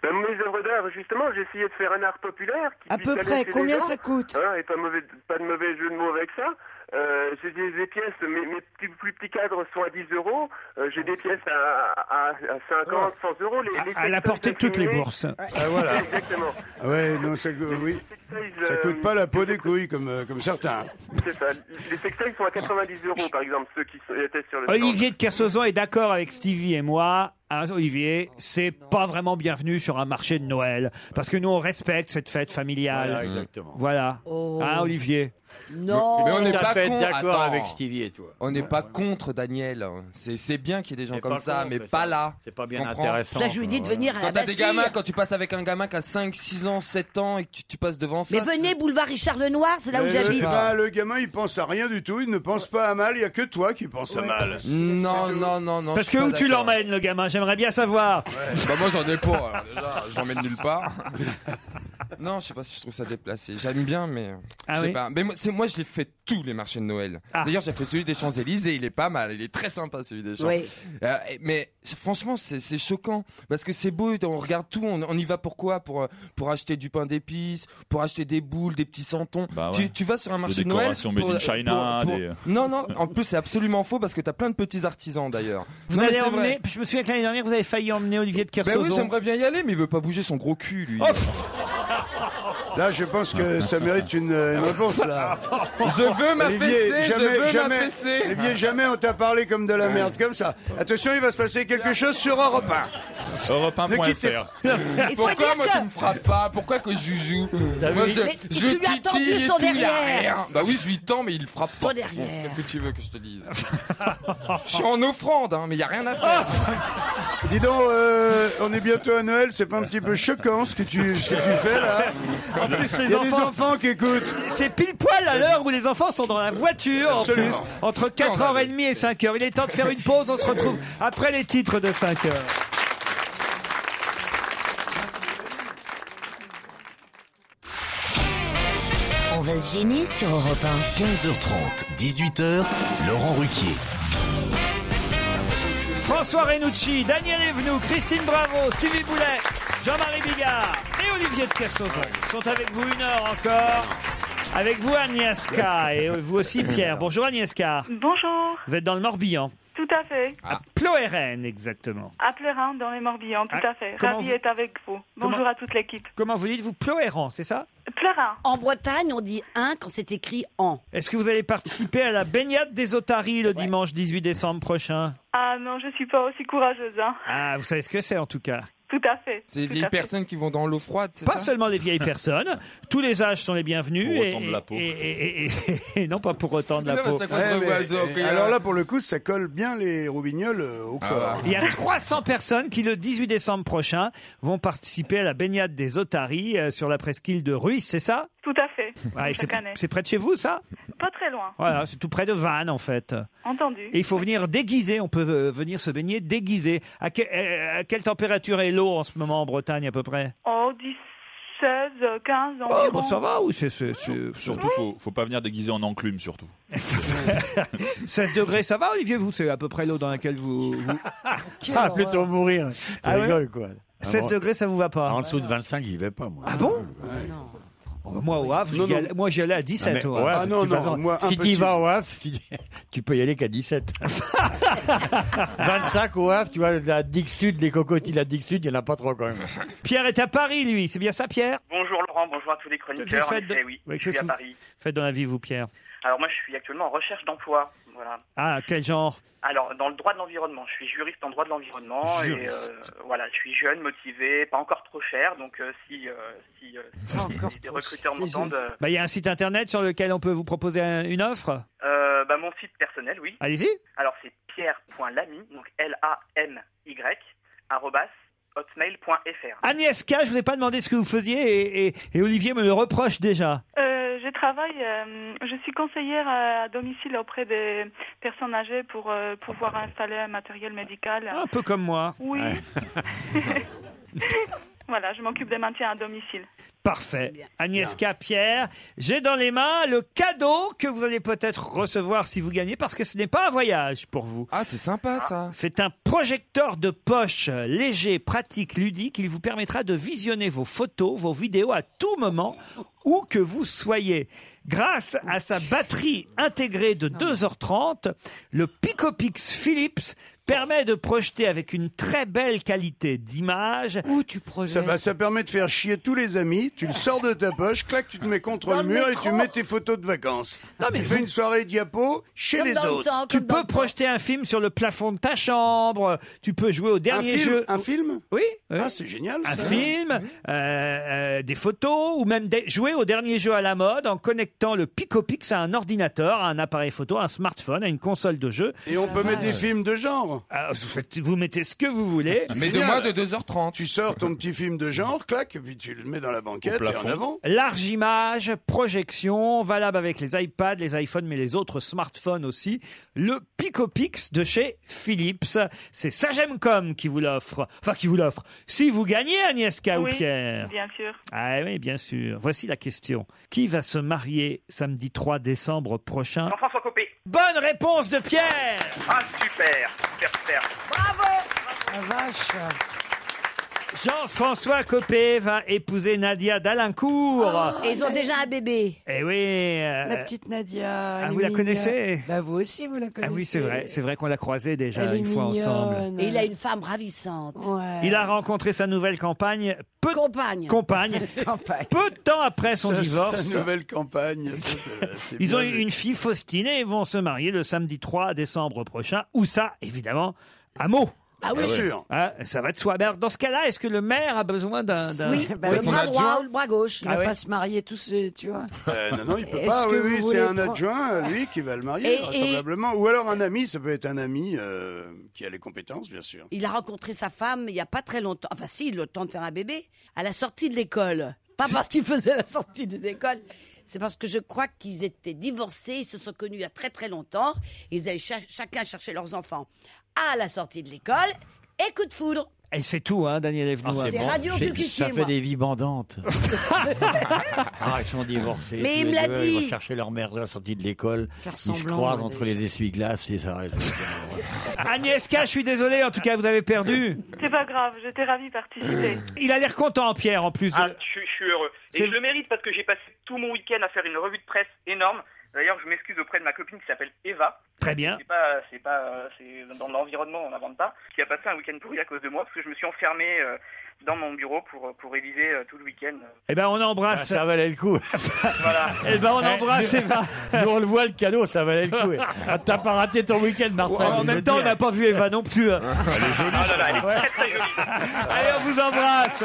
[SPEAKER 10] Ben, mes œuvres d'art, justement, j'ai essayé de faire un art populaire. Qui
[SPEAKER 11] À
[SPEAKER 10] puisse
[SPEAKER 11] peu
[SPEAKER 10] aller
[SPEAKER 11] près,
[SPEAKER 10] chez les
[SPEAKER 11] combien
[SPEAKER 10] gens,
[SPEAKER 11] ça coûte
[SPEAKER 10] hein, Et pas, mauvais, pas de mauvais jeu de mots avec ça. Euh, j'ai des, des pièces, mes, mes petits, plus petits cadres sont à 10 euros. Euh, j'ai des pièces à, à, à 50, 100 euros. Les, les
[SPEAKER 3] À- à la
[SPEAKER 10] sextoys
[SPEAKER 3] portée de toutes les
[SPEAKER 10] dessinés.
[SPEAKER 3] bourses.
[SPEAKER 5] Ah, voilà.
[SPEAKER 10] Exactement.
[SPEAKER 5] Ouais, non, ça, euh, oui. ça coûte pas la peau des couilles comme, euh, comme certains.
[SPEAKER 7] Ah
[SPEAKER 10] C'est ça. Les sextoys sont à 90 euros, par exemple, ceux qui sont- étaient sur
[SPEAKER 3] Oh,
[SPEAKER 10] le stand.
[SPEAKER 3] Olivier de Kersauzon est d'accord avec Stevie et moi. Hein, Olivier, c'est pas vraiment bienvenu sur un marché de Noël parce que nous on respecte cette fête familiale.
[SPEAKER 6] Voilà, exactement.
[SPEAKER 3] Voilà.
[SPEAKER 6] Oh.
[SPEAKER 8] Ah,
[SPEAKER 3] Hein, Olivier.
[SPEAKER 7] Non.
[SPEAKER 4] Mais on n'est
[SPEAKER 6] Tout à
[SPEAKER 4] pas
[SPEAKER 6] fait
[SPEAKER 4] con-
[SPEAKER 6] d'accord
[SPEAKER 4] attends.
[SPEAKER 6] avec Stevie et toi.
[SPEAKER 4] On n'est pas contre Daniel. C'est c'est bien qu'il y ait des gens
[SPEAKER 6] C'est
[SPEAKER 4] comme
[SPEAKER 6] pas
[SPEAKER 4] ça,
[SPEAKER 6] con,
[SPEAKER 4] mais
[SPEAKER 6] mais
[SPEAKER 4] pas
[SPEAKER 6] ça-
[SPEAKER 4] là.
[SPEAKER 6] c'est pas bien
[SPEAKER 4] Comprends
[SPEAKER 6] intéressant, Là, je lui dis
[SPEAKER 7] de venir à la
[SPEAKER 4] Quand t'as des
[SPEAKER 7] Bastille.
[SPEAKER 4] gamins, quand tu passes avec un gamin qui a 5, 6 ans, 7 ans et que tu, tu passes devant ça.
[SPEAKER 7] Mais venez, boulevard Richard Lenoir, c'est là où
[SPEAKER 5] Mais
[SPEAKER 7] j'habite.
[SPEAKER 5] Le, bah, le gamin, il pense à rien du tout, il ne pense pas à mal, il y a que toi qui penses à mal.
[SPEAKER 4] Non, non, non, non.
[SPEAKER 3] Parce
[SPEAKER 4] je
[SPEAKER 3] que
[SPEAKER 4] suis
[SPEAKER 3] où
[SPEAKER 4] pas
[SPEAKER 3] tu
[SPEAKER 4] d'accord.
[SPEAKER 3] l'emmènes le gamin J'aimerais bien savoir.
[SPEAKER 4] Bah, moi, j'en ai pas. alors déjà, je l'emmène nulle part. Non, je sais pas si je trouve ça déplacé. J'aime bien, mais euh,
[SPEAKER 3] Ah
[SPEAKER 4] je sais
[SPEAKER 3] oui
[SPEAKER 4] pas. Mais moi, c'est moi, je l'ai fait tous les marchés de Noël.
[SPEAKER 3] Ah.
[SPEAKER 4] D'ailleurs, j'ai fait celui des Champs Élysées. Il est pas mal. Il est très sympa celui des Champs.
[SPEAKER 7] Oui.
[SPEAKER 4] Euh, mais franchement, c'est c'est choquant parce que c'est beau. On regarde tout. On, on y va pourquoi Pour euh, pour acheter du pain d'épices, pour acheter des boules, des petits santons.
[SPEAKER 8] Bah ouais.
[SPEAKER 4] tu, tu vas sur un
[SPEAKER 8] Des
[SPEAKER 4] marché de Noël.
[SPEAKER 8] décorations made in China, des-
[SPEAKER 4] Non, non. En plus, c'est absolument faux parce que t'as plein de petits artisans d'ailleurs.
[SPEAKER 3] Vous
[SPEAKER 4] Non, mais
[SPEAKER 3] allez
[SPEAKER 4] c'est vrai.
[SPEAKER 3] emmener. Je me souviens que l'année dernière vous avez failli emmener Olivier de
[SPEAKER 4] Ben
[SPEAKER 3] Kersauzon. Oh,
[SPEAKER 4] oui, j'aimerais bien y aller, mais il veut pas bouger son gros cul, lui.
[SPEAKER 5] Là, je pense que ça mérite une, euh, une réponse, là.
[SPEAKER 4] Je veux ma
[SPEAKER 5] Olivier,
[SPEAKER 4] fessée,
[SPEAKER 5] jamais,
[SPEAKER 4] je veux
[SPEAKER 5] jamais,
[SPEAKER 4] ma fessée.
[SPEAKER 5] Olivier, jamais on t'a parlé comme de la merde, comme ça. Attention, il va se passer quelque chose sur Europe 1.
[SPEAKER 8] Europe
[SPEAKER 5] Ne quittez-
[SPEAKER 8] 1.fr.
[SPEAKER 7] Il faut
[SPEAKER 4] Pourquoi
[SPEAKER 7] dire
[SPEAKER 4] moi
[SPEAKER 7] que-
[SPEAKER 4] tu me frappes pas Pourquoi que
[SPEAKER 3] Euh,
[SPEAKER 4] Juju Moi
[SPEAKER 7] vu
[SPEAKER 4] je,
[SPEAKER 7] Mais
[SPEAKER 4] je
[SPEAKER 7] tu lui as tendu
[SPEAKER 4] titille et
[SPEAKER 7] son
[SPEAKER 4] tout, il a
[SPEAKER 7] derrière.
[SPEAKER 4] rien. Bah oui, je lui tends mais il frappe pas.
[SPEAKER 7] Ton derrière.
[SPEAKER 4] Qu'est-ce que tu veux que je te dise Je suis en offrande hein, mais il y a rien à faire.
[SPEAKER 5] Ah Dis donc, euh, on est bientôt à Noël, c'est pas un petit peu choquant ce que tu, ce que tu fais, là
[SPEAKER 3] En en plus, les
[SPEAKER 5] Il y a
[SPEAKER 3] enfants.
[SPEAKER 5] des enfants qui écoutent.
[SPEAKER 3] C'est pile poil à l'heure où les enfants sont dans la voiture, en plus.
[SPEAKER 5] Absolument.
[SPEAKER 3] Entre 4h30 et 5h. Il est temps de faire une pause. On se retrouve après les titres de 5h.
[SPEAKER 1] On va se gêner sur Europe 1.
[SPEAKER 2] 15h30, 18h, Laurent Ruquier.
[SPEAKER 3] François Renucci, Daniel Evenou, Christine Bravo, Stevie Boulet, Jean-Marie Bigard et Olivier de Kersauzon sont avec vous une heure encore. Avec vous, Agnieszka, et vous aussi, Pierre. Bonjour, Agnieszka.
[SPEAKER 16] Bonjour,
[SPEAKER 3] Vous êtes dans le Morbihan.
[SPEAKER 16] tout à fait.
[SPEAKER 4] Ah.
[SPEAKER 3] À Ploeren, exactement.
[SPEAKER 16] À Plérin, dans les Morbihan, tout
[SPEAKER 3] Ah,
[SPEAKER 16] à fait.
[SPEAKER 3] comment
[SPEAKER 16] Ravi
[SPEAKER 3] vous-
[SPEAKER 16] est avec vous. Bonjour
[SPEAKER 3] Comment-
[SPEAKER 16] à toute l'équipe.
[SPEAKER 3] Comment vous dites-vous Ploeren, c'est ça
[SPEAKER 16] Plérin.
[SPEAKER 7] En Bretagne, on dit un quand c'est écrit en.
[SPEAKER 3] Est-ce que vous allez participer à la baignade des otaries le dimanche 18 décembre prochain
[SPEAKER 16] Ah non, je suis pas aussi courageuse, hein.
[SPEAKER 3] Ah, vous savez ce que c'est en tout cas.
[SPEAKER 16] Tout à fait.
[SPEAKER 4] C'est les
[SPEAKER 16] tout
[SPEAKER 4] vieilles
[SPEAKER 16] à fait.
[SPEAKER 4] personnes qui vont dans l'eau froide, c'est
[SPEAKER 3] Pas
[SPEAKER 4] ça
[SPEAKER 3] seulement les vieilles personnes, tous les âges sont les bienvenus.
[SPEAKER 4] Pour
[SPEAKER 3] et-
[SPEAKER 4] autant de la peau.
[SPEAKER 3] Et, et- et- et- et non, pas pour autant de la
[SPEAKER 5] Non, mais
[SPEAKER 3] peau.
[SPEAKER 5] ça coûte Ouais, le mais- oiseau, et- ok, alors hein. là, pour le coup, ça colle bien les roubignoles euh, au corps.
[SPEAKER 3] Ah Il y a 300 personnes qui, le 18 décembre prochain, vont participer à la baignade des otaries euh, sur la presqu'île de Ruisse, c'est ça
[SPEAKER 16] Tout à fait.
[SPEAKER 3] Ouais,
[SPEAKER 16] Chaque
[SPEAKER 3] c'est-
[SPEAKER 16] année.
[SPEAKER 3] C'est près de chez vous, ça
[SPEAKER 16] Pas très loin.
[SPEAKER 3] Voilà, c'est tout près de Vannes, en fait.
[SPEAKER 16] Entendu.
[SPEAKER 3] Et il faut venir déguisé, on peut euh, venir se baigner déguisé. À, que- euh, à quelle température est l'eau en ce moment en Bretagne à peu près
[SPEAKER 16] Oh, 10, 16, 15 environ.
[SPEAKER 3] Oh, bon, ça va ou c'est... c'est- c'est-
[SPEAKER 8] Surtout, faut, faut pas venir déguisé en enclume, surtout.
[SPEAKER 3] 16 degrés, ça va Olivier, vous C'est à peu près l'eau dans laquelle vous... vous-
[SPEAKER 6] Ah, plutôt mourir.
[SPEAKER 3] Ah ouais
[SPEAKER 6] rigole, quoi.
[SPEAKER 3] 16 degrés, ça vous va pas
[SPEAKER 6] En dessous de 25, j'y vais pas, moi.
[SPEAKER 3] Ah bon Moi, au Havre,
[SPEAKER 6] Non,
[SPEAKER 3] j'y
[SPEAKER 6] non.
[SPEAKER 3] allais- moi j'y allais à 17
[SPEAKER 6] Ah, mais
[SPEAKER 3] au Havre.
[SPEAKER 6] Waf, de toute façon, Si tu vas au WAF, tu peux y aller qu'à 17. 25 au WAF, tu vois, la digue sud, les cocotilles, la digue sud, il n'y en a pas trop quand même.
[SPEAKER 3] Pierre est à Paris, lui, c'est bien ça Pierre
[SPEAKER 17] Bonjour Laurent, bonjour à tous les chroniqueurs.
[SPEAKER 3] Vous
[SPEAKER 17] En
[SPEAKER 3] faites de-
[SPEAKER 17] effet, oui,
[SPEAKER 3] Oui,
[SPEAKER 17] je suis
[SPEAKER 3] qu'est-ce
[SPEAKER 17] à
[SPEAKER 3] que vous-
[SPEAKER 17] Paris.
[SPEAKER 3] Faites dans la vie, vous Pierre.
[SPEAKER 17] Alors moi, je suis actuellement en recherche d'emploi. Voilà.
[SPEAKER 3] Ah, quel genre
[SPEAKER 17] Alors, dans le droit de l'environnement, je suis juriste en droit de l'environnement et
[SPEAKER 3] Juriste.
[SPEAKER 17] euh, voilà, je suis jeune, motivé, pas encore trop cher, donc euh, si, euh, si, euh, si des recruteurs m'entendent, euh,
[SPEAKER 3] Bah, Il y a un site internet sur lequel on peut vous proposer un- une offre
[SPEAKER 17] euh, bah, mon site personnel, oui.
[SPEAKER 3] Allez-y.
[SPEAKER 17] Alors c'est pierre.lamy, donc L-A-M-Y, arrobas, hotmail.fr.
[SPEAKER 3] Agnieszka, je vous ai pas demandé ce que vous faisiez et, et- et Olivier me le reproche déjà.
[SPEAKER 16] Euh, je travaille, euh, je suis conseillère à, à domicile auprès des personnes âgées pour euh, pouvoir installer un matériel médical.
[SPEAKER 3] Un Ah, peu comme moi.
[SPEAKER 16] Oui. Voilà, je m'occupe des maintiens à domicile.
[SPEAKER 3] Parfait. Agnieszka, Pierre, j'ai dans les mains le cadeau que vous allez peut-être recevoir si vous gagnez parce que ce n'est pas un voyage pour vous. Ah, c'est sympa ça. C'est un projecteur de poche euh, léger, pratique, ludique. Il vous permettra de visionner vos photos, vos vidéos à tout moment, où que vous soyez. Grâce à sa batterie intégrée de 2h30, le PicoPix Philips permet de projeter avec une très belle qualité d'image. Où tu projettes
[SPEAKER 5] Ça, va- ça permet de faire chier tous les amis. Tu le sors de ta poche, clac, tu te mets contre
[SPEAKER 3] Dans
[SPEAKER 5] le
[SPEAKER 3] le
[SPEAKER 5] mur
[SPEAKER 3] métro.
[SPEAKER 5] et tu mets tes photos de vacances.
[SPEAKER 3] Non, mais
[SPEAKER 5] tu fais
[SPEAKER 3] vous- Ah,
[SPEAKER 5] une soirée diapo chez les autres.
[SPEAKER 3] tu peux projeter un film sur le plafond de ta chambre. Tu peux jouer au dernier
[SPEAKER 5] film-
[SPEAKER 3] jeu.
[SPEAKER 5] un film
[SPEAKER 3] Oui. oui.
[SPEAKER 5] Ah, c'est génial,
[SPEAKER 3] Un
[SPEAKER 5] ça.
[SPEAKER 3] film, euh, euh, des photos ou même des- jouer au dernier jeu à la mode en connectant le PicoPix à un ordinateur, à un appareil photo, à un smartphone, à une console de jeu. Ah,
[SPEAKER 5] Et on peut mettre des films de genre.
[SPEAKER 3] vous, faites- vous mettez ce que vous voulez.
[SPEAKER 5] Ah, Mais de moins de 2h30. Tu sors ton petit film de genre, clac, et puis tu le mets dans la banquette et en avant.
[SPEAKER 3] Large image, projection, valable avec les iPads, les iPhones, mais les autres smartphones aussi. Le PicoPix de chez Philips. C'est Sagemcom qui vous l'offre. Enfin, qui vous l'offre. Si vous gagnez, Agnieszka
[SPEAKER 16] oui,
[SPEAKER 3] ou Pierre.
[SPEAKER 16] bien sûr.
[SPEAKER 3] Ah oui, bien sûr. Voici la question. Qui va se marier samedi 3 décembre prochain
[SPEAKER 17] Jean-François Copé.
[SPEAKER 3] Hein. Bonne réponse de Pierre
[SPEAKER 17] Ah, super, super, super.
[SPEAKER 11] vache.
[SPEAKER 3] Jean-François Copé va épouser Nadia d'Alincourt.
[SPEAKER 11] Oh, Et ils ont déjà un bébé.
[SPEAKER 3] Eh oui. euh,
[SPEAKER 11] La petite Nadia.
[SPEAKER 3] Ah,
[SPEAKER 11] elle
[SPEAKER 3] vous
[SPEAKER 11] est
[SPEAKER 3] la
[SPEAKER 11] mignonne.
[SPEAKER 3] connaissez
[SPEAKER 11] Bah, vous aussi, vous la connaissez.
[SPEAKER 3] Ah oui, c'est vrai, c'est vrai qu'on l'a croisé déjà
[SPEAKER 11] Elle est
[SPEAKER 3] une fois
[SPEAKER 11] mignonne.
[SPEAKER 3] ensemble.
[SPEAKER 7] Et il a une femme ravissante.
[SPEAKER 3] Il a rencontré sa nouvelle campagne, peu
[SPEAKER 7] Compagne.
[SPEAKER 3] compagne, peu de temps après son
[SPEAKER 5] Sa-
[SPEAKER 3] divorce.
[SPEAKER 5] Sa nouvelle campagne. Ça, c'est- c'est
[SPEAKER 3] Ils
[SPEAKER 5] bien
[SPEAKER 3] ont
[SPEAKER 5] le-
[SPEAKER 3] eu une fille, Faustine, et ils vont se marier le samedi 3 décembre prochain. Où ça, évidemment, à Meaux.
[SPEAKER 5] Ah oui, Ah ouais. sûr.
[SPEAKER 3] Ah, ça va de soi. Mais alors, dans ce cas-là, est-ce que le maire a besoin d'un... d'un-
[SPEAKER 11] Oui, bah, le
[SPEAKER 3] Son
[SPEAKER 11] bras
[SPEAKER 3] adjoint
[SPEAKER 11] droit ou le bras gauche. Il
[SPEAKER 3] Ah
[SPEAKER 11] va
[SPEAKER 3] ouais.
[SPEAKER 11] pas se marier tous, euh, tu vois.
[SPEAKER 5] Euh, non, non, il peut
[SPEAKER 11] Est-ce
[SPEAKER 5] pas.
[SPEAKER 11] que
[SPEAKER 5] Oui,
[SPEAKER 11] vous
[SPEAKER 5] oui,
[SPEAKER 11] voulez
[SPEAKER 5] c'est un
[SPEAKER 11] prendre-
[SPEAKER 5] adjoint, lui, qui va le marier,
[SPEAKER 7] Et- et-
[SPEAKER 5] vraisemblablement. Ou alors un ami, ça peut être un ami euh, qui a les compétences, bien sûr.
[SPEAKER 7] Il a rencontré sa femme il n'y a pas très longtemps. Enfin, si, le temps de faire un bébé, à la sortie de l'école. Pas parce qu'ils faisaient la sortie des écoles. C'est parce que je crois qu'ils étaient divorcés, ils se sont connus il y a très très longtemps. Ils allaient cha- chacun chercher leurs enfants à la sortie de l'école. Et coup de foudre.
[SPEAKER 3] Et c'est tout, hein, Daniel Evnoy.
[SPEAKER 7] Ah, c'est C'est bon. radio
[SPEAKER 6] C'est-
[SPEAKER 7] cucu,
[SPEAKER 6] Ça
[SPEAKER 7] moi.
[SPEAKER 6] fait des vies bandantes. ah, ils sont divorcés.
[SPEAKER 7] Mais
[SPEAKER 6] tous
[SPEAKER 7] il
[SPEAKER 6] les
[SPEAKER 7] me l'a
[SPEAKER 6] deux, Ils
[SPEAKER 7] dit.
[SPEAKER 6] vont chercher leur mère à la sortie de l'école.
[SPEAKER 3] Faire
[SPEAKER 6] Ils se
[SPEAKER 3] semblant,
[SPEAKER 6] croisent
[SPEAKER 3] moi,
[SPEAKER 6] entre les essuie-glaces, c'est ça.
[SPEAKER 3] Agnès K, je suis désolé, en tout cas, vous avez perdu.
[SPEAKER 16] C'est pas grave, j'étais ravie de participer.
[SPEAKER 3] Il a l'air content, Pierre, en plus. de-
[SPEAKER 16] Ah,
[SPEAKER 17] Je, suis- je suis heureux. Et je le mérite parce que j'ai passé tout mon week-end à faire une revue de presse énorme. D'ailleurs, je m'excuse auprès de ma copine qui s'appelle Eva.
[SPEAKER 3] Très bien.
[SPEAKER 17] C'est pas, c'est pas, euh, c'est dans l'environnement, on n'invente pas. Qui a passé un week-end pourri à cause de moi parce que je me suis enfermé euh, dans mon bureau pour pour réviser euh, tout le week-end.
[SPEAKER 3] Eh ben, on embrasse.
[SPEAKER 6] Ah, ça valait le coup.
[SPEAKER 17] Voilà.
[SPEAKER 3] Eh ben, on embrasse
[SPEAKER 6] nous-
[SPEAKER 3] Eva.
[SPEAKER 6] Nous, on le voit, le cadeau, ça valait le coup. Ah, T'as pas raté ton week-end, Marcel.
[SPEAKER 3] En
[SPEAKER 6] je veux
[SPEAKER 3] même temps,
[SPEAKER 6] dire.
[SPEAKER 3] on n'a pas vu Eva non plus. hein.
[SPEAKER 6] Ah,
[SPEAKER 3] Allez, on vous embrasse.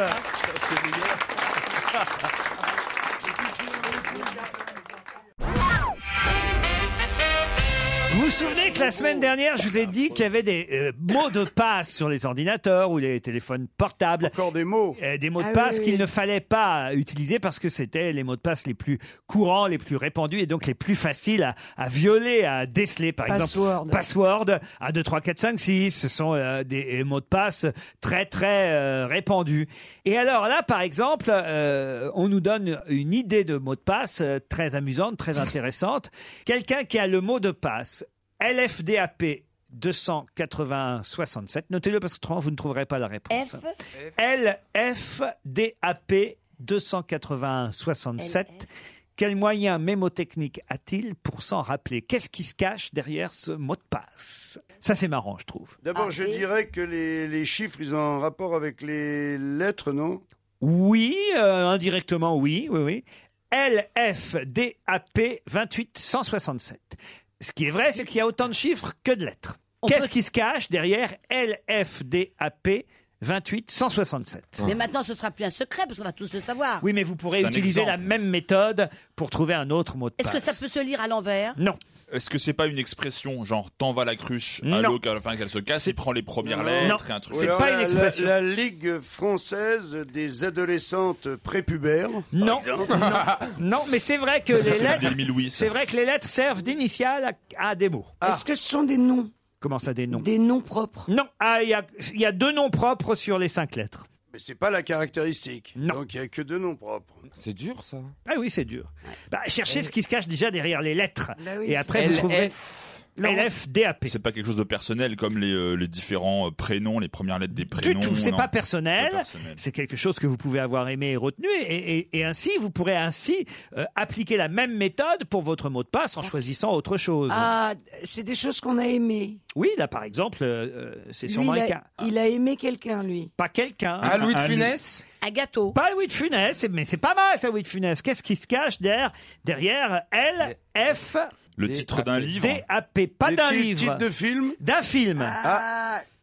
[SPEAKER 3] Vous vous souvenez que la semaine dernière, je vous ai dit qu'il y avait des euh, mots de passe sur les ordinateurs ou les téléphones portables. Encore des mots. des mots de
[SPEAKER 12] Ah oui,
[SPEAKER 3] passe
[SPEAKER 12] oui,
[SPEAKER 3] qu'il
[SPEAKER 12] oui.
[SPEAKER 3] ne fallait pas utiliser parce que c'était les mots de passe les plus courants, les plus répandus et donc les plus faciles à, à violer, à déceler. Par
[SPEAKER 11] Password.
[SPEAKER 3] exemple, password 1, 2, 3, 4, 5, 6. Ce sont euh, des euh, mots de passe très, très euh, répandus. Et alors là, par exemple, euh, on nous donne une idée de mot de passe euh, très amusante, très intéressante. Quelqu'un qui a le mot de passe LFDAP 281 67. Notez-le parce que autrement, vous ne trouverez pas la réponse. LFDAP 281 67. Quel moyen mémotechnique a-t-il pour s'en rappeler Qu'est-ce qui se cache derrière ce mot de passe Ça, c'est marrant, je trouve.
[SPEAKER 5] D'abord, je dirais que les, les chiffres, ils ont un rapport avec les lettres, non
[SPEAKER 3] Oui, euh, indirectement, oui, oui, oui. LFDAP 28167. Ce qui est vrai, c'est qu'il y a autant de chiffres que de lettres. Qu'est-ce qui se cache derrière LFDAP 28167
[SPEAKER 7] Mais maintenant, ce sera plus un secret parce qu'on va tous le savoir.
[SPEAKER 3] Oui, mais vous pourrez
[SPEAKER 8] C'est un
[SPEAKER 3] utiliser la
[SPEAKER 8] exemple.
[SPEAKER 3] même méthode pour trouver un autre mot de
[SPEAKER 7] Est-ce
[SPEAKER 3] passe.
[SPEAKER 7] que ça peut se lire à l'envers
[SPEAKER 3] Non.
[SPEAKER 8] Est-ce que c'est pas une expression genre t'en va la cruche
[SPEAKER 3] Non.
[SPEAKER 8] à l'eau qu'à la fin qu'elle se casse, il prend les premières lettres et un truc
[SPEAKER 5] Ou alors la-
[SPEAKER 3] Oh
[SPEAKER 5] La, la Ligue française des adolescentes prépubères.
[SPEAKER 3] Non. Non, mais c'est vrai que
[SPEAKER 5] Ça,
[SPEAKER 3] les
[SPEAKER 5] c'est
[SPEAKER 3] lettres,
[SPEAKER 5] Émile Louis, ça.
[SPEAKER 3] c'est vrai que les lettres servent d'initiales à, à des mots. Ah. Est-ce que ce sont des noms Comment ça, des noms Des noms propres. Non, Ah, il y, a, il y a deux noms propres sur les cinq lettres.
[SPEAKER 5] Mais c'est pas la caractéristique. Donc il n'y a que deux noms propres.
[SPEAKER 3] C'est dur, ça. Ah oui, c'est dur. Bah, cherchez ce qui se cache déjà derrière les lettres.
[SPEAKER 5] oui,
[SPEAKER 3] Et après, vous
[SPEAKER 5] LF.
[SPEAKER 3] trouverez. LFDAP.
[SPEAKER 8] C'est pas quelque chose de personnel comme les, euh, les différents euh, prénoms, les premières lettres des
[SPEAKER 3] Du
[SPEAKER 8] prénoms.
[SPEAKER 3] tout, c'est
[SPEAKER 8] non.
[SPEAKER 3] pas personnel.
[SPEAKER 8] Pas personnel.
[SPEAKER 3] C'est quelque chose que vous pouvez avoir aimé et retenu, et, et- et ainsi vous pourrez ainsi euh, appliquer la même méthode pour votre mot de passe en choisissant autre chose.
[SPEAKER 11] Ah, c'est des choses qu'on a aimées.
[SPEAKER 3] Oui, là par exemple, euh, euh, c'est
[SPEAKER 11] Lui,
[SPEAKER 3] sûrement
[SPEAKER 11] il,
[SPEAKER 3] le
[SPEAKER 11] a,
[SPEAKER 3] cas.
[SPEAKER 11] il a aimé quelqu'un, lui.
[SPEAKER 3] Pas quelqu'un.
[SPEAKER 5] Ah,
[SPEAKER 11] Un Louis de Funès
[SPEAKER 3] Un gâteau. Pas Louis de Funès, mais c'est pas mal ça, Louis de Funès. Qu'est-ce qui se cache derrière, derrière L, F.
[SPEAKER 8] Le titre d'un livre.
[SPEAKER 3] DAP, pas
[SPEAKER 8] Le
[SPEAKER 3] d'un
[SPEAKER 8] ti-
[SPEAKER 3] livre.
[SPEAKER 8] titre de
[SPEAKER 5] film Ah.
[SPEAKER 3] D'un film.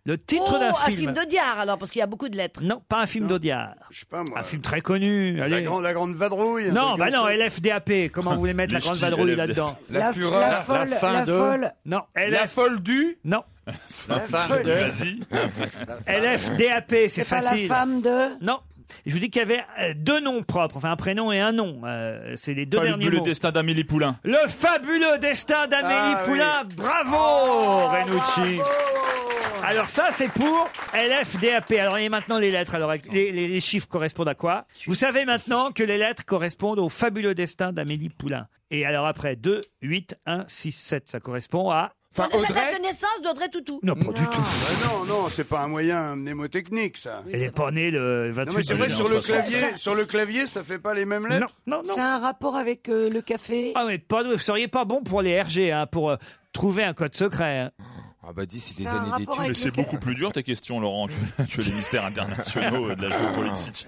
[SPEAKER 3] Le titre
[SPEAKER 7] Oh,
[SPEAKER 3] d'un
[SPEAKER 7] un film d'Audiard alors, parce qu'il y a beaucoup de lettres.
[SPEAKER 3] Non, pas un film d'Audiard.
[SPEAKER 5] Je sais pas moi.
[SPEAKER 3] Un film très connu.
[SPEAKER 5] La, grande- la grande vadrouille. un
[SPEAKER 3] Non,
[SPEAKER 5] truc
[SPEAKER 3] bah
[SPEAKER 5] comme
[SPEAKER 3] non,
[SPEAKER 5] ça.
[SPEAKER 3] LFDAP. Comment vous voulez mettre la
[SPEAKER 5] Les
[SPEAKER 3] grande
[SPEAKER 5] ch'tis,
[SPEAKER 3] vadrouille
[SPEAKER 5] LFDAP.
[SPEAKER 3] là-dedans
[SPEAKER 5] La La- fureur. la folle- la folle.
[SPEAKER 3] Non,
[SPEAKER 5] La
[SPEAKER 3] folle du Non.
[SPEAKER 8] La femme de- Ah, Vas-y.
[SPEAKER 3] LFDAP, c'est
[SPEAKER 11] C'est pas la
[SPEAKER 3] facile.
[SPEAKER 11] femme de.
[SPEAKER 3] Non. Je vous dis qu'il y avait euh, deux noms propres, enfin un prénom et un nom. Euh, c'est les deux derniers
[SPEAKER 8] Fabuleux
[SPEAKER 3] mots.
[SPEAKER 8] destin d'Amélie Poulain.
[SPEAKER 3] Le fabuleux destin d'Amélie
[SPEAKER 8] Ah, oui. Oh,
[SPEAKER 3] Poulain. Bravo, Renucci. Alors ça, c'est pour LFDAP. Alors il y a maintenant les lettres. Alors les, les- les chiffres correspondent à quoi Vous savez maintenant que les lettres correspondent au fabuleux destin d'Amélie Poulain. Et alors après 2, 8, 1, 6, 7, ça correspond à... Ah
[SPEAKER 7] Enfin, C'est la date de naissance d'Audrey Toutou.
[SPEAKER 3] Bah, Non, pas du tout.
[SPEAKER 5] Bah non, non, c'est pas un moyen mnémotechnique, ça.
[SPEAKER 3] Elle est pas née le 28
[SPEAKER 5] Non, mais c'est vrai,
[SPEAKER 3] juillet,
[SPEAKER 5] sur le,
[SPEAKER 3] en
[SPEAKER 5] clavier,
[SPEAKER 3] 60.
[SPEAKER 5] sur le clavier, ça fait pas les mêmes lettres
[SPEAKER 11] C'est un rapport avec euh, le café.
[SPEAKER 3] Ah mais pas, vous seriez pas bon pour les RG, hein, pour euh, trouver un code secret. Ah bah dis,
[SPEAKER 11] des Ça a un années rapport d'études. avec
[SPEAKER 8] Mais
[SPEAKER 11] le
[SPEAKER 8] c'est beaucoup plus dur tes questions, Laurent, que, que les mystères internationaux euh, de la géopolitique.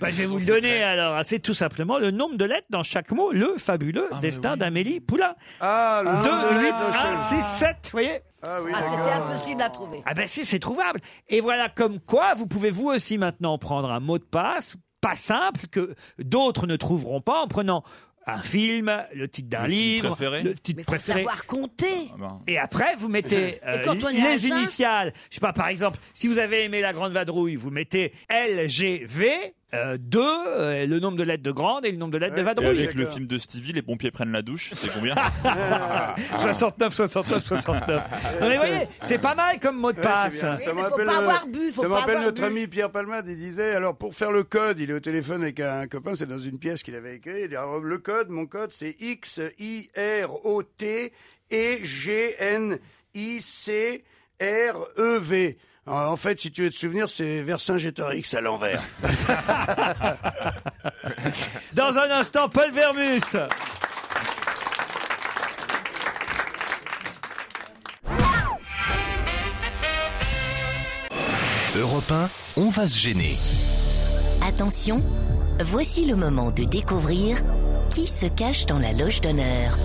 [SPEAKER 3] Bah, je vais vous le donner alors. Ah, C'est tout simplement le nombre de lettres dans chaque mot. Le fabuleux
[SPEAKER 8] Ah,
[SPEAKER 3] destin d'Amélie Poulain.
[SPEAKER 5] Ah,
[SPEAKER 3] 2,
[SPEAKER 5] le nombre de
[SPEAKER 3] 8,
[SPEAKER 5] lettres,
[SPEAKER 3] 1,
[SPEAKER 5] je
[SPEAKER 3] 6, 7, vous voyez
[SPEAKER 5] Ah oui,
[SPEAKER 7] Ah,
[SPEAKER 5] d'accord.
[SPEAKER 7] c'était impossible à trouver.
[SPEAKER 3] Ah ben si, c'est trouvable. Et voilà comme quoi, vous pouvez vous aussi maintenant prendre un mot de passe, pas simple, que d'autres ne trouveront pas en prenant un film, le titre d'un
[SPEAKER 4] Ah,
[SPEAKER 8] Le film
[SPEAKER 3] livre,
[SPEAKER 8] préféré.
[SPEAKER 3] le titre
[SPEAKER 8] Mais faut
[SPEAKER 3] préféré.
[SPEAKER 7] Savoir compter.
[SPEAKER 4] bah.
[SPEAKER 3] Et après, vous mettez
[SPEAKER 7] Ah ben. Et
[SPEAKER 3] euh,
[SPEAKER 7] quand on est à
[SPEAKER 3] les
[SPEAKER 7] jeun
[SPEAKER 3] initiales. Je sais pas, par exemple, si vous avez aimé La Grande Vadrouille, vous mettez LGV. euh, deux, euh, le nombre de lettres de Grande et le nombre de lettres de
[SPEAKER 8] Et
[SPEAKER 3] Vadrouille.
[SPEAKER 8] avec le film de Stevie, les pompiers prennent la douche, c'est combien
[SPEAKER 5] Ah.
[SPEAKER 3] Ah, 69, 69, 69. Non, mais voyez, c'est pas mal comme mot de
[SPEAKER 5] Ouais, Eh, c'est bien.
[SPEAKER 3] passe.
[SPEAKER 5] Ça me rappelle, euh, ça me rappelle notre ami Pierre Palmade. Il disait alors pour faire le code, il est au téléphone avec un copain. C'est dans une pièce qu'il avait écrite. Il dit, alors, le code, mon code, c'est X I R O T E G N I C R E V. En en fait, si tu veux te souvenir, c'est Vercingétorix à l'envers.
[SPEAKER 3] Dans un instant, Paul Vermus.
[SPEAKER 2] Europe 1, on va se gêner.
[SPEAKER 1] Attention, voici le moment de découvrir qui se cache dans la loge d'honneur.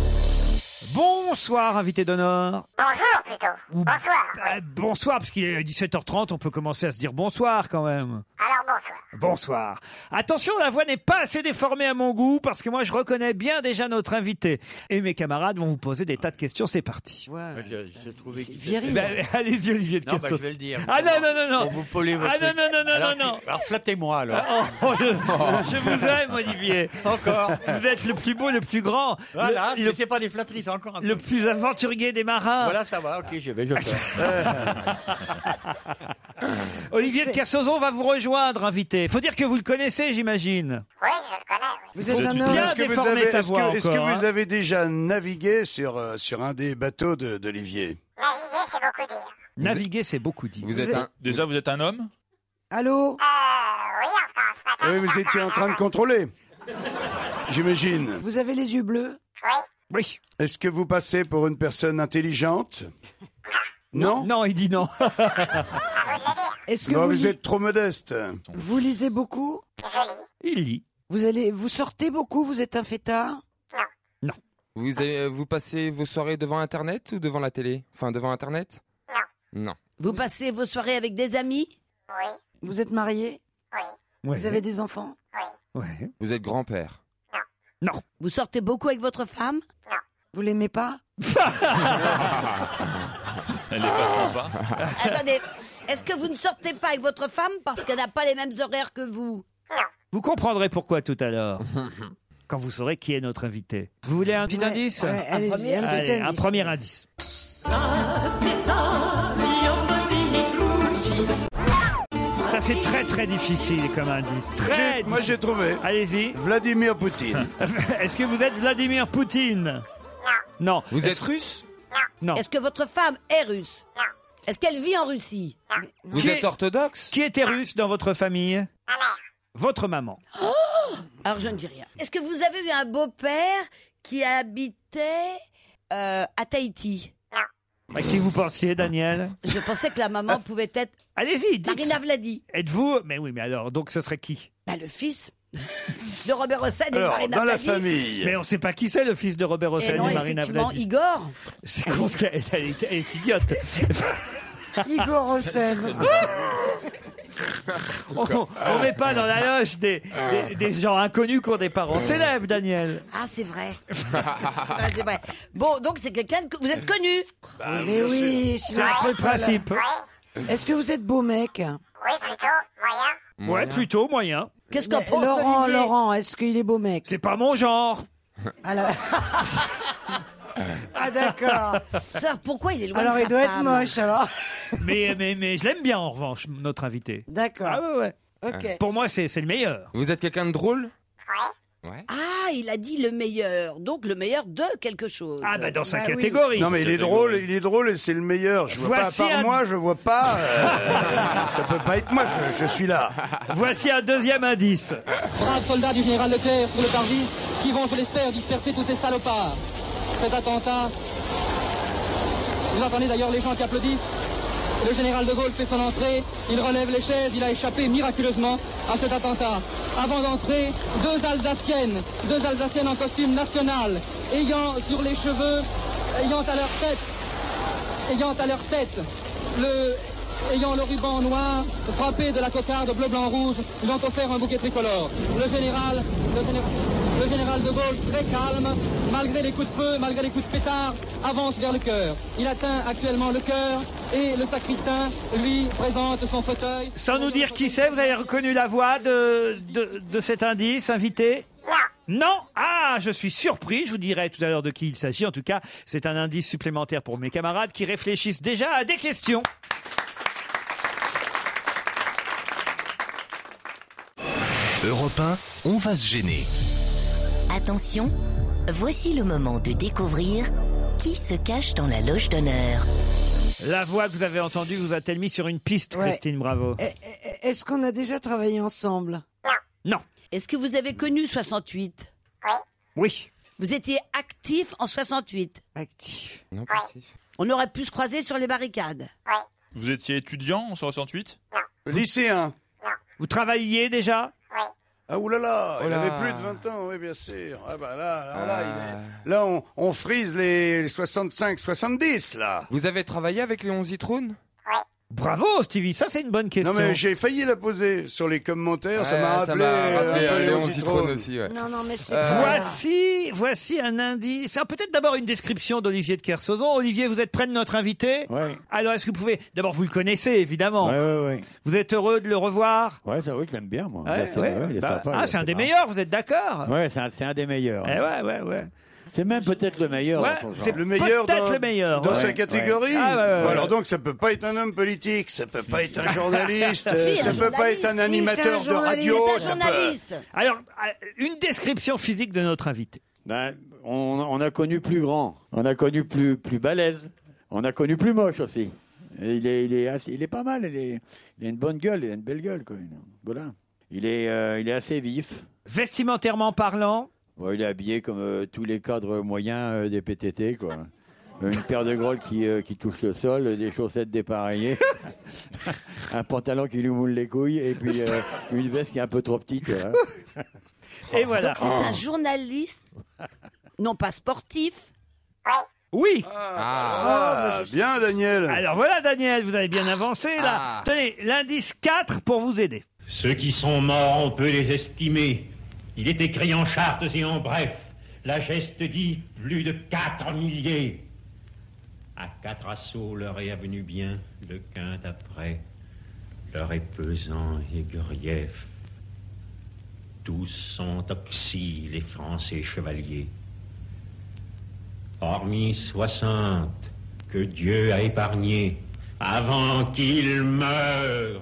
[SPEAKER 3] Bonsoir, invité d'honneur.
[SPEAKER 18] Bonjour plutôt. Bonsoir.
[SPEAKER 3] Euh, bonsoir, parce qu'il est 17h30, on peut commencer à se dire bonsoir quand même.
[SPEAKER 18] Alors bonsoir.
[SPEAKER 3] Bonsoir. Attention, la voix n'est pas assez déformée à mon goût, parce que moi je reconnais bien déjà notre invité. Et mes camarades vont vous poser des tas de questions, c'est parti.
[SPEAKER 6] Je, je trouvais qu'il-
[SPEAKER 3] viril. Ben, allez-y, Olivier de
[SPEAKER 6] Non, bah,
[SPEAKER 3] Kersauzon.
[SPEAKER 6] je vais le dire.
[SPEAKER 3] Ah non, non, non, non.
[SPEAKER 6] Pour vous poler votre
[SPEAKER 3] Ah non,
[SPEAKER 6] truc.
[SPEAKER 3] non, non, non,
[SPEAKER 6] Alors,
[SPEAKER 3] non, non.
[SPEAKER 6] qui- Alors flattez-moi alors.
[SPEAKER 3] Oh, je, je vous aime, Olivier. Encore. Vous êtes le plus beau, le plus grand.
[SPEAKER 6] Voilà,
[SPEAKER 3] le,
[SPEAKER 6] ne sais pas des flatteries, c'est encore un
[SPEAKER 3] le plus aventurier des marins.
[SPEAKER 6] Voilà, ça va, ok, je vais, je fais.
[SPEAKER 3] Olivier de Kersauzon va vous rejoindre, invité. Faut dire que vous le connaissez, j'imagine.
[SPEAKER 18] Oui, je le connais.
[SPEAKER 3] Vous êtes un homme. Bien
[SPEAKER 5] Est-ce que vous
[SPEAKER 3] déformé,
[SPEAKER 5] avez-
[SPEAKER 3] sa
[SPEAKER 5] est-ce que-
[SPEAKER 3] voix
[SPEAKER 5] Est-ce que,
[SPEAKER 3] encore,
[SPEAKER 5] vous
[SPEAKER 3] hein.
[SPEAKER 5] avez déjà navigué sur, euh, sur un des bateaux de- d'Olivier
[SPEAKER 18] Naviguer, c'est beaucoup dire.
[SPEAKER 3] Naviguer, c'est beaucoup dit.
[SPEAKER 5] Vous êtes un-
[SPEAKER 8] Déjà, vous êtes un homme
[SPEAKER 5] Allô
[SPEAKER 18] Euh,
[SPEAKER 5] Oui, Ah, vous étiez en train de contrôler, j'imagine.
[SPEAKER 11] Vous avez les yeux bleus
[SPEAKER 3] Oui.
[SPEAKER 5] Est-ce que vous passez pour une personne intelligente Non
[SPEAKER 3] Non, il dit non.
[SPEAKER 11] Est-ce que
[SPEAKER 5] Non, vous,
[SPEAKER 11] vous, li-
[SPEAKER 5] êtes trop modeste.
[SPEAKER 11] vous lisez beaucoup
[SPEAKER 3] Il lit.
[SPEAKER 11] Vous allez, vous sortez beaucoup Vous êtes un fêtard
[SPEAKER 4] Vous, avez- vous passez vos soirées devant Internet ou devant la télé Enfin, devant Internet Non.
[SPEAKER 7] Vous passez vos soirées avec des amis Oui.
[SPEAKER 11] Vous êtes marié
[SPEAKER 4] Ouais.
[SPEAKER 11] Vous avez des enfants
[SPEAKER 4] Vous êtes grand-père
[SPEAKER 3] Non.
[SPEAKER 7] Vous sortez beaucoup avec votre femme Non.
[SPEAKER 11] Vous l'aimez pas
[SPEAKER 8] Elle est pas sympa.
[SPEAKER 7] Attendez, est-ce que vous ne sortez pas avec votre femme parce qu'elle n'a pas les mêmes horaires que vous
[SPEAKER 3] Vous comprendrez pourquoi tout à l'heure. Quand vous saurez qui est notre invité. Vous voulez un petit indice
[SPEAKER 15] ouais, Un allez-y, premier un petit
[SPEAKER 3] Allez,
[SPEAKER 15] indice.
[SPEAKER 3] premier indice. Ça, c'est très très difficile comme indice. Très Moi, j'ai trouvé. Allez-y. Vladimir Poutine. Est-ce que vous êtes Vladimir Poutine Non.
[SPEAKER 4] Vous
[SPEAKER 3] Est-ce-
[SPEAKER 4] êtes russe
[SPEAKER 3] Non.
[SPEAKER 7] Est-ce que votre femme est russe Non. Est-ce qu'elle vit en Russie
[SPEAKER 4] Vous êtes orthodoxe
[SPEAKER 3] Qui était russe dans votre famille Votre maman.
[SPEAKER 7] Oh Alors je ne dis rien. Est-ce que vous avez eu un beau-père qui habitait euh, à Tahiti
[SPEAKER 3] À qui vous pensiez, Daniel
[SPEAKER 7] Je pensais que la
[SPEAKER 3] Ah.
[SPEAKER 7] maman pouvait être
[SPEAKER 3] Allez-y,
[SPEAKER 7] Marina Vladi.
[SPEAKER 3] Êtes-vous Mais oui, mais alors, donc ce serait qui
[SPEAKER 7] Bah, le fils de Robert Hossein et de Marina Vladi.
[SPEAKER 3] Mais on ne sait pas qui c'est le fils de Robert Hossein
[SPEAKER 7] Et non,
[SPEAKER 3] et Marina
[SPEAKER 7] effectivement,
[SPEAKER 3] Vladi.
[SPEAKER 7] Igor.
[SPEAKER 3] C'est con ce qu'elle elle, est- elle est idiote.
[SPEAKER 11] Igor Olsen.
[SPEAKER 3] on ne met pas dans la loge des, des, des gens inconnus qui ont des parents célèbres, Daniel.
[SPEAKER 7] Ah, c'est vrai. C'est vrai, c'est vrai. Bon, donc c'est quelqu'un de... vous êtes connu.
[SPEAKER 11] Mais Bah, oui, sinon
[SPEAKER 3] C'est
[SPEAKER 11] je serais
[SPEAKER 3] le
[SPEAKER 11] pas là. Ah,
[SPEAKER 3] principe.
[SPEAKER 11] Est-ce que vous êtes beau mec
[SPEAKER 18] Oui, plutôt moyen.
[SPEAKER 3] Ouais, plutôt moyen.
[SPEAKER 7] Qu'est-ce
[SPEAKER 11] qu'en
[SPEAKER 7] pense
[SPEAKER 11] Laurent,
[SPEAKER 7] Olivier
[SPEAKER 11] Laurent, est-ce qu'il est beau mec
[SPEAKER 3] C'est pas mon genre.
[SPEAKER 11] Alors... ah d'accord.
[SPEAKER 7] Ça, pourquoi il est loin
[SPEAKER 11] Alors
[SPEAKER 7] de sa
[SPEAKER 11] il doit
[SPEAKER 7] femme
[SPEAKER 11] être moche alors.
[SPEAKER 3] Mais, mais, mais je l'aime bien en revanche, notre invité.
[SPEAKER 11] D'accord.
[SPEAKER 3] Ah ouais, ouais.
[SPEAKER 7] Ok.
[SPEAKER 3] Pour moi, c'est c'est le meilleur.
[SPEAKER 4] Vous êtes quelqu'un de drôle
[SPEAKER 7] Ah, il a dit le meilleur, donc le meilleur de quelque chose.
[SPEAKER 3] Ah bah dans sa
[SPEAKER 5] Non, mais il est drôle, il est drôle et c'est le meilleur. Je vois
[SPEAKER 3] Voici
[SPEAKER 5] pas, à part
[SPEAKER 3] un-
[SPEAKER 5] moi, je vois pas. euh, ça peut pas être moi, je, je suis là.
[SPEAKER 3] Voici un deuxième indice.
[SPEAKER 19] Trois soldats du général Leclerc sur le parvis qui vont, je l'espère, disperser tous ces salopards. Cet attentat, vous entendez d'ailleurs les gens qui applaudissent. Le général de Gaulle fait son entrée, il relève les chaises, il a échappé miraculeusement à cet attentat. Avant d'entrer, deux Alsaciennes, deux Alsaciennes en costume national, ayant sur les cheveux, ayant à leur tête, ayant à leur tête le ayant le ruban noir frappé de la cocarde bleu blanc rouge, ils ont offert un bouquet tricolore. Le général, le général. Le général de Gaulle, très calme, malgré les coups de feu, malgré les coups de pétard, avance vers le cœur. Il atteint actuellement le cœur et le sacristain lui présente son fauteuil.
[SPEAKER 3] Sans nous dire qui c'est, vous avez reconnu la voix de, de, de cet indice, invité non Ah, je suis surpris, je vous dirai tout à l'heure de qui il s'agit. En tout cas, c'est un indice supplémentaire pour mes camarades qui réfléchissent déjà à des questions.
[SPEAKER 2] Europe 1, on va se gêner.
[SPEAKER 1] Attention, voici le moment de découvrir qui se cache dans la loge d'honneur.
[SPEAKER 3] La voix que vous avez entendue vous a-t-elle mis sur une piste,
[SPEAKER 11] Ouais.
[SPEAKER 3] Christine Bravo
[SPEAKER 11] Eh, eh, Est-ce qu'on a déjà travaillé ensemble
[SPEAKER 3] Non.
[SPEAKER 7] Est-ce que vous avez connu 68
[SPEAKER 3] Oui.
[SPEAKER 7] Vous étiez actif en 68
[SPEAKER 11] Actif.
[SPEAKER 8] Non,
[SPEAKER 7] On aurait pu se croiser sur les barricades.
[SPEAKER 8] Vous étiez étudiant en 68
[SPEAKER 5] Lycéen.
[SPEAKER 3] Vous travailliez déjà
[SPEAKER 5] Ah oulala,
[SPEAKER 8] Oh
[SPEAKER 5] il
[SPEAKER 8] là.
[SPEAKER 5] avait plus de 20 ans, oui bien sûr. Ah bah là, là, là,
[SPEAKER 4] Euh.
[SPEAKER 5] il est- là, on, on frise les 65-70 là.
[SPEAKER 4] Vous avez travaillé avec Léon Zitrone
[SPEAKER 3] Bravo Stevie, ça c'est une bonne question.
[SPEAKER 5] Non mais j'ai failli la poser sur les commentaires, ça
[SPEAKER 4] Ouais,
[SPEAKER 5] m'a
[SPEAKER 4] ça
[SPEAKER 5] rappelé,
[SPEAKER 4] m'a
[SPEAKER 5] euh,
[SPEAKER 4] rappelé,
[SPEAKER 5] un peu
[SPEAKER 4] euh,
[SPEAKER 5] Léon
[SPEAKER 4] Léon
[SPEAKER 5] Zitrone.
[SPEAKER 4] Zitrone aussi, ouais.
[SPEAKER 11] Non, non, mais c'est
[SPEAKER 3] Voici, voici un indice. Ah, Peut-être d'abord une description d'Olivier de Kersauzon. Olivier, vous êtes près de notre invité
[SPEAKER 6] Oui.
[SPEAKER 3] Alors, est-ce que vous pouvez... D'abord, vous le connaissez, évidemment.
[SPEAKER 6] Oui, oui, oui.
[SPEAKER 3] Vous êtes heureux de le revoir
[SPEAKER 6] Ouais, c'est vrai que je l'aime bien, moi.
[SPEAKER 3] Ouais,
[SPEAKER 6] Il est-
[SPEAKER 3] ouais.
[SPEAKER 6] ouais, il est
[SPEAKER 3] Bah,
[SPEAKER 6] sympa, il
[SPEAKER 3] ah,
[SPEAKER 6] est
[SPEAKER 3] c'est un des
[SPEAKER 6] sympa.
[SPEAKER 3] meilleurs, vous êtes d'accord
[SPEAKER 6] Ouais, c'est un, c'est un des meilleurs.
[SPEAKER 3] Ah.
[SPEAKER 6] hein.
[SPEAKER 3] Eh ouais, ouais, ouais.
[SPEAKER 6] C'est même peut-être le meilleur.
[SPEAKER 3] Ouais,
[SPEAKER 6] dans son genre.
[SPEAKER 3] c'est Le meilleur peut-être dans- le meilleur,
[SPEAKER 5] Dans
[SPEAKER 3] ouais.
[SPEAKER 5] sa
[SPEAKER 3] Ouais.
[SPEAKER 5] catégorie
[SPEAKER 3] Ah, ouais, ouais,
[SPEAKER 5] Bon,
[SPEAKER 3] ouais.
[SPEAKER 5] Alors donc ça peut pas être un homme politique, ça peut pas être un journaliste, euh,
[SPEAKER 3] Si,
[SPEAKER 5] ça
[SPEAKER 3] un
[SPEAKER 5] peut pas être un
[SPEAKER 3] journaliste.
[SPEAKER 5] animateur
[SPEAKER 3] Si,
[SPEAKER 5] de
[SPEAKER 3] c'est un
[SPEAKER 5] radio,
[SPEAKER 3] journaliste.
[SPEAKER 5] ça peut-
[SPEAKER 3] Alors, euh, une description physique de notre invité.
[SPEAKER 6] Ben, on, on a connu plus grand, on a connu plus, plus balèze, on a connu plus moche aussi. Et il, est, il, est assez- il est pas mal, il, est, il a une bonne gueule, il a une belle gueule. Quoi. Il- Voilà. Il, est, euh, il est assez vif.
[SPEAKER 3] Vestimentairement parlant
[SPEAKER 6] Bon, il est habillé comme euh, tous les cadres moyens euh, des PTT. Quoi. Euh, Une paire de grolles qui, euh, qui touche le sol, euh, des chaussettes dépareillées, un pantalon qui lui moule les couilles et puis euh, une veste qui est un peu trop petite. hein.
[SPEAKER 3] Et voilà. Oh.
[SPEAKER 7] Donc c'est un journaliste, non pas sportif.
[SPEAKER 3] Oui
[SPEAKER 5] Ah, bien Daniel Ah.
[SPEAKER 3] Alors voilà Daniel, vous avez bien avancé là. Tenez, l'indice 4 pour vous aider.
[SPEAKER 20] Ceux qui sont morts, on peut les estimer. Il est écrit en chartes et en bref. La geste dit plus de 4 milliers. À quatre assauts, l'heure est avenue bien, le quint après. L'heure est pesant et grief. Tous sont oxy, les Français chevaliers. Hormis 60, que Dieu a épargné, avant qu'ils meurent,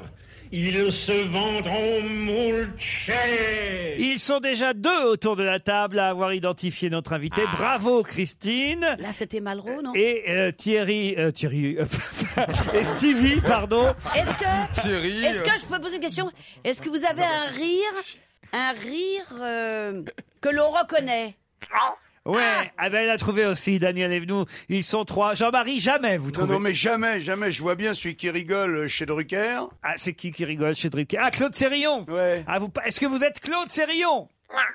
[SPEAKER 20] ils se vendront moult cher.
[SPEAKER 3] Ils sont déjà deux autour de la table à avoir identifié notre invité. Bravo Christine
[SPEAKER 7] Là c'était Malraux, non
[SPEAKER 3] et euh, Thierry euh, Thierry euh, et Stevie, pardon.
[SPEAKER 7] Est-ce que
[SPEAKER 3] Thierry,
[SPEAKER 7] Est-ce
[SPEAKER 3] euh,
[SPEAKER 7] que je peux poser une question Est-ce que vous avez un rire, un rire euh, que l'on reconnaît
[SPEAKER 3] Ouais, ah ben elle a trouvé aussi Daniel et nous, ils sont trois. Jean-Marie jamais vous
[SPEAKER 5] Non,
[SPEAKER 3] trouvez.
[SPEAKER 5] non, mais jamais, jamais. Je vois bien celui qui rigole euh, chez Drucker.
[SPEAKER 3] Ah, c'est qui qui rigole chez Drucker Ah, Claude Sérillon ah, vous... Est-ce que vous êtes Claude Sérillon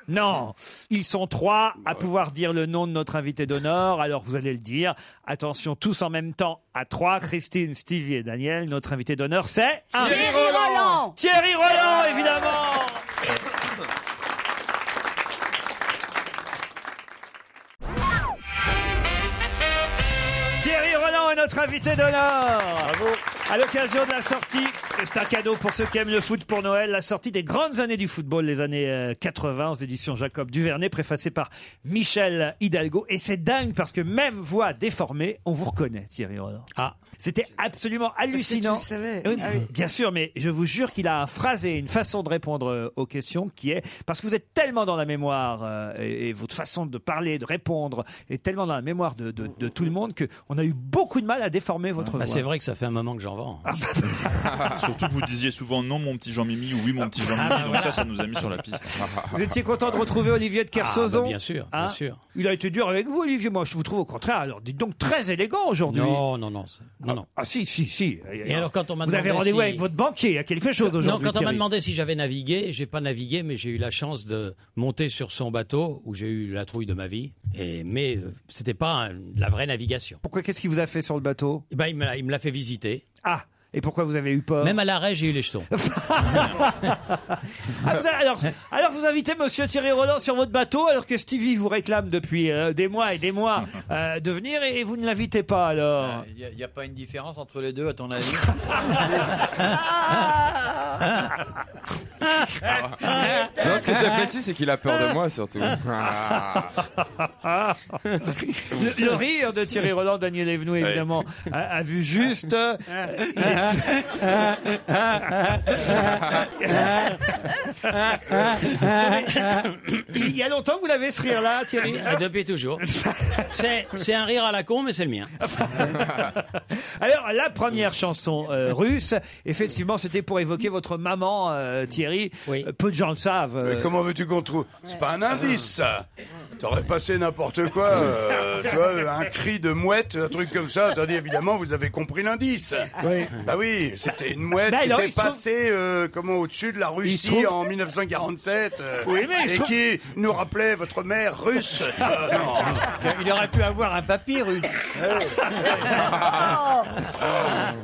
[SPEAKER 3] non, ils sont trois à pouvoir dire le nom de notre invité d'honneur, alors vous allez le dire. Attention, tous en même temps, à trois, Christine, Stevie et Daniel. Notre invité d'honneur, c'est... un.
[SPEAKER 7] Thierry Roland
[SPEAKER 3] Thierry Roland, évidemment Thierry Roland est notre invité d'honneur. Bravo. À l'occasion de la sortie, c'est un cadeau pour ceux qui aiment le foot pour Noël, la sortie des grandes années du football, les années euh, 80, aux éditions Jacob Duvernay, préfacée par Michel Hidalgo. Et c'est dingue parce que même voix déformée, on vous reconnaît, Thierry Roland. Ah. C'était absolument hallucinant.
[SPEAKER 11] Parce que tu le savais.
[SPEAKER 3] Eh oui,
[SPEAKER 11] Ah oui.
[SPEAKER 3] Bien sûr, mais je vous jure qu'il a un phrase et une façon de répondre euh, aux questions qui est parce que vous êtes tellement dans la mémoire euh, et, et votre façon de parler, de répondre est tellement dans la mémoire de, de- de tout le monde que on a eu beaucoup de mal à déformer votre voix.
[SPEAKER 21] Bah, c'est vrai que ça fait un moment que j'en vends.
[SPEAKER 8] Ah, bah, Surtout que vous disiez souvent non mon petit Jean-Mimi ou oui mon petit
[SPEAKER 21] Ah, bah
[SPEAKER 8] Jean-Mimi, donc ça, ça nous a mis sur la piste.
[SPEAKER 3] Vous étiez content de retrouver Olivier de Kersauzon
[SPEAKER 21] Ah, bah, bien sûr, bien sûr.
[SPEAKER 3] Il a été dur avec vous, Olivier. Moi, je vous trouve au contraire. Alors, dites donc très élégant aujourd'hui.
[SPEAKER 21] Non, non, non. c'est- non, non.
[SPEAKER 3] Ah si, si, si.
[SPEAKER 21] Et alors, quand on m'a
[SPEAKER 3] vous avez
[SPEAKER 21] demandé
[SPEAKER 3] rendez-vous
[SPEAKER 21] si-
[SPEAKER 3] avec votre banquier, il y a quelque chose
[SPEAKER 21] Non,
[SPEAKER 3] aujourd'hui.
[SPEAKER 21] quand on m'a
[SPEAKER 3] Thierry.
[SPEAKER 21] demandé si j'avais navigué, j'ai pas navigué, mais j'ai eu la chance de monter sur son bateau où j'ai eu la trouille de ma vie. Et mais euh, c'était pas un- de la vraie navigation.
[SPEAKER 3] Pourquoi Qu'est-ce qu'il vous a fait sur le bateau
[SPEAKER 21] Eh ben, il me l'a- il me l'a fait visiter.
[SPEAKER 3] Ah. Et pourquoi vous avez eu peur
[SPEAKER 21] Même à l'arrêt, j'ai eu les jetons.
[SPEAKER 3] Ah, vous avez- alors, alors vous invitez Monsieur Thierry Roland sur votre bateau alors que Stevie vous réclame depuis euh, des mois et des mois euh, de venir et, et vous ne l'invitez pas
[SPEAKER 4] Ah,
[SPEAKER 3] alors.
[SPEAKER 6] Il n'y a, pas une différence entre les deux, à ton avis
[SPEAKER 4] Non, ce que j'apprécie, c'est qu'il a peur de moi surtout.
[SPEAKER 3] Le, le rire de Thierry Roland, Daniel Evenou évidemment a, a vu juste. euh, Il y a longtemps que vous avez ce rire-là, Thierry
[SPEAKER 21] Euh, Depuis toujours. C'est c'est un rire à la con, mais c'est le mien.
[SPEAKER 3] Alors, la première chanson euh, russe, effectivement, c'était pour évoquer votre maman, euh, Thierry. Euh, Peu de gens le savent. euh.
[SPEAKER 5] Mais comment veux-tu qu'on trouve C'est pas un indice, ça T'aurais passé n'importe quoi, euh, tu vois, un cri de mouette, un truc comme ça. Attendez, évidemment, vous avez compris l'indice.
[SPEAKER 3] Oui.
[SPEAKER 5] Bah oui, c'était une mouette
[SPEAKER 3] Bah
[SPEAKER 5] qui
[SPEAKER 3] alors,
[SPEAKER 5] était
[SPEAKER 3] il se trouve-
[SPEAKER 5] passée euh, comment, au-dessus de la Russie
[SPEAKER 3] trouve-
[SPEAKER 5] en 1947 euh,
[SPEAKER 3] Oui, mais il se
[SPEAKER 5] et
[SPEAKER 3] trouve- Ah,
[SPEAKER 5] qui nous rappelait votre mère russe. Euh, non. Eh.
[SPEAKER 3] Il aurait pu avoir un papier russe.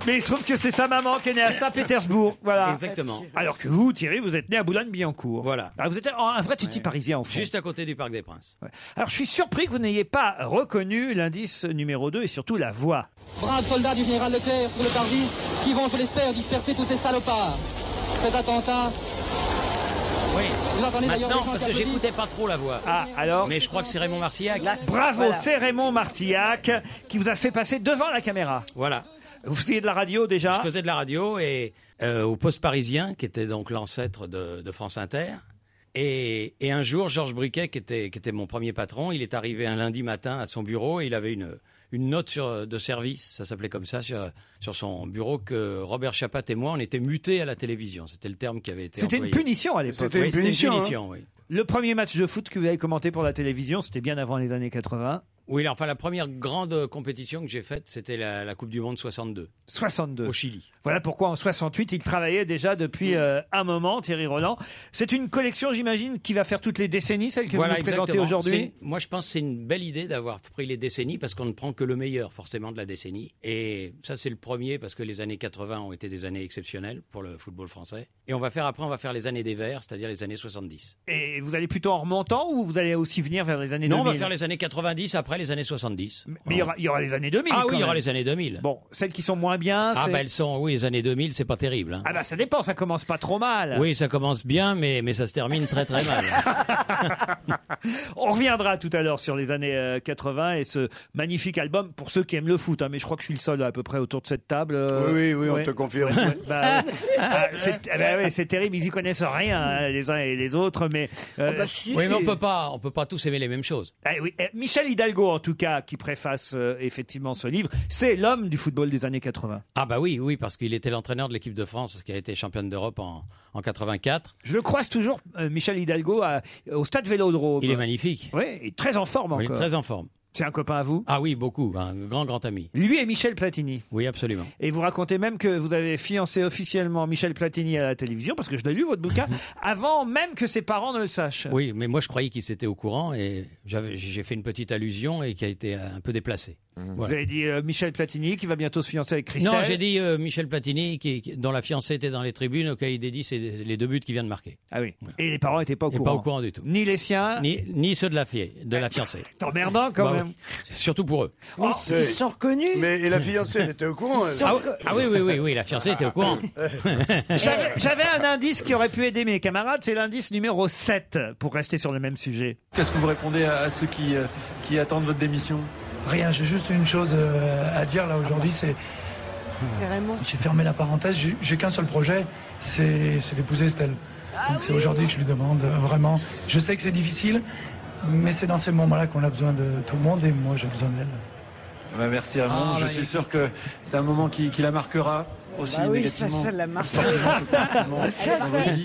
[SPEAKER 3] Mais il se trouve que c'est sa maman qui est née à Saint-Pétersbourg. Voilà.
[SPEAKER 21] Exactement.
[SPEAKER 3] Alors que vous, Thierry, vous êtes né à Boulogne-Billancourt. Voilà. vous êtes un un vrai tutti parisien, en fait.
[SPEAKER 21] Juste à côté du Parc des Princes.
[SPEAKER 3] Alors, je suis surpris que vous n'ayez pas reconnu l'indice numéro 2 et surtout la voix.
[SPEAKER 19] Braves soldats du général Leclerc sur le parvis qui vont, je l'espère, disperser tous ces salopards. Cet attentat.
[SPEAKER 21] Oui.
[SPEAKER 19] Vous entendez d'ailleurs les gens
[SPEAKER 21] Maintenant, parce
[SPEAKER 19] qui
[SPEAKER 21] que
[SPEAKER 19] applaudissent.
[SPEAKER 21] j'écoutais pas trop la voix.
[SPEAKER 3] Ah, alors
[SPEAKER 21] Mais je crois que c'est Raymond Marcillac.
[SPEAKER 3] Bravo, c'est Raymond Martillac qui vous a fait passer devant la caméra.
[SPEAKER 21] Voilà.
[SPEAKER 3] Vous faisiez de la radio déjà
[SPEAKER 21] Je faisais de la radio et euh, au Poste Parisien, qui était donc l'ancêtre de, de France Inter. Et, et un jour, Georges Briquet, qui était, qui était mon premier patron, il est arrivé un lundi matin à son bureau et il avait une, une note sur, de service, ça s'appelait comme ça, sur, sur son bureau, que Robert Chapat et moi, on était mutés à la télévision. C'était le terme qui avait été
[SPEAKER 3] C'était une
[SPEAKER 21] employé.
[SPEAKER 3] punition à l'époque.
[SPEAKER 21] Oui, C'était une punition, hein. oui.
[SPEAKER 3] Le premier match de foot que vous avez commenté pour la télévision, c'était bien avant les années 80.
[SPEAKER 21] Oui, enfin, la première grande euh, compétition que j'ai faite, c'était la, la Coupe du Monde 62.
[SPEAKER 3] 62.
[SPEAKER 21] Au Chili.
[SPEAKER 3] Voilà pourquoi en 68, il travaillait déjà depuis euh, un moment, Thierry Roland. C'est une collection, j'imagine, qui va faire toutes les décennies, celle que vous nous présentez
[SPEAKER 21] exactement.
[SPEAKER 3] aujourd'hui.
[SPEAKER 21] C'est- Moi, je pense que c'est une belle idée d'avoir pris les décennies parce qu'on ne prend que le meilleur, forcément, de la décennie. Et ça, c'est le premier parce que les années 80 ont été des années exceptionnelles pour le football français. Et on va faire après, on va faire les années des Verts, c'est-à-dire les années 70.
[SPEAKER 3] Et vous allez plutôt en remontant ou vous allez aussi venir vers les années
[SPEAKER 21] non,
[SPEAKER 3] 2000
[SPEAKER 21] on va faire les années 90 après les années 70.
[SPEAKER 3] Mais il y aura- il y aura les années 2000
[SPEAKER 21] Ah
[SPEAKER 3] quand
[SPEAKER 21] oui, il y aura
[SPEAKER 3] même.
[SPEAKER 21] les années 2000.
[SPEAKER 3] Bon, celles qui sont moins bien.
[SPEAKER 21] Ah
[SPEAKER 3] c'est-
[SPEAKER 21] bah elles sont, oui, les années 2000, c'est pas terrible. hein.
[SPEAKER 3] Ah bah ça dépend, ça commence pas trop mal.
[SPEAKER 21] Oui, ça commence bien, mais, mais ça se termine très très mal.
[SPEAKER 3] On reviendra tout à l'heure sur les années euh, 80 et ce magnifique album pour ceux qui aiment le foot. hein, mais je crois que je suis le seul à peu près autour de cette table. euh,
[SPEAKER 5] Oui, oui, oui, on
[SPEAKER 3] ouais.
[SPEAKER 5] te confirme.
[SPEAKER 3] Ouais, bah, oui. Ah, c'est ah, bah, ouais, c'est terrible, ils y connaissent rien hein, les uns et les autres. Mais euh,
[SPEAKER 21] Ah oui, mais on peut pas, on peut pas tous aimer les mêmes choses.
[SPEAKER 3] Ah oui, eh, Michel Hidalgo, en tout cas, qui préface euh, effectivement ce livre, c'est l'homme du football des années 80.
[SPEAKER 21] Ah bah oui, oui, parce qu'il était l'entraîneur de l'équipe de France qui a été championne d'Europe en, en 84.
[SPEAKER 3] Je le croise toujours, euh, Michel Hidalgo, à- au stade Vélodrome.
[SPEAKER 21] Il est magnifique.
[SPEAKER 3] Oui, il est très en forme
[SPEAKER 21] Oui,
[SPEAKER 3] encore.
[SPEAKER 21] Il est très en forme.
[SPEAKER 3] C'est un copain à vous
[SPEAKER 21] Ah oui, beaucoup, un grand grand ami.
[SPEAKER 3] Lui et Michel Platini.
[SPEAKER 21] Oui, absolument.
[SPEAKER 3] Et vous racontez même que vous avez fiancé officiellement Michel Platini à la télévision, parce que je l'ai lu, votre bouquin, avant même que ses parents ne le sachent.
[SPEAKER 21] Oui, mais moi je croyais qu'il s'était au courant et j'avais- j'ai fait une petite allusion et qui a été un peu déplacée.
[SPEAKER 3] Vous
[SPEAKER 21] Voilà.
[SPEAKER 3] avez dit euh, Michel Platini qui va bientôt se fiancer avec Christelle.
[SPEAKER 21] Non, j'ai dit euh, Michel Platini, qui, qui- dont la fiancée était dans les tribunes, auquel il dédie ses- les deux buts qu'il vient de marquer.
[SPEAKER 3] Ah oui. Et les parents n'étaient pas au
[SPEAKER 21] Et
[SPEAKER 3] courant.
[SPEAKER 21] pas au courant du tout.
[SPEAKER 3] Ni les siens.
[SPEAKER 21] Ni, ni ceux de la, fille, de la fiancée.
[SPEAKER 3] T'emmerdant quand
[SPEAKER 21] Bah oui.
[SPEAKER 3] même.
[SPEAKER 21] Surtout pour eux.
[SPEAKER 5] Oh, c'est-
[SPEAKER 11] reconnus.
[SPEAKER 5] Mais et la fiancée, elle était au courant. elle
[SPEAKER 21] Ah, oui- ah oui, oui, oui, oui, la fiancée était au courant.
[SPEAKER 3] J'avais j'avais un indice qui aurait pu aider mes camarades, c'est l'indice numéro 7, pour rester sur le même sujet.
[SPEAKER 9] Qu'est-ce que vous répondez à, à ceux qui, euh, qui attendent votre démission
[SPEAKER 14] Rien, j'ai juste une chose euh, à dire là aujourd'hui, c'est. J'ai fermé la parenthèse, j'ai- j'ai qu'un seul projet, c'est c'est d'épouser Estelle. Donc c'est aujourd'hui que je lui demande euh, vraiment. Je sais que c'est difficile, mais c'est dans ces moments-là qu'on a besoin de tout le monde et moi j'ai besoin d'elle.
[SPEAKER 9] Eh ben, Merci Raymond,
[SPEAKER 14] Ah,
[SPEAKER 9] je
[SPEAKER 14] bah,
[SPEAKER 9] suis
[SPEAKER 14] il-
[SPEAKER 9] sûr que c'est un moment qui, qui la marquera aussi négativement.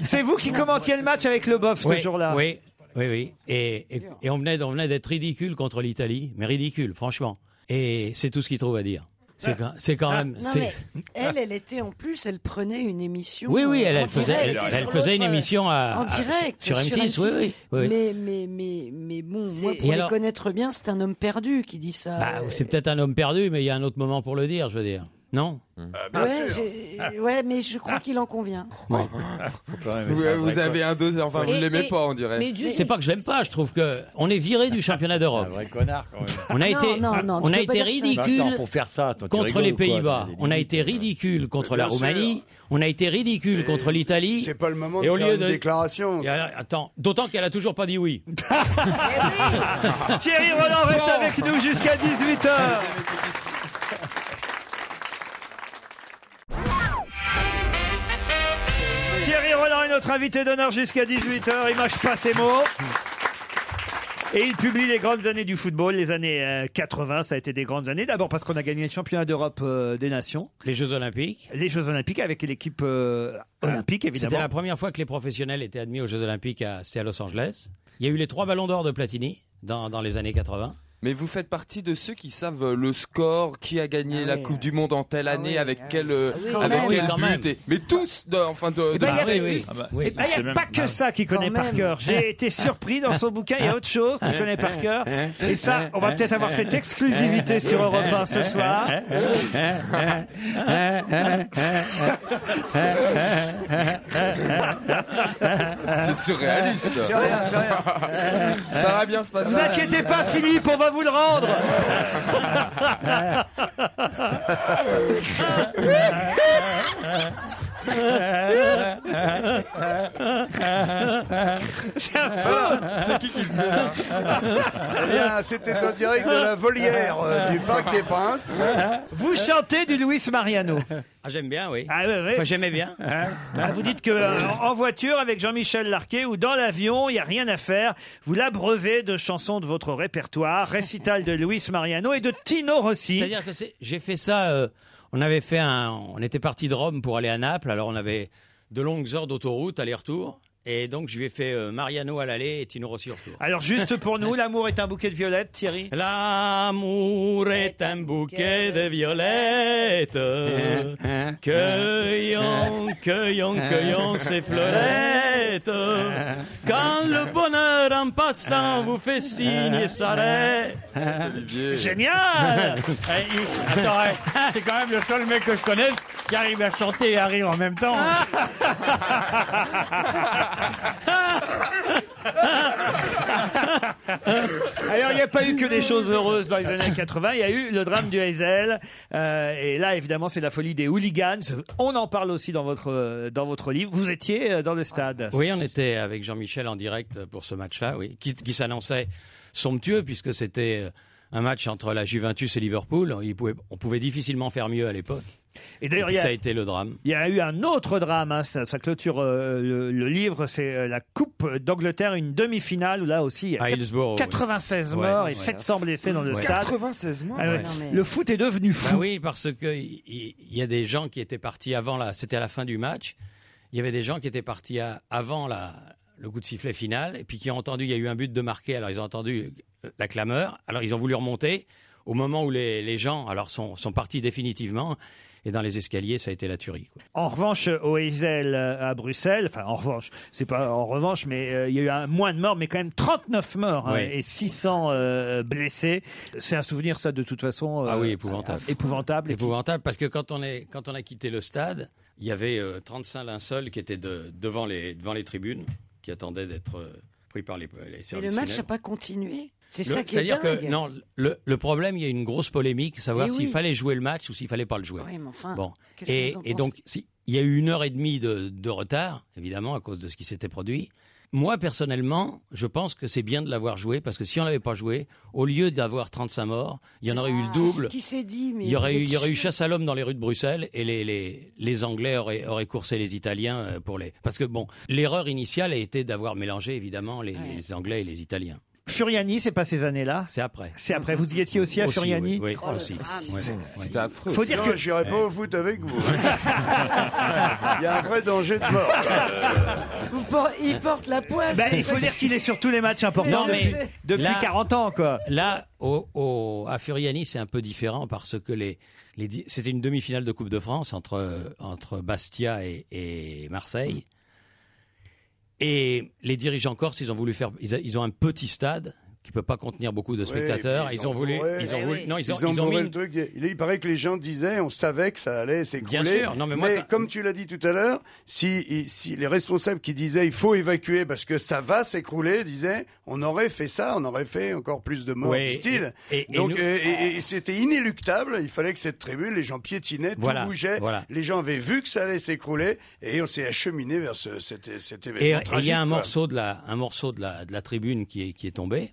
[SPEAKER 3] C'est vous qui commentiez le match avec le bof
[SPEAKER 21] oui,
[SPEAKER 3] ce jour-là.
[SPEAKER 21] Oui, oui, oui. Et, et- et on venait, on venait d'être ridicule contre l'Italie, mais ridicule, franchement. Et c'est tout ce qu'il trouve à dire. C'est quand, c'est quand même.
[SPEAKER 11] Ah. Non,
[SPEAKER 21] c'est-
[SPEAKER 11] mais elle, elle était en plus, elle prenait une émission.
[SPEAKER 21] Oui, oui,
[SPEAKER 11] euh,
[SPEAKER 21] elle,
[SPEAKER 11] en
[SPEAKER 21] elle faisait,
[SPEAKER 11] direct
[SPEAKER 21] elle,
[SPEAKER 11] sur
[SPEAKER 21] elle faisait une
[SPEAKER 11] l'autre,
[SPEAKER 21] émission à,
[SPEAKER 11] en
[SPEAKER 21] à-
[SPEAKER 11] direct
[SPEAKER 21] sur, M6, Oui, oui, oui.
[SPEAKER 11] Mais, mais, mais, mais bon, moi,
[SPEAKER 21] Et
[SPEAKER 11] pour
[SPEAKER 21] alors-
[SPEAKER 11] le connaître bien, c'est un homme perdu qui dit ça.
[SPEAKER 21] Bah, c'est peut-être un homme perdu, mais il y a un autre moment pour le dire, je veux dire. Non.
[SPEAKER 4] bien
[SPEAKER 11] Ah, ouais,
[SPEAKER 4] sûr.
[SPEAKER 11] j'ai- ouais, mais je crois qu'il en convient.
[SPEAKER 4] Vous,
[SPEAKER 21] être
[SPEAKER 4] vous
[SPEAKER 21] vrai,
[SPEAKER 4] avez
[SPEAKER 21] quoi.
[SPEAKER 4] un deux, enfin vous
[SPEAKER 11] Et-
[SPEAKER 4] ne l'aimez
[SPEAKER 11] et-
[SPEAKER 4] pas, on dirait.
[SPEAKER 11] mais juste-
[SPEAKER 21] C'est pas que je l'aime pas, je trouve que on est viré du championnat d'Europe. On a
[SPEAKER 6] Non,
[SPEAKER 21] été,
[SPEAKER 6] non, non, tu
[SPEAKER 21] on a
[SPEAKER 6] peux pas
[SPEAKER 21] été
[SPEAKER 6] dire ça.
[SPEAKER 21] ridicule
[SPEAKER 6] Attends, faut faire ça, toi, tu
[SPEAKER 21] contre
[SPEAKER 6] rigoles
[SPEAKER 21] les
[SPEAKER 6] ou quoi
[SPEAKER 21] Pays-Bas.
[SPEAKER 6] T'as des
[SPEAKER 21] On a
[SPEAKER 6] limites,
[SPEAKER 21] été ridicule contre la
[SPEAKER 5] bien sûr.
[SPEAKER 21] Roumanie. On a été ridicule contre l'Italie. C'est
[SPEAKER 5] pas le moment
[SPEAKER 21] Et
[SPEAKER 5] de
[SPEAKER 21] au
[SPEAKER 5] faire
[SPEAKER 21] lieu
[SPEAKER 5] une déclaration.
[SPEAKER 21] Et alors, attends, d'autant qu'elle a toujours pas dit oui.
[SPEAKER 3] Thierry Roland reste
[SPEAKER 21] Bon.
[SPEAKER 3] avec nous jusqu'à 18h. Thierry Roland est notre invité d'honneur jusqu'à 18h. Il mâche pas ses mots. Et il publie les grandes années du football. Les années euh, 80, ça a été des grandes années. D'abord parce qu'on a gagné le championnat d'Europe euh, des nations.
[SPEAKER 21] Les Jeux Olympiques.
[SPEAKER 3] Les Jeux Olympiques avec l'équipe euh, olympique, évidemment.
[SPEAKER 21] C'était la première fois que les professionnels étaient admis aux Jeux Olympiques. à- C'était à Los Angeles. Il y a eu les trois Ballons d'Or de Platini dans, dans les années 80.
[SPEAKER 4] Mais vous faites partie de ceux qui savent euh, le score, qui a gagné
[SPEAKER 3] Ah
[SPEAKER 4] la Coupe du Monde en telle année, avec quel, euh,
[SPEAKER 21] oui, quand
[SPEAKER 4] avec
[SPEAKER 21] même,
[SPEAKER 4] quel
[SPEAKER 21] quand
[SPEAKER 4] but.
[SPEAKER 21] même.
[SPEAKER 4] et- mais tous, de- enfin, de,
[SPEAKER 3] Eh ben,
[SPEAKER 4] de-
[SPEAKER 3] il y a-
[SPEAKER 4] ça
[SPEAKER 3] oui,
[SPEAKER 4] existe.
[SPEAKER 3] oui. Ah bah, Eh ben, il y a pas que ça qu'il connaît par cœur. J'ai été surpris dans son bouquin, il y a autre chose qu'il connaît par cœur. Et ça, on va peut-être avoir cette exclusivité sur Europe 1 ce soir.
[SPEAKER 4] C'est surréaliste.
[SPEAKER 5] C'est rien, c'est rien.
[SPEAKER 4] Ça va bien se passer.
[SPEAKER 3] Ne vous inquiétez pas, Philippe, on va vous le rendre.
[SPEAKER 14] Ah,
[SPEAKER 15] C'est
[SPEAKER 5] C'est qui qui le fait là Eh bien, c'était en direct de la volière euh, du Parc des Princes.
[SPEAKER 3] Vous chantez du Luis Mariano.
[SPEAKER 21] Ah, j'aime bien, oui.
[SPEAKER 3] Ah, ouais, ouais.
[SPEAKER 21] Enfin, j'aimais bien.
[SPEAKER 3] Ah, vous dites que euh, en voiture avec Jean-Michel Larquet ou dans l'avion, il n'y a rien à faire. Vous l'abreuvez de chansons de votre répertoire, récital de Luis Mariano et de Tino Rossi.
[SPEAKER 21] C'est-à-dire que c'est- j'ai fait ça. euh, on avait fait un. On était parti de Rome pour aller à Naples. Alors on avait de longues heures d'autoroute aller-retour. Et donc je lui ai fait euh, Mariano à l'aller et Tino Rossi au retour.
[SPEAKER 3] Alors juste pour nous, l'amour est un bouquet de violettes, Thierry.
[SPEAKER 21] L'amour est un bouquet de violettes.
[SPEAKER 3] Euh, Hein
[SPEAKER 21] Cueillons, cueillons, cueillons ces fleurettes. Quand le bonheur en passant vous fait signe et s'arrête.
[SPEAKER 3] Génial
[SPEAKER 22] Eh, il- Attends, eh, c'est quand même le seul mec que je connaisse qui arrive à chanter et à rire en même temps.
[SPEAKER 3] Alors, il n'y a pas eu que des choses heureuses dans les années 80. Il y a eu le drame du Hazel. Euh, et là, évidemment, c'est la folie des hooligans. On en parle aussi dans votre, euh, dans votre livre. Vous étiez euh, dans le stade.
[SPEAKER 21] Oui, on était avec Jean-Michel en direct pour ce match-là, oui, qui, qui s'annonçait somptueux puisque c'était euh, un match entre la Juventus et Liverpool. Il pouvait- on pouvait difficilement faire mieux à l'époque.
[SPEAKER 3] Et d'ailleurs, il
[SPEAKER 21] puis
[SPEAKER 3] y a-
[SPEAKER 21] ça a été le drame.
[SPEAKER 3] Il y a eu un autre drame, hein, ça, ça clôture euh, le, le livre, c'est euh, la Coupe d'Angleterre, une demi-finale où là aussi il y a
[SPEAKER 21] À
[SPEAKER 3] quat-
[SPEAKER 21] Hillsborough, oui.
[SPEAKER 3] 96
[SPEAKER 21] Ouais,
[SPEAKER 3] morts et
[SPEAKER 21] ouais.
[SPEAKER 3] 700 blessés dans le
[SPEAKER 21] Ouais.
[SPEAKER 3] stade.
[SPEAKER 4] 96
[SPEAKER 3] Ah ouais. Le foot est devenu fou.
[SPEAKER 21] Bah oui, parce que il il- il y a des gens qui étaient partis avant la. C'était à la fin du match. Il y avait des gens qui étaient partis à- avant la, le coup de sifflet final et puis qui ont entendu. Il y a eu un but de marqué. Alors ils ont entendu euh, la clameur. Alors ils ont voulu remonter. Au moment où les, les gens alors sont, sont partis définitivement et dans les escaliers, ça a été la tuerie. quoi.
[SPEAKER 3] En revanche, au Heysel euh, à Bruxelles, enfin en revanche, c'est pas en revanche, mais euh, il y a eu un, moins de morts, mais quand même 39 morts hein,
[SPEAKER 21] Ouais.
[SPEAKER 3] et 600 euh, blessés. C'est un souvenir ça de toute façon.
[SPEAKER 21] Ah
[SPEAKER 3] euh,
[SPEAKER 21] oui, épouvantable.
[SPEAKER 3] Épouvantable.
[SPEAKER 21] Épouvantable parce que quand on, est, quand on a quitté le stade, il y avait euh, 35 linceuls qui étaient de- devant, les, devant les tribunes, qui attendaient d'être euh, pris par les, les
[SPEAKER 11] Et
[SPEAKER 21] services.
[SPEAKER 11] le match n'a
[SPEAKER 21] funèbres.
[SPEAKER 11] pas continué. C'est
[SPEAKER 21] Le-
[SPEAKER 11] ça qui est
[SPEAKER 21] C'est-à-dire
[SPEAKER 11] dingue.
[SPEAKER 21] que non, le, le problème, il y a une grosse polémique, savoir
[SPEAKER 11] Mais
[SPEAKER 21] s'il
[SPEAKER 11] oui.
[SPEAKER 21] fallait jouer le match ou s'il fallait pas le jouer.
[SPEAKER 11] Oui, mais enfin,
[SPEAKER 21] bon,
[SPEAKER 11] qu'est-ce que
[SPEAKER 21] et,
[SPEAKER 11] vous en
[SPEAKER 21] et donc si- il y a eu une heure et demie de, de retard, évidemment, à cause de ce qui s'était produit. Moi, personnellement, je pense que c'est bien de l'avoir joué parce que si on l'avait pas joué, au lieu d'avoir 35 morts, il y en aurait eu le double.
[SPEAKER 11] Ah, Qui s'est dit mais
[SPEAKER 21] Il y aurait
[SPEAKER 11] vous
[SPEAKER 21] eu,
[SPEAKER 11] êtes
[SPEAKER 21] il y aurait eu
[SPEAKER 11] sûr
[SPEAKER 21] chasse à l'homme dans les rues de Bruxelles et les, les, les Anglais auraient, auraient coursé les Italiens euh, pour les. Parce que bon, l'erreur initiale a été d'avoir mélangé évidemment les, les Anglais et les Italiens.
[SPEAKER 3] Furiani, c'est pas ces années-là.
[SPEAKER 21] C'est après.
[SPEAKER 3] C'est après. Vous y étiez aussi à
[SPEAKER 21] Aussi,
[SPEAKER 3] Furiani.
[SPEAKER 21] oui, oui, aussi. Ouais, ouais.
[SPEAKER 3] Faut dire
[SPEAKER 5] Non,
[SPEAKER 3] que
[SPEAKER 5] j'irai pas au foot avec vous. hein. Il y a un vrai danger de mort.
[SPEAKER 11] Vous por- Il porte la poisse.
[SPEAKER 3] Bah, il faut dire qu'il est sur tous les matchs importants
[SPEAKER 21] Non, mais
[SPEAKER 3] depuis, depuis
[SPEAKER 21] là-
[SPEAKER 3] 40 ans, quoi.
[SPEAKER 21] Là, au, au- à Furiani, c'est un peu différent parce que les, les di- c'était une demi-finale de Coupe de France entre, entre Bastia et, et Marseille. Et les dirigeants corses, ils ont voulu faire, ils, a- ils ont un petit stade qui peut pas contenir beaucoup de
[SPEAKER 5] Oui,
[SPEAKER 21] spectateurs.
[SPEAKER 5] puis
[SPEAKER 21] ils, ont voulu,
[SPEAKER 5] bourré. Eh
[SPEAKER 21] ils ont voulu, non, ils ont, ils ont
[SPEAKER 5] bourré
[SPEAKER 21] mis
[SPEAKER 5] le truc. Il, il paraît que les gens disaient, on savait que ça allait s'écrouler.
[SPEAKER 21] Bien sûr, non, mais moi, quand-
[SPEAKER 5] comme tu l'as dit tout à l'heure, si, si les responsables qui disaient, il faut évacuer parce que ça va s'écrouler, disaient, on aurait fait ça, on aurait fait encore plus de morts,
[SPEAKER 21] Oui,
[SPEAKER 5] disent-ils.
[SPEAKER 21] et- et- et
[SPEAKER 5] Donc,
[SPEAKER 21] nous-
[SPEAKER 5] euh, et- et c'était inéluctable. Il fallait que cette tribu, les gens piétinaient,
[SPEAKER 21] Voilà,
[SPEAKER 5] tout bougeait.
[SPEAKER 21] voilà.
[SPEAKER 5] Les gens avaient vu que ça allait s'écrouler et on s'est acheminé vers ce, cet, cet événement
[SPEAKER 21] Et et il
[SPEAKER 5] tragique,
[SPEAKER 21] y a un
[SPEAKER 5] quoi.
[SPEAKER 21] morceau de la, un morceau de la, de la tribune qui est, qui est tombé.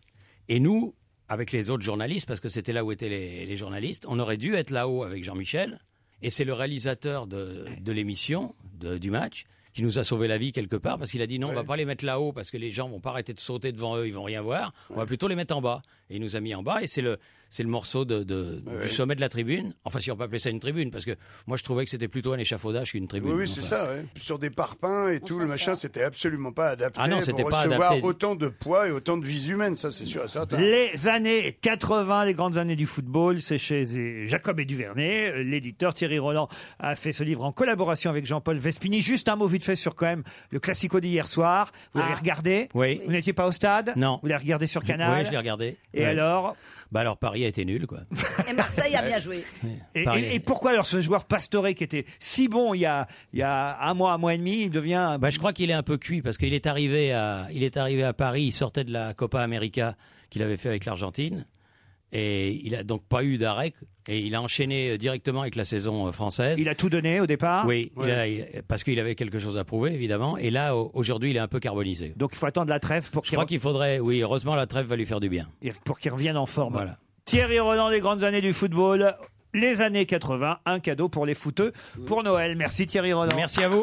[SPEAKER 21] Et nous, avec les autres journalistes, parce que c'était là où étaient les, les journalistes, on aurait dû être là-haut avec Jean-Michel. Et c'est le réalisateur de, de l'émission, de- du match, qui nous a sauvé la vie quelque part, parce qu'il a dit non, on va pas les mettre là-haut, parce que les gens vont pas arrêter de sauter devant eux, ils vont rien voir. On va plutôt les mettre en bas. Et il nous a mis en bas, et c'est le, c'est le morceau de, de- du sommet de la tribune. Enfin, si on peut appeler ça une tribune, parce que moi je trouvais que c'était plutôt un échafaudage qu'une tribune.
[SPEAKER 5] Oui, oui, c'est
[SPEAKER 21] Enfin.
[SPEAKER 5] ça. ouais. Sur des parpaings et tout, le machin, c'était absolument pas adapté
[SPEAKER 21] Ah non,
[SPEAKER 5] pour
[SPEAKER 21] c'était pas
[SPEAKER 5] recevoir
[SPEAKER 21] adapté.
[SPEAKER 5] autant de poids et autant de vies humaines. Ça, c'est sûr et certain.
[SPEAKER 3] Les années 80, les grandes années du football, c'est chez Jacob et Duvernay. Euh, L'éditeur Thierry Roland a fait ce livre en collaboration avec Jean-Paul Vespini. Juste un mot vite fait sur quand même le classico d'hier soir. Vous l'avez
[SPEAKER 21] Ah.
[SPEAKER 3] regardé
[SPEAKER 21] Oui.
[SPEAKER 3] Vous n'étiez pas au stade
[SPEAKER 21] Non.
[SPEAKER 3] Vous l'avez regardé sur Canal
[SPEAKER 21] Oui, je l'ai regardé.
[SPEAKER 3] Et
[SPEAKER 21] Ouais.
[SPEAKER 3] alors
[SPEAKER 21] Bah alors Paris a été nul, quoi.
[SPEAKER 7] Et Marseille a bien joué.
[SPEAKER 3] et,
[SPEAKER 21] Pareil.
[SPEAKER 3] et- et pourquoi alors ce joueur Pastore qui était si bon il y a, il y a un mois, un mois et demi, il devient...
[SPEAKER 21] Bah, je crois qu'il est un peu cuit parce qu'il est arrivé à, il est arrivé à Paris, il sortait de la Copa América qu'il avait fait avec l'Argentine et il a donc pas eu d'arrêt et il a enchaîné euh, directement avec la saison euh, française.
[SPEAKER 3] Il a tout donné au départ
[SPEAKER 21] Oui, il
[SPEAKER 3] Ouais.
[SPEAKER 21] a- il- parce qu'il avait quelque chose à prouver évidemment et là au- aujourd'hui il est un peu carbonisé.
[SPEAKER 3] Donc Bah, il faut attendre la trêve pour
[SPEAKER 21] Je
[SPEAKER 3] qu'il
[SPEAKER 21] crois qu'il faudrait, oui, heureusement la trêve va lui faire du bien.
[SPEAKER 3] et pour qu'ils reviennent en forme.
[SPEAKER 21] Voilà.
[SPEAKER 3] Thierry Roland, les grandes années du football, les années 80, un cadeau pour les footeux pour Noël. Merci Thierry Roland.
[SPEAKER 21] Merci à vous.